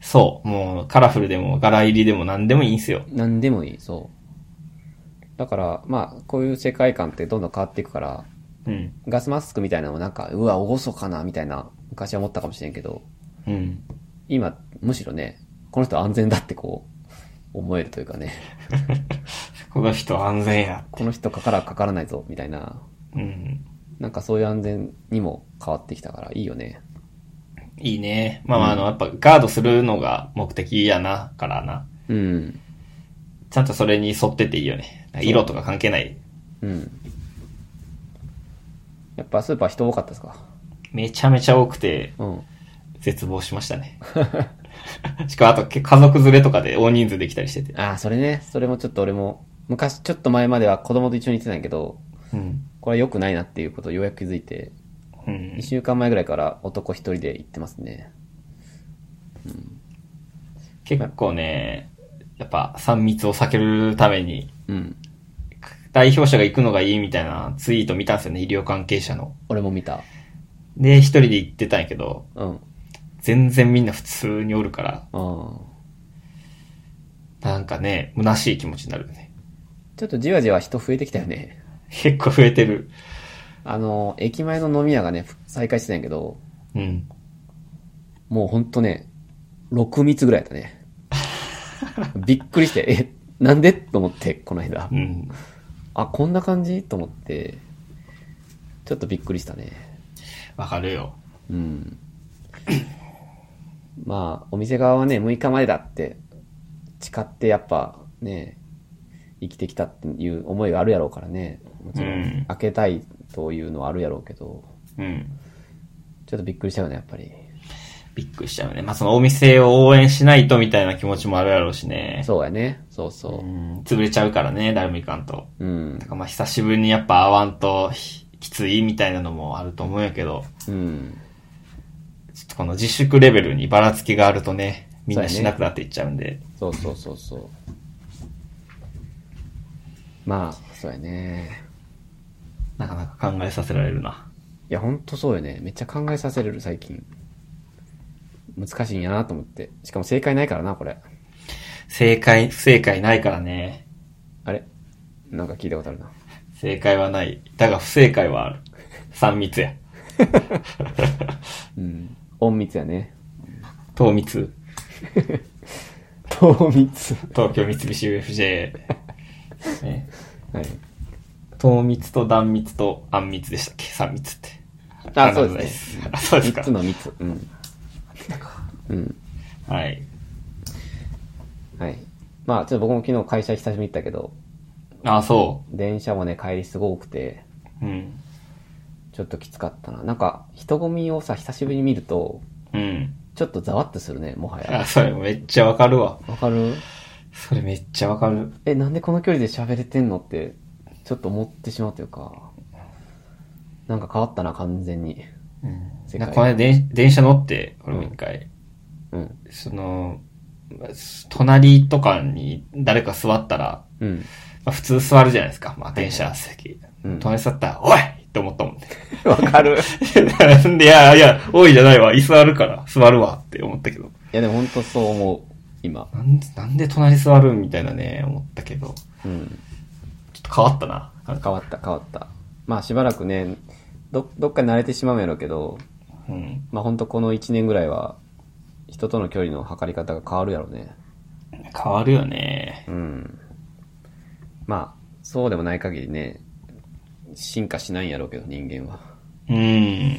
そう。もう、カラフルでも、柄入りでも何でもいいんすよ。
何でもいい、そう。だから、まあ、こういう世界観ってどんどん変わっていくから、
うん。
ガスマスクみたいなのもなんか、うわ、おごそかな、みたいな、昔は思ったかもしれんけど、
うん。
今、むしろね、この人安全だってこう、思えるというかね、
この人安全や。
この人かからかからないぞ、みたいな、
うん。
なんかそういう安全にも変わってきたから、いいよね。
いいね。まあまあ、あの、やっぱガードするのが目的やな、からな。
うん。
ちゃんとそれに沿ってていいよね。色とか関係ない。
うん。やっぱスーパー人多かったですか
めちゃめちゃ多くて、
うん。
絶望しましたね。しかも、あと、け家族連れとかで大人数できたりしてて。
ああ、それね、それもちょっと俺も、昔、ちょっと前までは子供と一緒に行ってたんやけど、
うん。
これは良くないなっていうことをようやく気づいて、
うん
2。週間前ぐらいから男一人で行ってますね。
結構ね、やっぱ3密を避けるために、
うん。
代表者が行くのがいいみたいなツイート見たんですよね、医療関係者の。
俺も見た。
で、一人で行ってたんやけど、
うん。
全然みんな普通におるから、
うん。
なんかね、虚しい気持ちになるね。
ちょっとじわじわ人増えてきたよね。
結構増えてる。
あの、駅前の飲み屋がね、再開してたんやけど、
うん。
もうほんとね、6密ぐらいだったね。 びっくりして、え、なんでと思って、この間
う。ん。
あ、こんな感じと思って、ちょっとびっくりしたね。
わかるよ。
うん。 まあ、お店側はね、6日までだって、誓ってやっぱね、生きてきたっていう思いがあるやろうからね。もちろ
うん
ん、開けたいというのはあるやろうけど、
うん。
ちょっとびっくりしたよね、やっぱり。
びっくりしちゃうね。まあ、そのお店を応援しないとみたいな気持ちもあるやろうしね。。
そうやね。そうそう
ん。潰れちゃうからね、誰も行かんと。
う。うん
だ。からまあ、久しぶりにやっぱ会わんとひきついみたいなのもあると思うんやけど、
うん。
ちょっとこの自粛レベルにばらつきがあるとね、みんな
そう
し
やね
なくなっていっちゃうんで。
そうそうそうそう。まあ、そうやね。
なかなか考えさせられるな。
いや、ほんとそうよね。めっちゃ考えさせれる、最近。難しいんやなと思って。しかも正解ないからな、これ。
正解、不正解ないからね。
あれなんか聞いたことあるな。
正解はない。だが不正解はある。三密や。
うん。隠密やね。
東密、
糖蜜。
東京三菱 UFJ、ね、
はい。
東密と断密と暗密でしたっけ三密って。
あ、そうですね。
あ、そうですか
3つ。の蜜。うん。うん。
はい。
はい。まあ、ちょっと僕も昨日会社久しぶりに行ったけど、
あ、そ
電車もね、帰りすごくて、
う。うん。
ちょっときつかったな。なんか、人混みをさ、久しぶりに見ると、
うん。
ちょっとざわっとするね、もはや。
あ、それめっちゃわかるわ。
わかる
それめっちゃわかる。
え、なんでこの距離で喋れてんのって、ちょっと思ってしまうというか、なんか変わったな、完全に。
うん。
世界
なんかこの間電電車乗って、俺も一回、
うん。
その、隣とかに誰か座ったら、
うん。
まあ、普通座るじゃないですか。まあ電車席。
うん
隣座ったら、おいって思ったもんね。
わか る。い
なんで、いや、いや、おいじゃないわ。椅子あるから、座るわって思ったけど。
や、でもほんとそう思う、今。
なんで、なんで隣座るみたいなね、思ったけど。
うん。
ちょっと変わったな。なんか
変わった、変わった。まあ、しばらくね、ど、どっかに慣れてしまうんやろうけど、
うん。
まあ、ほんとこの1年ぐらいは、人との距離の測り方が変わるやろうね。
変わるよね。
うん。まあ、そうでもない限りね、進化しないんやろうけど、人間は。
うん。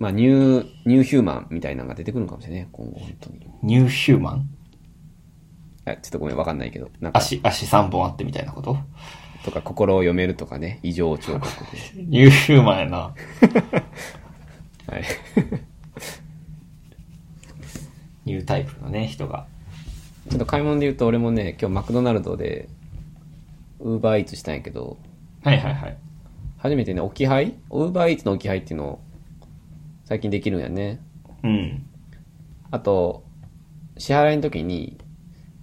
まあ、ニュー、ニューヒューマンみたいなのが出てくるのかもしれないね、今後、本当に。
ニューヒューマン
あちょっとごめん、わかんないけど。なんか、
足、足3本あってみたいなこと
とか、心を読めるとかね、異常彫刻 で。
ニューヒューマンやな。
はい。
ニュータイプのね、人が。
ちょっと買い物で言うと、俺もね、今日マクドナルドで、ウーバーイーツしたんやけど、
はいはいはい。
初めてね、置き配ウーバーイーツの置き配っていうのを、最近できるんやね。
うん。
あと、支払いの時に、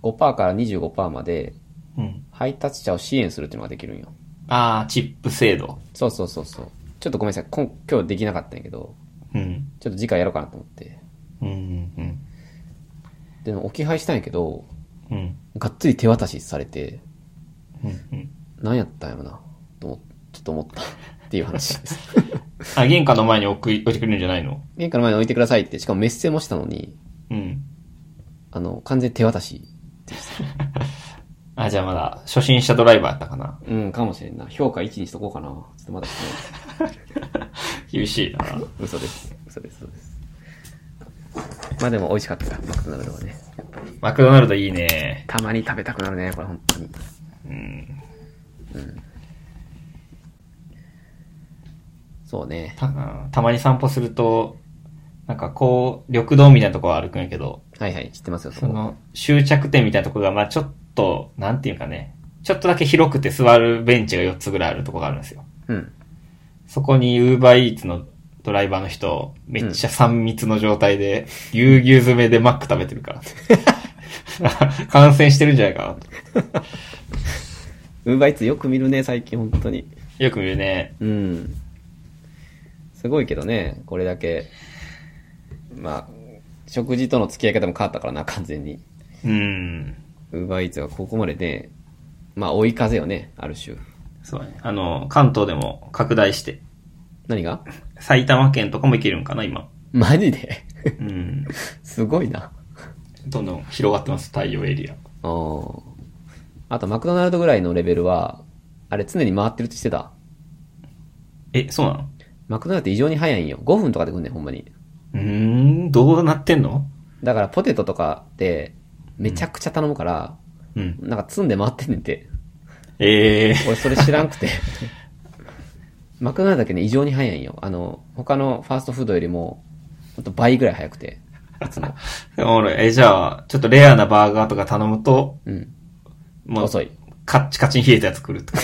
5%から25%まで、
うん。
配達者を支援するっていうのができるんよ。
あー、チップ制度。
そうそうそうそう。ちょっとごめんなさい、こん今日できなかったんやけど、
うん。
ちょっと次回やろうかなと思って。
うんうん
で、置き配したんやけど、
うん。うん。
がっつり手渡しされて、
うんうん。
なんやったんやろな、と思っちょっと思ったっていう話です。
あ、玄関の前に置く置いてくれるんじゃないの
玄関の前に置いてくださいって、しかもメッセもしたのに、
うん。
あの、完全に手渡し。
あ、じゃあまだ、初心者ドライバーやったかな。
うん、かもしれんな。評価1にしとこうかな。ちょっとまだしてない。
厳しいな。
嘘です。嘘です、嘘です。まあでも美味しかった、マクドナルドはね。
マクドナルドいいね。
たまに食べたくなるね、これ本当に。
うん。
そうね。
た、うんたまに散歩すると、なんかこう、緑道みたいなところ歩くんやけど、
はいはい、知ってますよ、そ
そ
こ。
の、終着点みたいなところが、まあちょっと、なんていうかね、ちょっとだけ広くて座るベンチが4つぐらいあるところがあるんですよ。
うん。
そこに UberEats のドライバーの人、めっちゃ3密の状態で、ぎゅうぎゅう詰めでマック食べてるから。 感染してるんじゃないか
ウーバーイーツよく見るね、最近本当に。
な。よく見るね。
うん。すごいけどね、これだけ。まあ、食事との付き合い方も変わったからな、完全に。
うん。
ウーバーイーツがここまでで、まあ、追い風よね、ある種。
そうね。あの、関東でも拡大して、
何が
埼玉県とかも行けるんかな、 今。
マジで
うん。
すごいな。
どんどん広がってます、太陽エリア。
あーあと、マクドナルドぐらいのレベルは、あれ常に回ってるってしてた。
え、そうなの
マクドナルドって異常に早いんよ。5分とかで来んねん、ほんまに。
うーん、どうなってんの
だから、ポテトとかって、めちゃくちゃ頼むから、
うん。
なんか積んで回ってんねんて。
ええ
俺それ知らんくて。マクドナルドだけね、異常に早いんよ。あの、他のファーストフードよりも、ほんと倍ぐらい早くて。いつも。
でも俺、え、じゃあ、ちょっとレアなバーガーとか頼むと、
うん。
もう、
遅い。
カッチカチに冷えたやつ来るとか。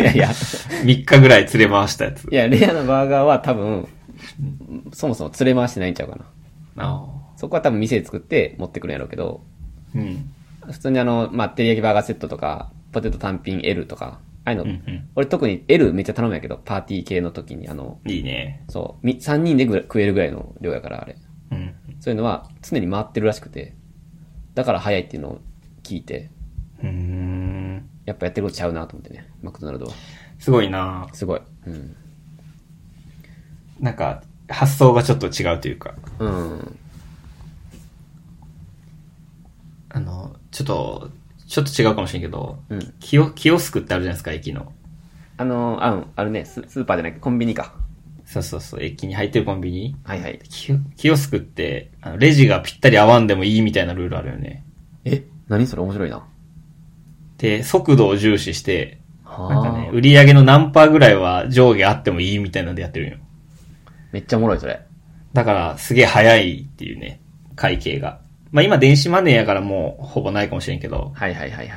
いやいや、
3日ぐらい連れ回したやつ
い。や、レアなバーガーは多分、そもそも連れ回してないんちゃうかな。
あ
そこは多分店で作って持ってくるんやろうけど、
うん。
普通にあの、まあ、照り焼きバーガーセットとか、ポテト単品 L とか、ああいうの、
うんうん。
俺特に L めっちゃ頼むんやけど、パーティー系の時にあの、
いいね。
そう、み3人でぐら食えるぐらいの量やから、あれ。
うん。
そういうのは常に回ってるらしくて、だから早いっていうのを聞いて、
うーん。
やっぱやってることちゃうなと思ってね、マクドナルドは。
すごいな
すごい。うん。
なんか、発想がちょっと違うというか。
うん。
あの、ちょっと、ちょっと違うかもしれんけど、
うん。
キオ、キオスクってあるじゃないですか、駅の。
あのー、あの、あるね、ススーパーじゃない、コンビニか。
そうそうそう、駅に入ってるコンビニ。
はいはい。
キオキオスクって、あのレジがぴったり合わんでもいいみたいなルールあるよね。
え何それ面白いな。
で、速度を重視して、
は
なん
あ、
かね、売り上げの何パーぐらいは上下あってもいいみたいなんでやってるんよ。
めっちゃおもろい、それ。
だから、すげえ早いっていうね、会計が。まあ今電子マネーやからもうほぼないかもしれんけど、
はいはいはいはい。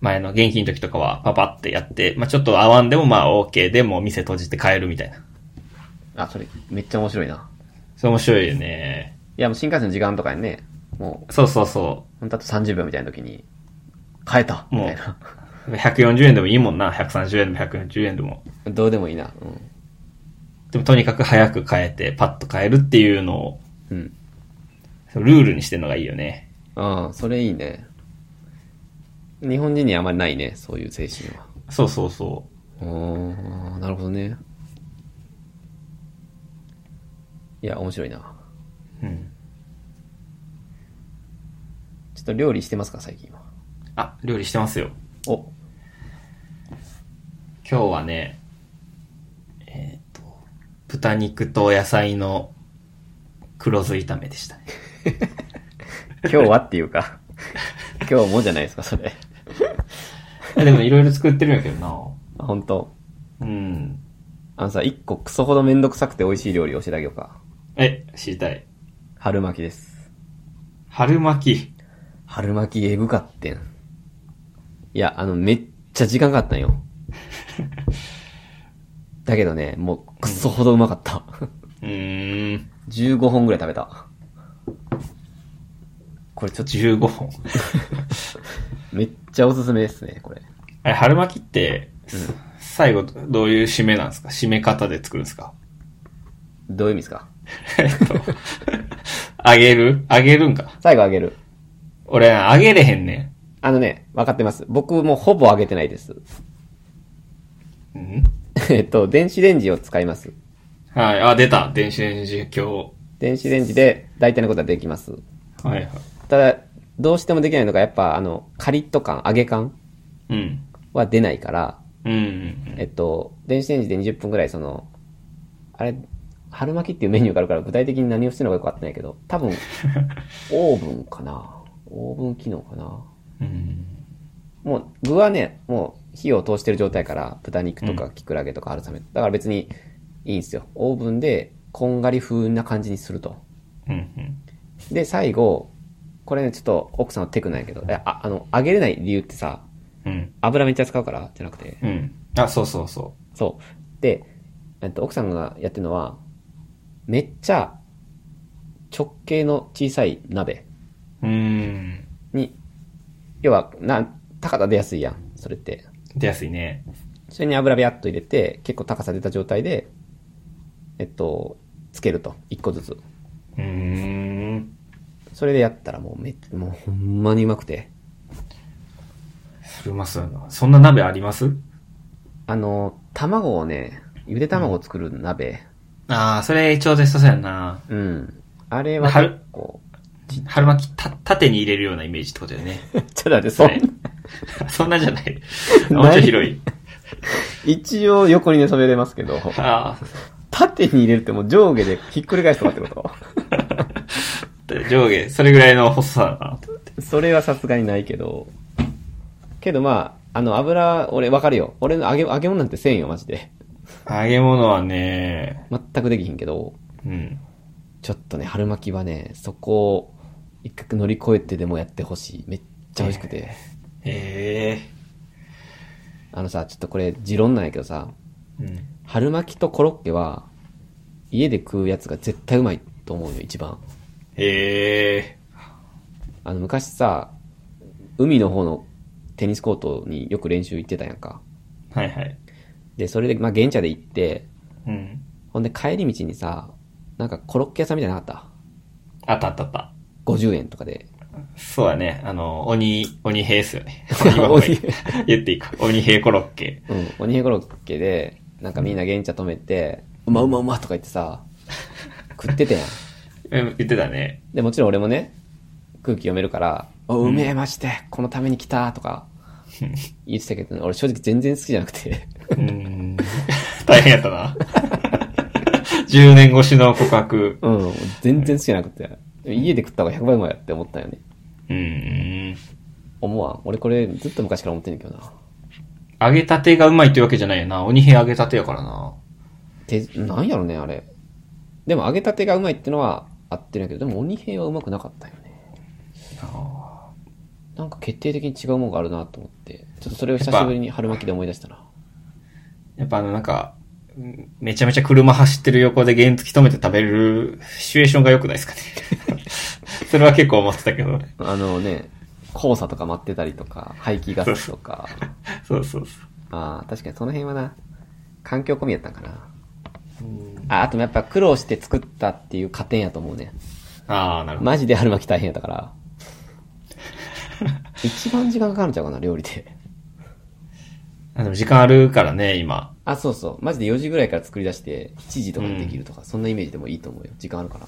前の現金の時とかはパパってやって、まあちょっと合わんでもまあ OK でもう店閉じて帰るみたいな。
あ、それ、めっちゃ面白いな。
それ面白いよね。
いや、もう新幹線の時間とかにね、も、
そうそうそう
ほんとあと30秒みたいな時に、変えたみ
もう
たいな。
う。140円でもいいもんな。130円でも140円でも。
どうでもいいな。うん。
でもとにかく早く変えて、パッと変えるっていうのを、
うん。
そのルールにしてるのがいいよね。
ああ、それいいね。日本人にはあんまりないね、そういう精神は。
そうそうそ
おー、なるほどね。いや、面白いな。
う。うん。
ちょっと料理してますか、最近は。
あ、料理してますよ。
お、
今日はね、えっ、と、豚肉と野菜の黒酢炒めで したね。
今日はっていうか、 今日もじゃないですか、それ。
でもいろいろ作ってるんやけど
あ本当
な。うん。
あのさ、一個クソほどめんどくさくて美味しい料理教えてあげようか。
え、知りたい。
春巻きです。
春巻き。
春巻きえぐかってん。いや、あの、めっちゃ時間かかったんよ。だけどね、もうクソほどうまかった。
うーん。
15本ぐらい食べた。これちょっと、
15本。
めっちゃおすすめですね、これ。
あれ、春巻きって、最後どういう締めなんですか締め方で作るんですか
どういう意味ですか
えっと、揚げる揚げるんか。
最後あげる。
俺、揚げれへんね
あのね、わかってます。僕もうほぼあげてないです。
ん。うん
えっと、電子レンジを使います。
はい。あ、出た。電子レンジ今日。
電子レンジで大体のことはできます。
はいはい。
ただ、どうしてもできないのが、やっぱ、あの、カリッと感、揚げ感
うん。
は出ないから、
うんうん
えっと、電子レンジで20分くらい、その、あれ、春巻きっていうメニューがあるから、具体的に何をしてるのかよくわかってないけど、多分、オーブンかなオーブン機能かな
うん。うん
もう、具はね、もう、火を通してる状態から、豚肉とか、きくらげとか、春雨。だから別に、いいんですよ。オーブンで、こんがり風な感じにすると。
うんうん。
で、最後、これね、ちょっと奥さんのテクなんやけど、えああの、揚げれない理由ってさ、
うん。
油めっちゃ使うからじゃなくて、
うん。あ、そうそうそ
そう。で、えっと、奥さんがやってるのは、めっちゃ直径の小さい鍋
う。うーん。
に、要は、な、高さ出やすいやん、それって。
出やすいね。
それに油ビャっと入れて、結構高さ出た状態で、えっと、つけると、一個ずつ。
うーん。
それでやったらもうめっ、もうほんまにうまくて。
それうまそうやな。そんな鍋あります
あの、卵をね、ゆで卵を作る鍋。
ああ、それ超絶そうやな。
うん。あれは
春
結 構。
春巻き、た、 縦に入れるようなイメージってことだよね。
ちょっと待って、
そ
そ
れ。そんなじゃない。あもうちょい広い。
一応横に寝そべれますけど、
あ
縦に入れるってもう上下でひっくり返すとかってこ
あ、上下、それぐらいの細さだなと思って。
とそれはさすがにないけど。けどまあ、あの油、俺わかるよ。俺の揚げ、揚げ物なんてせんよ、マジで。
揚げ物はね、
全くできひんけど、
うん。
ちょっとね、春巻きはね、そこを一回乗り越えてでもやってほしい。めっちゃ美味しくて。
え
あのさ、ちょっとこれ持論なんやけどさ、
えうん。
春巻きとコロッケは、家で食うやつが絶対うまいと思うよ、一番。
ええ
あの、昔さ、海の方のテニスコートによく練習行ってたやんか。
はいはい。
で、それで、まあ、現地で行って、
うん。
ほんで帰り道にさ、なんかコロッケ屋さんみたいなのなか
あったあったあった。
った ?50 円とかで。。
そうだね。あの、鬼、鬼兵っすよね今俺言っていいか。鬼兵コロッケ。
うん、鬼平コロッケで、なんかみんな現地止めて、うまうまうまとか言ってさ、食ってたやん。
うん言ってたね。
で、もちろん俺もね、空気読めるから、お、うめえまして、このために来たとか、言ってたけど、俺正直全然好きじゃなくて。
うん。 大変やったな。10年越しの告白。
うん、全然好きじゃなくて。家で食った方が100倍うまいやって思ったよね。
うん。
思わん。俺これずっと昔から思ってんだけどな。
揚げたてがうまいっていうわけじゃないよな。鬼平揚げたてやからな。
て、なんやろね、あれ。でも揚げたてがうまいってのは合ってるんやけど、でも鬼平はうまくなかったよね。なんか決定的に違うものがあるなと思って。ちょっとそれを久しぶりに春巻きで思い出したな。
やっぱあのなんか、うんめちゃめちゃ車走ってる横で原付き止めて食べるシチュエーションが良くないですかね。 それは結構思ってたけど。
あのね、黄砂とか待ってたりとか、排気ガスと か。
そうそうそう。
ああ、確かにその辺はな、環境込みやったんかな。あ、あとやっぱ苦労して作ったっていう加点やと思うね。
ああ、なるほど。
マジで春巻き大変やった から。一番時間かかるんちゃうかな、料理で。
あでも時間あるからね、今。
あ、そうそう。マジで4時ぐらいから作り出して、7時とかにできるとか、そんなイメージでもいいと思うよ。時間あるから。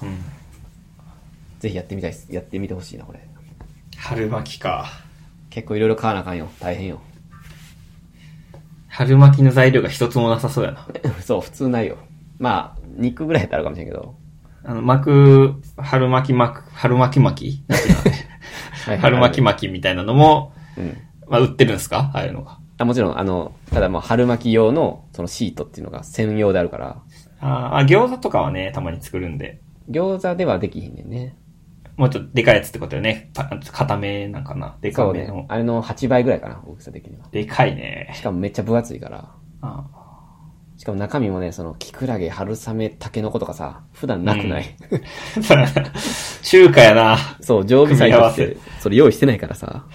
ぜひやってみたいっす。やってみてほしいな、これ。
春巻きか。
結構いろいろ買わなあかんよ。大変よ。
春巻きの材料が一つもなさそうやな。
そう、普通ないよ。まあ、肉ぐらいやったらあるかもしれんけど。
あの、巻く、春巻き巻く、春巻き巻きなん ていうのあれ
はい
春巻き巻きみたいなのも、
うん。
まあ、売ってるんですかああいうのが。
あもちろん、あの、ただもう春巻き用の、そのシートっていうのが専用であるから、
あーあ、餃子とかはね、たまに作るんで。
餃子ではできひんねんね。
もうちょっとでかいやつってことよね。パ固めなんかな。で
そ
か
う
め
ね
の。。
あれの8倍ぐらいかな、大きさ的には。
でかいね。
しかもめっちゃ分厚いから。
あ
しかも中身もね、その、キクラゲ、春雨、タケノコとかさ、普段なくない。
ーそら 中華やな。
そう、常備菜とし
組み
て、それ用意してないか らさ。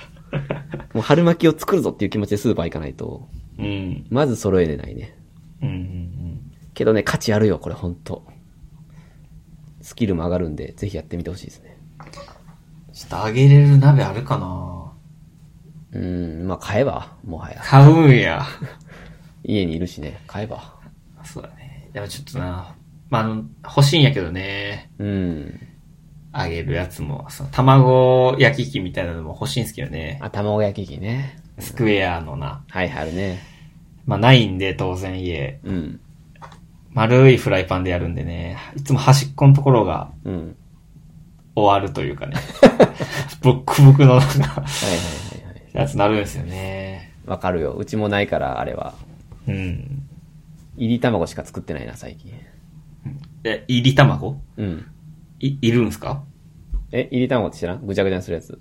もう春巻きを作るぞっていう気持ちでスーパー行かないと、
うん。
まず揃えれないね。
うんうんうん。
けどね、価値あるよ、これほんと。スキルも上がるんで、ぜひやってみてほしいですね。
ちょっと揚げれる鍋あるかな
うーん、まあ買えば、もはや。
買うんや。
家にいるしね、買えば。
そうだね。でもちょっとな、まあ、あの、欲しいんやけどね。
うん。
揚げるやつも、その卵焼き器みたいなのも欲しいんすけどね。
あ、卵焼き器ね。
スクエアのな。
はい、はいあるね。
まあ、ないんで、当然家。
うん。
丸いフライパンでやるんでね。いつも端っこのところが
うん。
終わるというか ね。ブックブクのなんか
はいはいはいはい。
やつなるんですよね。
わかるよ。うちもないから、あれは。
うん。
入り卵しか作ってないな、最近。
え、入り卵
うん。
い、いるんすか
え、入り卵って知らんぐちゃぐちゃにするやつ。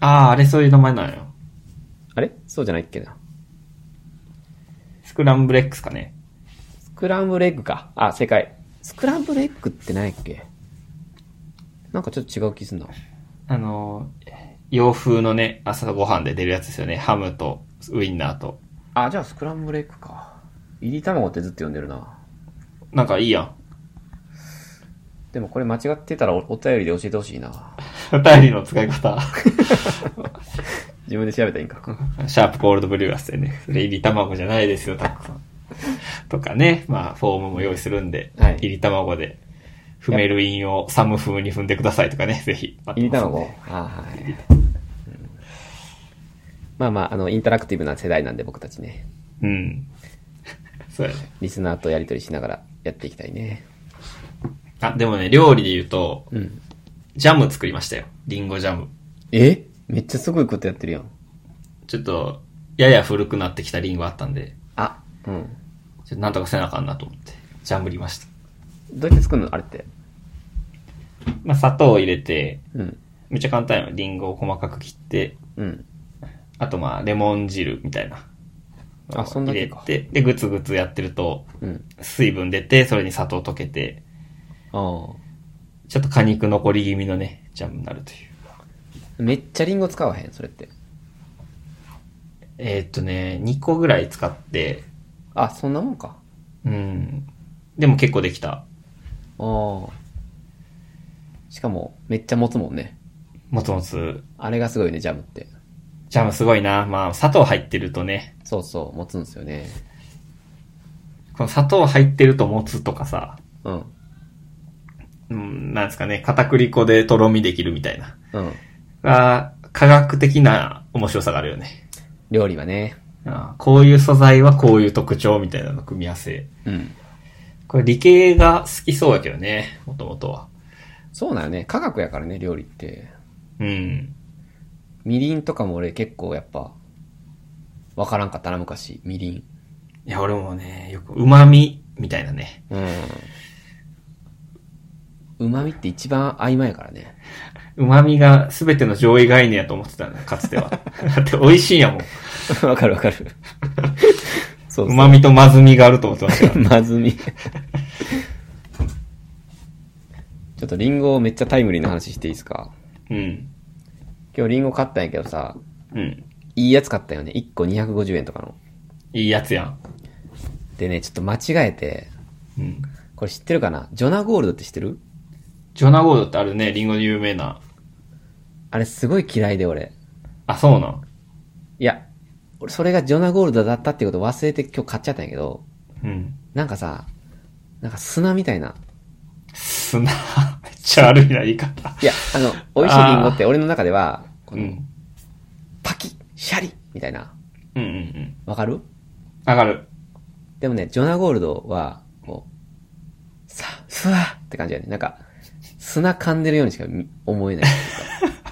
ああ、あれそういう名前なんよ。
あれそうじゃないっけな。
スクランブルエッグスかね。
スクランブルエッグか。あ、正解。スクランブルエッグって何やっけなんかちょっと違う気すんな。
あの、洋風のね、朝ごはんで出るやつですよね。ハムとウインナーと。
あ、じゃあスクランブルエッグか。入り卵ってずっと呼んでるな。
なんかいいやん。
でもこれ間違ってたらおお便りで教えてほしいな。
お便りの使い方。
自分で調べたらいいん か。
シャープコールドブリューアスでね。それ入り卵じゃないですよ、たくさん。 とかね。まあ、フォームも用意するんで。
はい
入り卵で。踏める韻をサム風に踏んでくださいとかね。ぜひ。
入り卵あはい。うんまあまあ、あの、インタラクティブな世代なんで僕たちね。
うん。そうやね。
リスナーとやりとりしながらやっていきたいね。
あ、でもね、料理で言うと、
うん。
ジャム作りましたよ。リンゴジャム。
えめっちゃすごいことやってるやん。
ちょっと、やや古くなってきたリンゴあったんで、
あ、うん。
ちょっとなんとかせなあかんなと思って、ジャムりました。
どうやって作るのあれって。
まあ、砂糖を入れて、
うん。
めっちゃ簡単よ。リンゴを細かく切って、
うん。
あとまあ、レモン汁みたいな。
あそんだけか
入れて、で、ぐつぐつやってると、
うん。
水分出て、それに砂糖溶けて、
あ
ちょっと果肉残り気味のね、ジャムになるという。
あ。めっちゃリンゴ使わへん、それって。
えーっとね、2個ぐらい使って、
あ、そんなもんか。
うん。でも結構できた。
ああ。しかも、めっちゃ持つもんね。
もつもつ。
あれがすごいね、ジャムって。
ジャムすごいな。まあ、砂糖入ってるとね、
そうそう、持つんですよね。
この砂糖入ってると持つとかさ、
うん。
うん、なんですかね、片栗粉でとろみできるみたいな。
うん。
あー科学的な面白さがあるよね。
料理はね。
あーこういう素材はこういう特徴みたいなの組み合わせ。
うん。
これ理系が好きそうやけどね、もともとは。
そうなのね。科学やからね、料理って。
うん。
みりんとかも俺結構やっぱ、わからんかったな、昔。みりん。
いや、俺もね、よく、旨味みたいなね。
うん。旨味って一番曖昧やからね。
旨味が全ての上位概念やと思ってたんだ、かつて は。だって美味しいんやもん。
わかるわか る。そうそう。
旨味とまずみがあると思ってましたか
まずみ。ちょっとリンゴをめっちゃタイムリーな話していいですか。
ら。うん。
今日リンゴ買ったんやけどさ、
うん。
いいやつ買ったよね。1個250円とかの。
いいやつやん。
でね、ちょっと間違えて、
うん。
これ知ってるかなジョナゴールドって知ってる
ジョナゴールドってあるね、リンゴで有名な。
あれすごい嫌いで俺。
あ、そうなん。
いや、俺それがジョナゴールドだったってこと忘れて今日買っちゃったんやけど、
うん。
なんかさ、なんか砂みたいな。
砂、 めっちゃ悪いな、言い方。
いや、あの、美味しいリンゴって俺の中では、こ
う
の
ん。
パキッ、シャリみたいな。
うんうんうん。
わかる
上がる。
でもね、ジョナゴールドは、こう、さ、ふわって感じだね。なんか、砂噛んでるようにしか見思えないっていうか。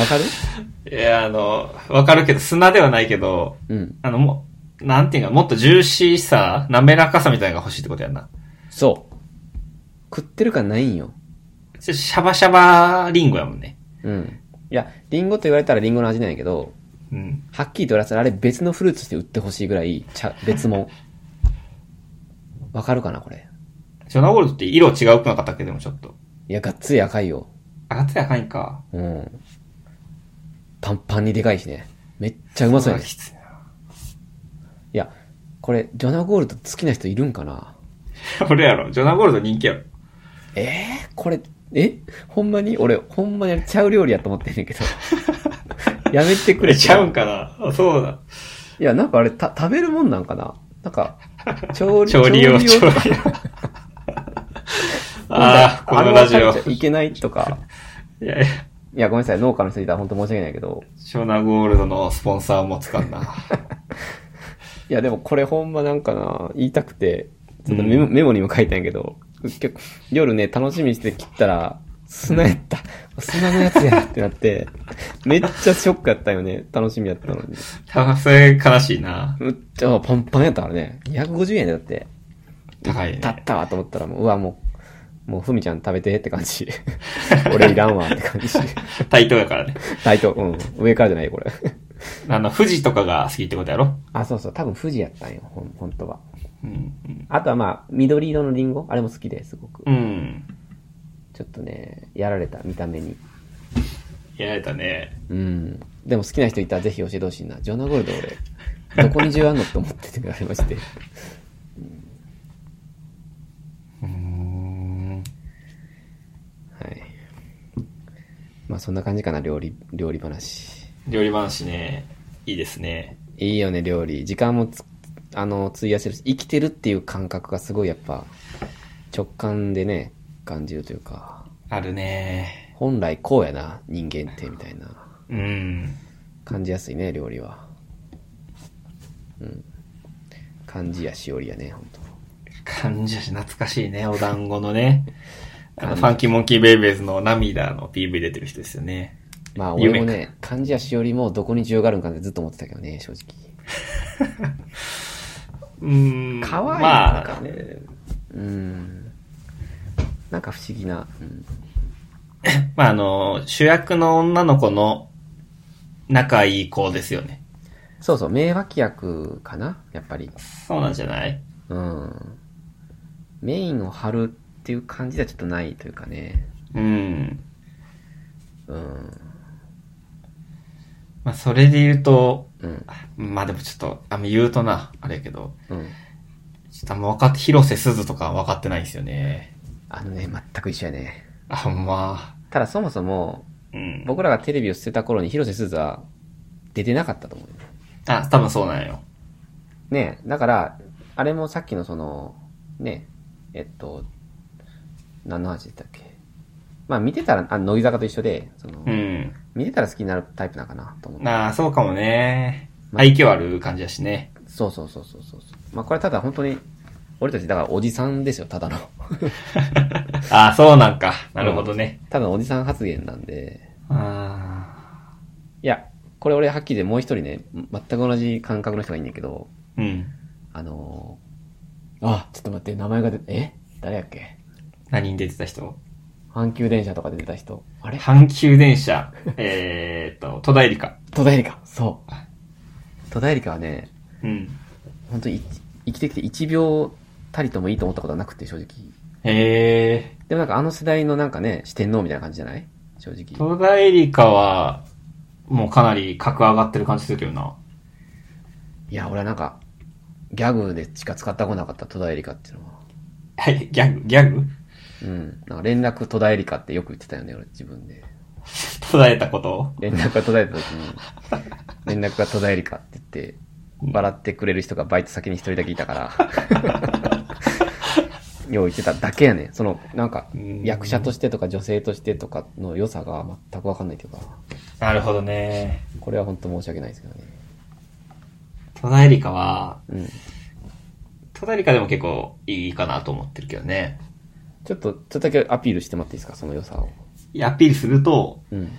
わかる
いや、あの、わかるけど、砂ではないけど、
うん。
あの、もう、なんていうか、もっとジューシーさ、滑らかさみたいなのが欲しいってことやんな。
そう。食ってる感ないんよ。
ちょシャバシャバリンゴやもんね。
うん。いや、リンゴと言われたらリンゴの味なんやけど、
うん。
はっきりと言わせたらあれ別のフルーツとして売ってほしいぐらい、ちゃ、別物。 わかるかな、これ。
ジョナゴールドって色違うくなかったっけでもちょっと。
いや、がっつり赤いよ。
あがつやかいんか。
うん。パンパンにでかいしね。めっちゃうまそうやね。
きついな
いや、これ、ジョナゴールド好きな人いるんかな
俺やろ、ジョナゴールド人気やろ。
ええこれ、えほんまに俺、ほんまにあれちゃう料理やと思ってんねんけど。 やめてく
こ
れ。
れちゃうんかなあそうだ。
いや、なんかあれ、た、食べるもんなんかななんか、調理、
調理用、調理用。ああ、このラジオ
あれは食べ。ちゃいけないとか。
いやいや、
いや、ごめんなさい。農家の人いたら本当申し訳ないけど。
ショナゴールドのスポンサーもつかんな。
いや、でもこれほんまなんかな、言いたくて、ちょっとメモ,、メモにも書いたんやけど、結局、夜ね、楽しみにして切ったら、砂やった。砂のやつやってなって、めっちゃショックやったよね。楽しみやったのに。
たぶんそれ悲しいな。
むっちゃ、パンパンやったからね。250円でだって、
高い
たっ
ね。
たわと思ったらもう、うわ、もう、もうふみちゃん食べてって感じ。 俺いらんわって感じ。
対等やからね。
大東、うん。上からじゃないよこれ。
あの、富士とかが好きってことやろ
あ、そうそう。多分富士やったんよ。ほん、本当は。
うん。
あとはまあ、緑色のリンゴあれも好きですごく。
うん。
ちょっとね、やられた、見た目に。
やられたね。
うん。でも好きな人いたらぜひ教えてほしいな。ジョナゴールド俺、どこに需要あんのって思ってて言われまして。
うん。
はい。まあそんな感じかな、料理、料理話。
料理話ね、いいですね。
いいよね、料理。時間もつ、あの、費やせるし、生きてるっていう感覚がすごいやっぱ、直感でね、感じるというか、
あるね。
本来こうやな、人間って、みたいな。
うん。
感じやすいね、料理は。うん。感じやしおりやね、ほんと。
感じやし、懐かしいね、お団子のね。あの、ファンキーモンキーベイベーズの涙の PV 出てる人ですよね。
まあ俺
夢
もね、漢字やしおりもどこに需要があるんかってずっと思ってたけどね、正直。
うん。
可愛い
ま
なん
あ
かね、うん。なんか不思議な。うん、
まあ、あの、主役の女の子の仲いい子ですよね。
そうそう、名脇役かなやっぱり。
そうなんじゃない
うん。メインを張るっていう感じではちょっとないというかね。
うん。
うん。
まあ、それで言うと、
うん。
まあでもちょっと、あんま言うとな、あれやけど、
うん。
ちょっとあんま分かって、広瀬すずとか分かってないんですよね。
あのね、全く一緒やね。
あ、ほんま。
ただそもそも、
うん。
僕らがテレビを捨てた頃に広瀬すずは出てなかったと思うよ。
あ、多分そうなんよ。
ねえ、だから、あれもさっきのその、ねえ、えっと、何の話でしたっけまあ見てたら、あ、乃木坂と一緒で、その、
うん。
見てたら好きになるタイプなんかなと思って。
ああ、そうかもね。愛嬌ある感じだしね。
そうそうそうそうそう。まあこれただ本当に、俺たちだからおじさんですよ、ただの。
ああ、そうなんか。なるほどね。
ただのおじさん発言なんで、
あ
いや、これ俺はっきりでもう一人ね、全く同じ感覚の人がいいんだけど、
あ。うん。
あのーあ、ちょっと待って、名前が出て、え誰やっけ
何に出てた人
阪急電車とか出てた人。あれ
阪急電車。えーっと、戸田恵梨香。
戸田恵梨香。そう。戸田恵梨香はね、
うん。
本当にい生きてきて1秒たりともいいと思ったことはなくて、正直。
へえ。
でもなんかあの世代のなんかね、四天王みたいな感じじゃない正直。
戸田恵梨香は、もうかなり格上がってる感じするけどな。
いや、俺はなんか、ギャグでしか使ったことなかった戸田恵梨香っていうのは。
はい、ギャグ、ギャグ
うん。なんか連絡戸田恵梨香ってよく言ってたよね、俺自分で。
途絶えたこと
連絡が途絶えた時に、連絡が途絶えりかって言って、笑ってくれる人がバイト先に一人だけいた から、よう言ってただけやねん。その、なんか
うん、
役者としてとか女性としてとかの良さが全くわかんないというか、
なるほどね。
これは本当申し訳ないですけどね。
戸田恵梨香は、
うん。
戸田恵梨香でも結構いいかなと思ってるけどね。
ちょっと、ちょっとだけアピールしてもらっていいですか、その良さを。
いやアピールすると、
うん。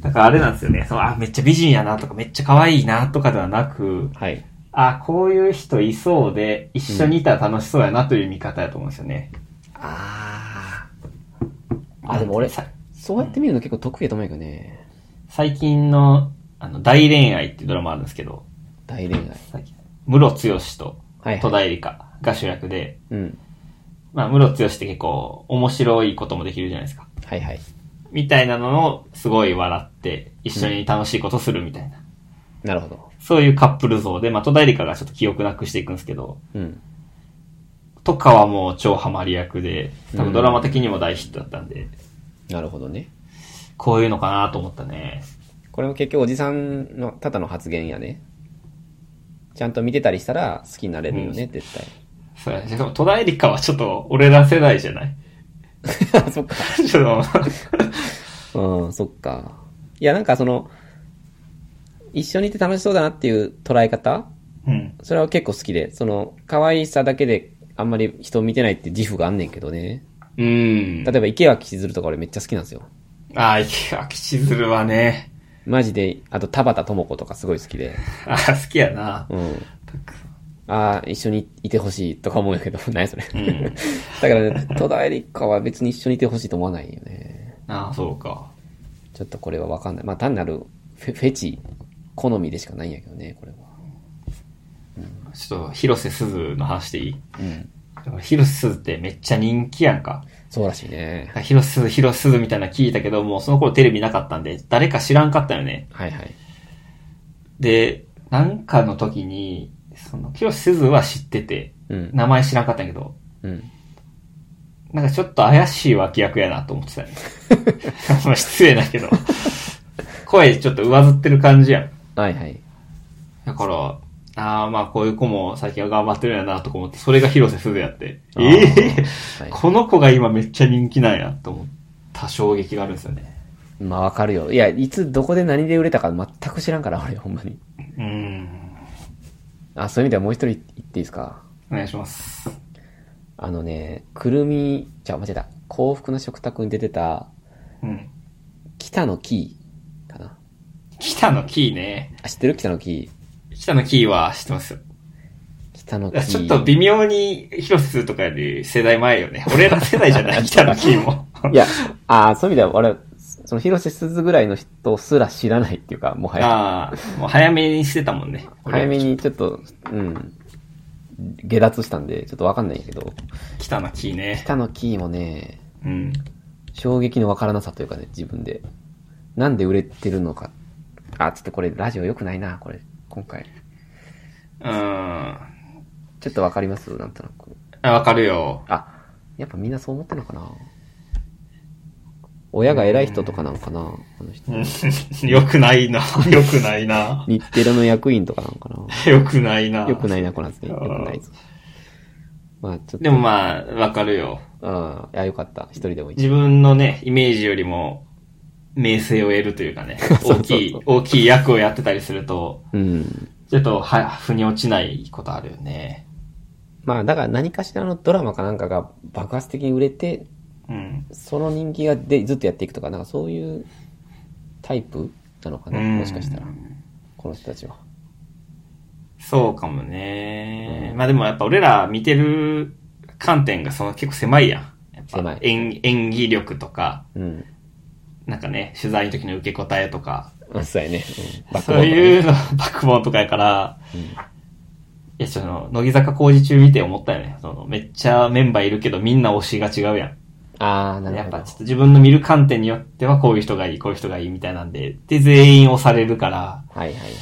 だからあれなんですよね。そうあ、めっちゃ美人やなとか、めっちゃ可愛いなとかではなく、
はい。
あ、こういう人いそうで、一緒にいたら楽しそうやなという見方やと思うんですよね。
ああ。あ、でも俺、
さ
そうやって見るの結構得意やと思うけどね。
最近の、あの、大恋愛っていうドラマあるんですけど、
大恋愛。
最近ムロツヨシと
はいはい
戸田恵梨香が主役で、
うん。
まあ、ムロツヨシって結構面白いこともできるじゃないですか。
はいはい。
みたいなのをすごい笑って、一緒に楽しいことするみたいな。
なるほど。
そういうカップル像で、まあ、戸田恵梨香がちょっと記憶なくしていくんですけど、
うん。
とかはもう超ハマり役で、多分ドラマ的にも大ヒットだったんで、
なるほどね。
こういうのかなと思ったね。
これも結局おじさんのただの発言やね。ちゃんと見てたりしたら好きになれるよね、絶
そうやね。しかも戸田恵梨香はちょっと俺ら世代じゃない
対。 あそっか。
ちょっと、
うん、そっか。いや、なんかその、一緒にいて楽しそうだなっていう捉え方
うん。
それは結構好きで、その、可愛さだけであんまり人を見てないって自負があんねんけどね。
うん。
例えば池脇千鶴とか俺めっちゃ好きなんですよ。
ああ、池脇千鶴はね、
マジで、あと田畑智子とかすごい好きで。
ああ、好きやな。
うん。ああ、一緒にいてほしいとか思うんやけど、何やそれ。 だからね、戸田恵梨香は別に一緒にいてほしいと思わないよね。
ああ、そうか。
ちょっとこれはわかんない。まあ単なるフェフェチ、好みでしかないんやけどね、これは。
ちょっと、広瀬すずの話でいい
うん。
広瀬すずってめっちゃ人気やんか。
そうらしいね。
広瀬すず、広瀬すずみたいなの聞いたけど、もうその頃テレビなかったんで、誰か知らんかったよね。
はいはい。
で、なんかの時に、その、広瀬すずは知ってて、
うん。
名前知らんかったんやけど、
うん。
なんかちょっと怪しい脇役やなと思ってたね。 まあ失礼だけど。声ちょっと上ずってる感じやん。
はいはい。
だから、ああ、まあこういう子も最近は頑張ってるんやなとか思って、それが広瀬すずやって。
あー
ええ
はい
この子が今めっちゃ人気なんやと思った衝撃があるんですよね。
まあわかるよ。いや、いつどこで何で売れたか全く知らんから、俺、ほんまに。
うん。
あ、そういう意味ではもう一人言っていいですか。
お願いします。
あのね、くるみ、じゃあ間違えた。幸福な食卓に出てた、
うん。
北野キーかな。
北野キーね。
あ、知ってる北野キ
北野キーは知ってます。
ー。北野
い
キ
や
ー。
ちょっと微妙に広瀬すずとかより世代前よね。俺ら世代じゃ ない、北野キーも。
いや、ああ、そういう意味では、俺、その広瀬すずぐらいの人すら知らないっていうか、もはや。
ああ、もう早めにしてたもんね。
早めにちょっと、うん、下脱したんで、ちょっとわかんないんやけど、
北野キーね。
北野キーもね、
うん。
衝撃のわからなさというかね、自分で。なんで売れてるのか。あ、ちょっとこれラジオ良くないな、これ、今回。
うん。あ
ちょっとわかりますなんとなく。
わかるよ。
あ、やっぱみんなそう思ってるのかな親が偉い人とかなのかなこの人。
うん よくないな。よくないな。
日テレの役員とかなのかな
よくないな。
よく
い。
ないな、この発言。よくないぞ。まあ、ちょっと。
でもまあ、わかるよ。
うん。いや、よかった。一人でも行っ
自分のね、イメージよりも、名声を得るというか ね、大きい、大きい役をやってたりすると、
うん。
ちょっと、は、腑に落ちないことあるよね。
まあ、だから何かしらのドラマかなんかが爆発的に売れて、
うん。
その人気がでずっとやっていくとか、なんかそういうタイプなのかな、
うん
もしかしたら。この人たちは。
そうかもね。まあでもやっぱ俺ら見てる観点がその結構狭いやん。やっぱ
狭い
演演技力とか、
うん。
なんかね、取材の時の受け答えとか、
あそうやね。うん、バック
そ
ボ
う
ーンとかね
いうの、 バックボーンとかやから、いや、その、乃木坂工事中見て思ったよね。その、めっちゃメンバーいるけど、みんな推しが違うやん。
ああ、なる
やっ
ほど。
ぱちょっと自分の見る観点によっては、こういう人がいい、こういう人がいいみたいなんで、で、全員推されるから、
はいはいはいはい。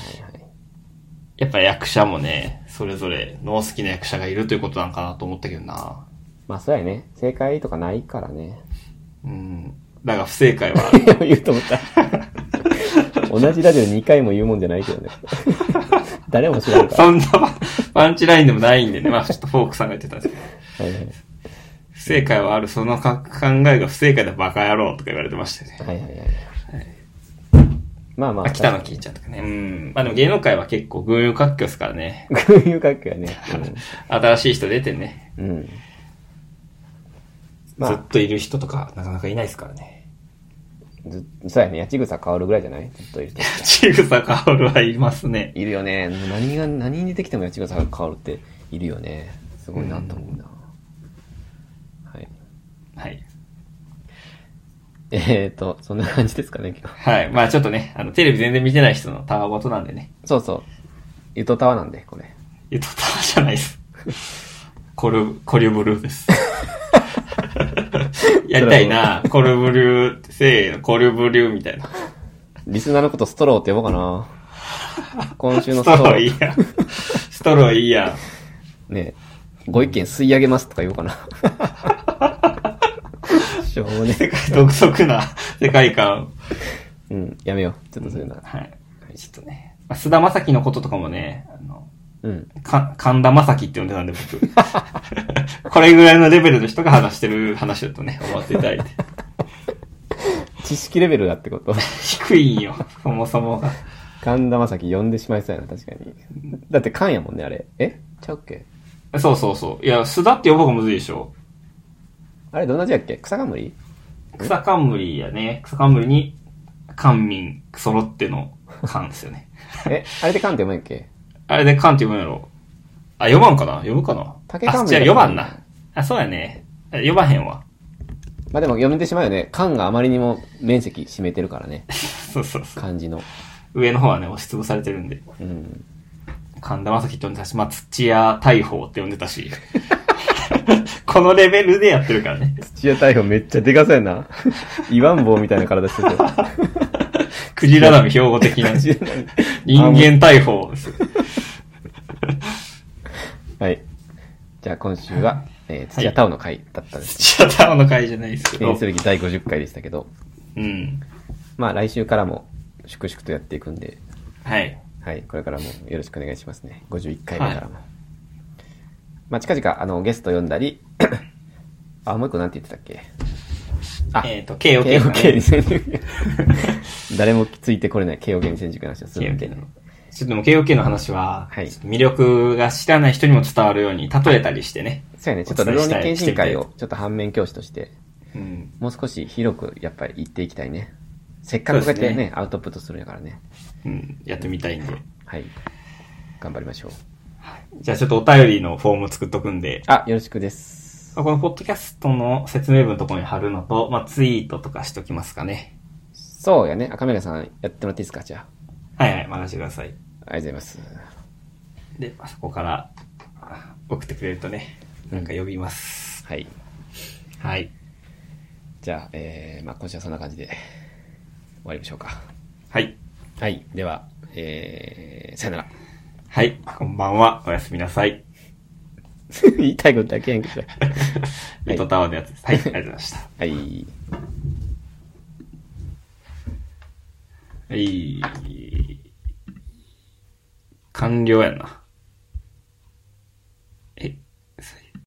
やっぱ役者もね、それぞれの好きな役者がいるということなんかなと思ったけどな。
まあ、そうやね。正解とかないからね。
うん。だから不正解は、
言うと思った。同じラジオ2回も言うもんじゃないけどね。誰も知らんから。
そんなパンパンチラインでもないんでね。まあちょっとフォークさんが言ってたんですけど。
はいはい
不正解はある、そのか考えが不正解だバカ野郎とか言われてましたよね。
はいはいはい。まあまあ、
あ、 北野聞いちゃんとかね。うん。まあでも芸能界は結構群雄割拠ですからね。
群雄割拠やね。
新しい人出てね。
うん。うん
ずっといる人とかなかなかいないですからね。
ずそうやね。八千草変わるぐらいじゃないずっといる人。
ちぐさかおるはいますね。
いるよね。何が、何に出てきても八千草が変わるっているよね。すごいなと思うな。はい。
はい。
えーと、そんな感じですかね、今日。
はい。まあちょっとね、あの、テレビ全然見てない人のたわごとなんでね。
そうそう。ゆとたわなんで、これ。
ゆとたわじゃない です。コル、コリュブルー です。やりたいな。コルブリュー、せーの、コリュブリューみたいな。
リスナーのことストローって呼ぼうか な。今週
ス
のスト
ト
ロ
ローいい
ー。
やん。ストローいいやん。
ねご意見吸い上げますとか言おうかな。 しょうもね。
世界独特な世界観。
うん、やめよう。ちょっとそういうのは。
はい。ちょっとね。まあ菅田正樹のこととかもね、あの、
うん。
か神田正樹って呼んでたんで 僕。これぐらいのレベルの人が話してる話だとね、思っていただいて。
知識レベルだってこと。
低いんよ、そもそもが。
神田正輝呼んでしまいそうやな、確かに。だって勘やもんね、あれ。えちゃうっけ
そうそうそう。いや、須田って呼ぶ方がむずいでしょ。
あれ、どんな字やっけ草冠
草冠やね。草冠に、官民、揃っての官ですよね。
え、あれで勘って読むんやっけ
あれで官って呼ぶんやろ。あ、読まんかな呼ぶかな
竹冠
あ、違う、読まんな。あ、そうやね。呼ばへんわ。
まあでも読めてしまうよね。勘があまりにも面積占めてるからね。
そうそうそう。
漢字の。
上の方はね、押しつぶされてるんで。
うん。
神田正輝って呼んでたし、まあ、土屋大砲って呼んでたし。 このレベルでやってるからね。
土屋太鳳めっちゃでかそうやな。 言わん棒みたいな体してるけど。
クジラ並み標語的 な。人間大砲ですよ。
はい。じゃあ今週は、えー土屋太鳳の回だったです。
土屋太鳳の回じゃないですけ
記
ど
念す。べき第50回でしたけど、
うん。
まあ来週からも粛々とやっていくんで、
はい。
はい、これからもよろしくお願いしますね。51回目からも。まあ近々、あの、ゲスト呼んだり、 あ、もう一個なんて言ってたっけあ
えっ、と、KOK のね
?KOK に選手 誰もついてこれない KOK に選手の話をするんで
KOK の。ちょっとでも KOK の話は、
はい
ちょっと魅力が知らない人にも伝わるように例えたりしてね。
そうやね、ちょっと
お伝
ル
えし
ローニ
たい
研修会
して
をちょっと反面教師として、
うん。
もう少し広くやっぱり言っていきたいね。せっかくこうやって
そうです
ねアウトプットするんやからね。
うん。やってみたいんで。
はい。頑張りましょう。
じゃあちょっとお便りのフォーム作っとくんで、
あ、よろしくです。
このポッドキャストの説明文のところに貼るのと、まあ、ツイートとかしときますかね。
そうやね。赤嶺さん、やってもらっていいですかじゃあ。
はいはい、任せてください。
ありがとうございます。
で、まあそこからあ送ってくれるとね、なんか呼びます。
はい。
はい。
じゃあ、えー、まあ今週はそんな感じで終わりましょうか。
はい。
はい。では、えー、さよなら。
はい。こんばんは。おやすみなさい。
言いたいことだけやんけ ど。
糸タワーのやつです。はい。ありがとうございました。
はい。
はい。完了やな。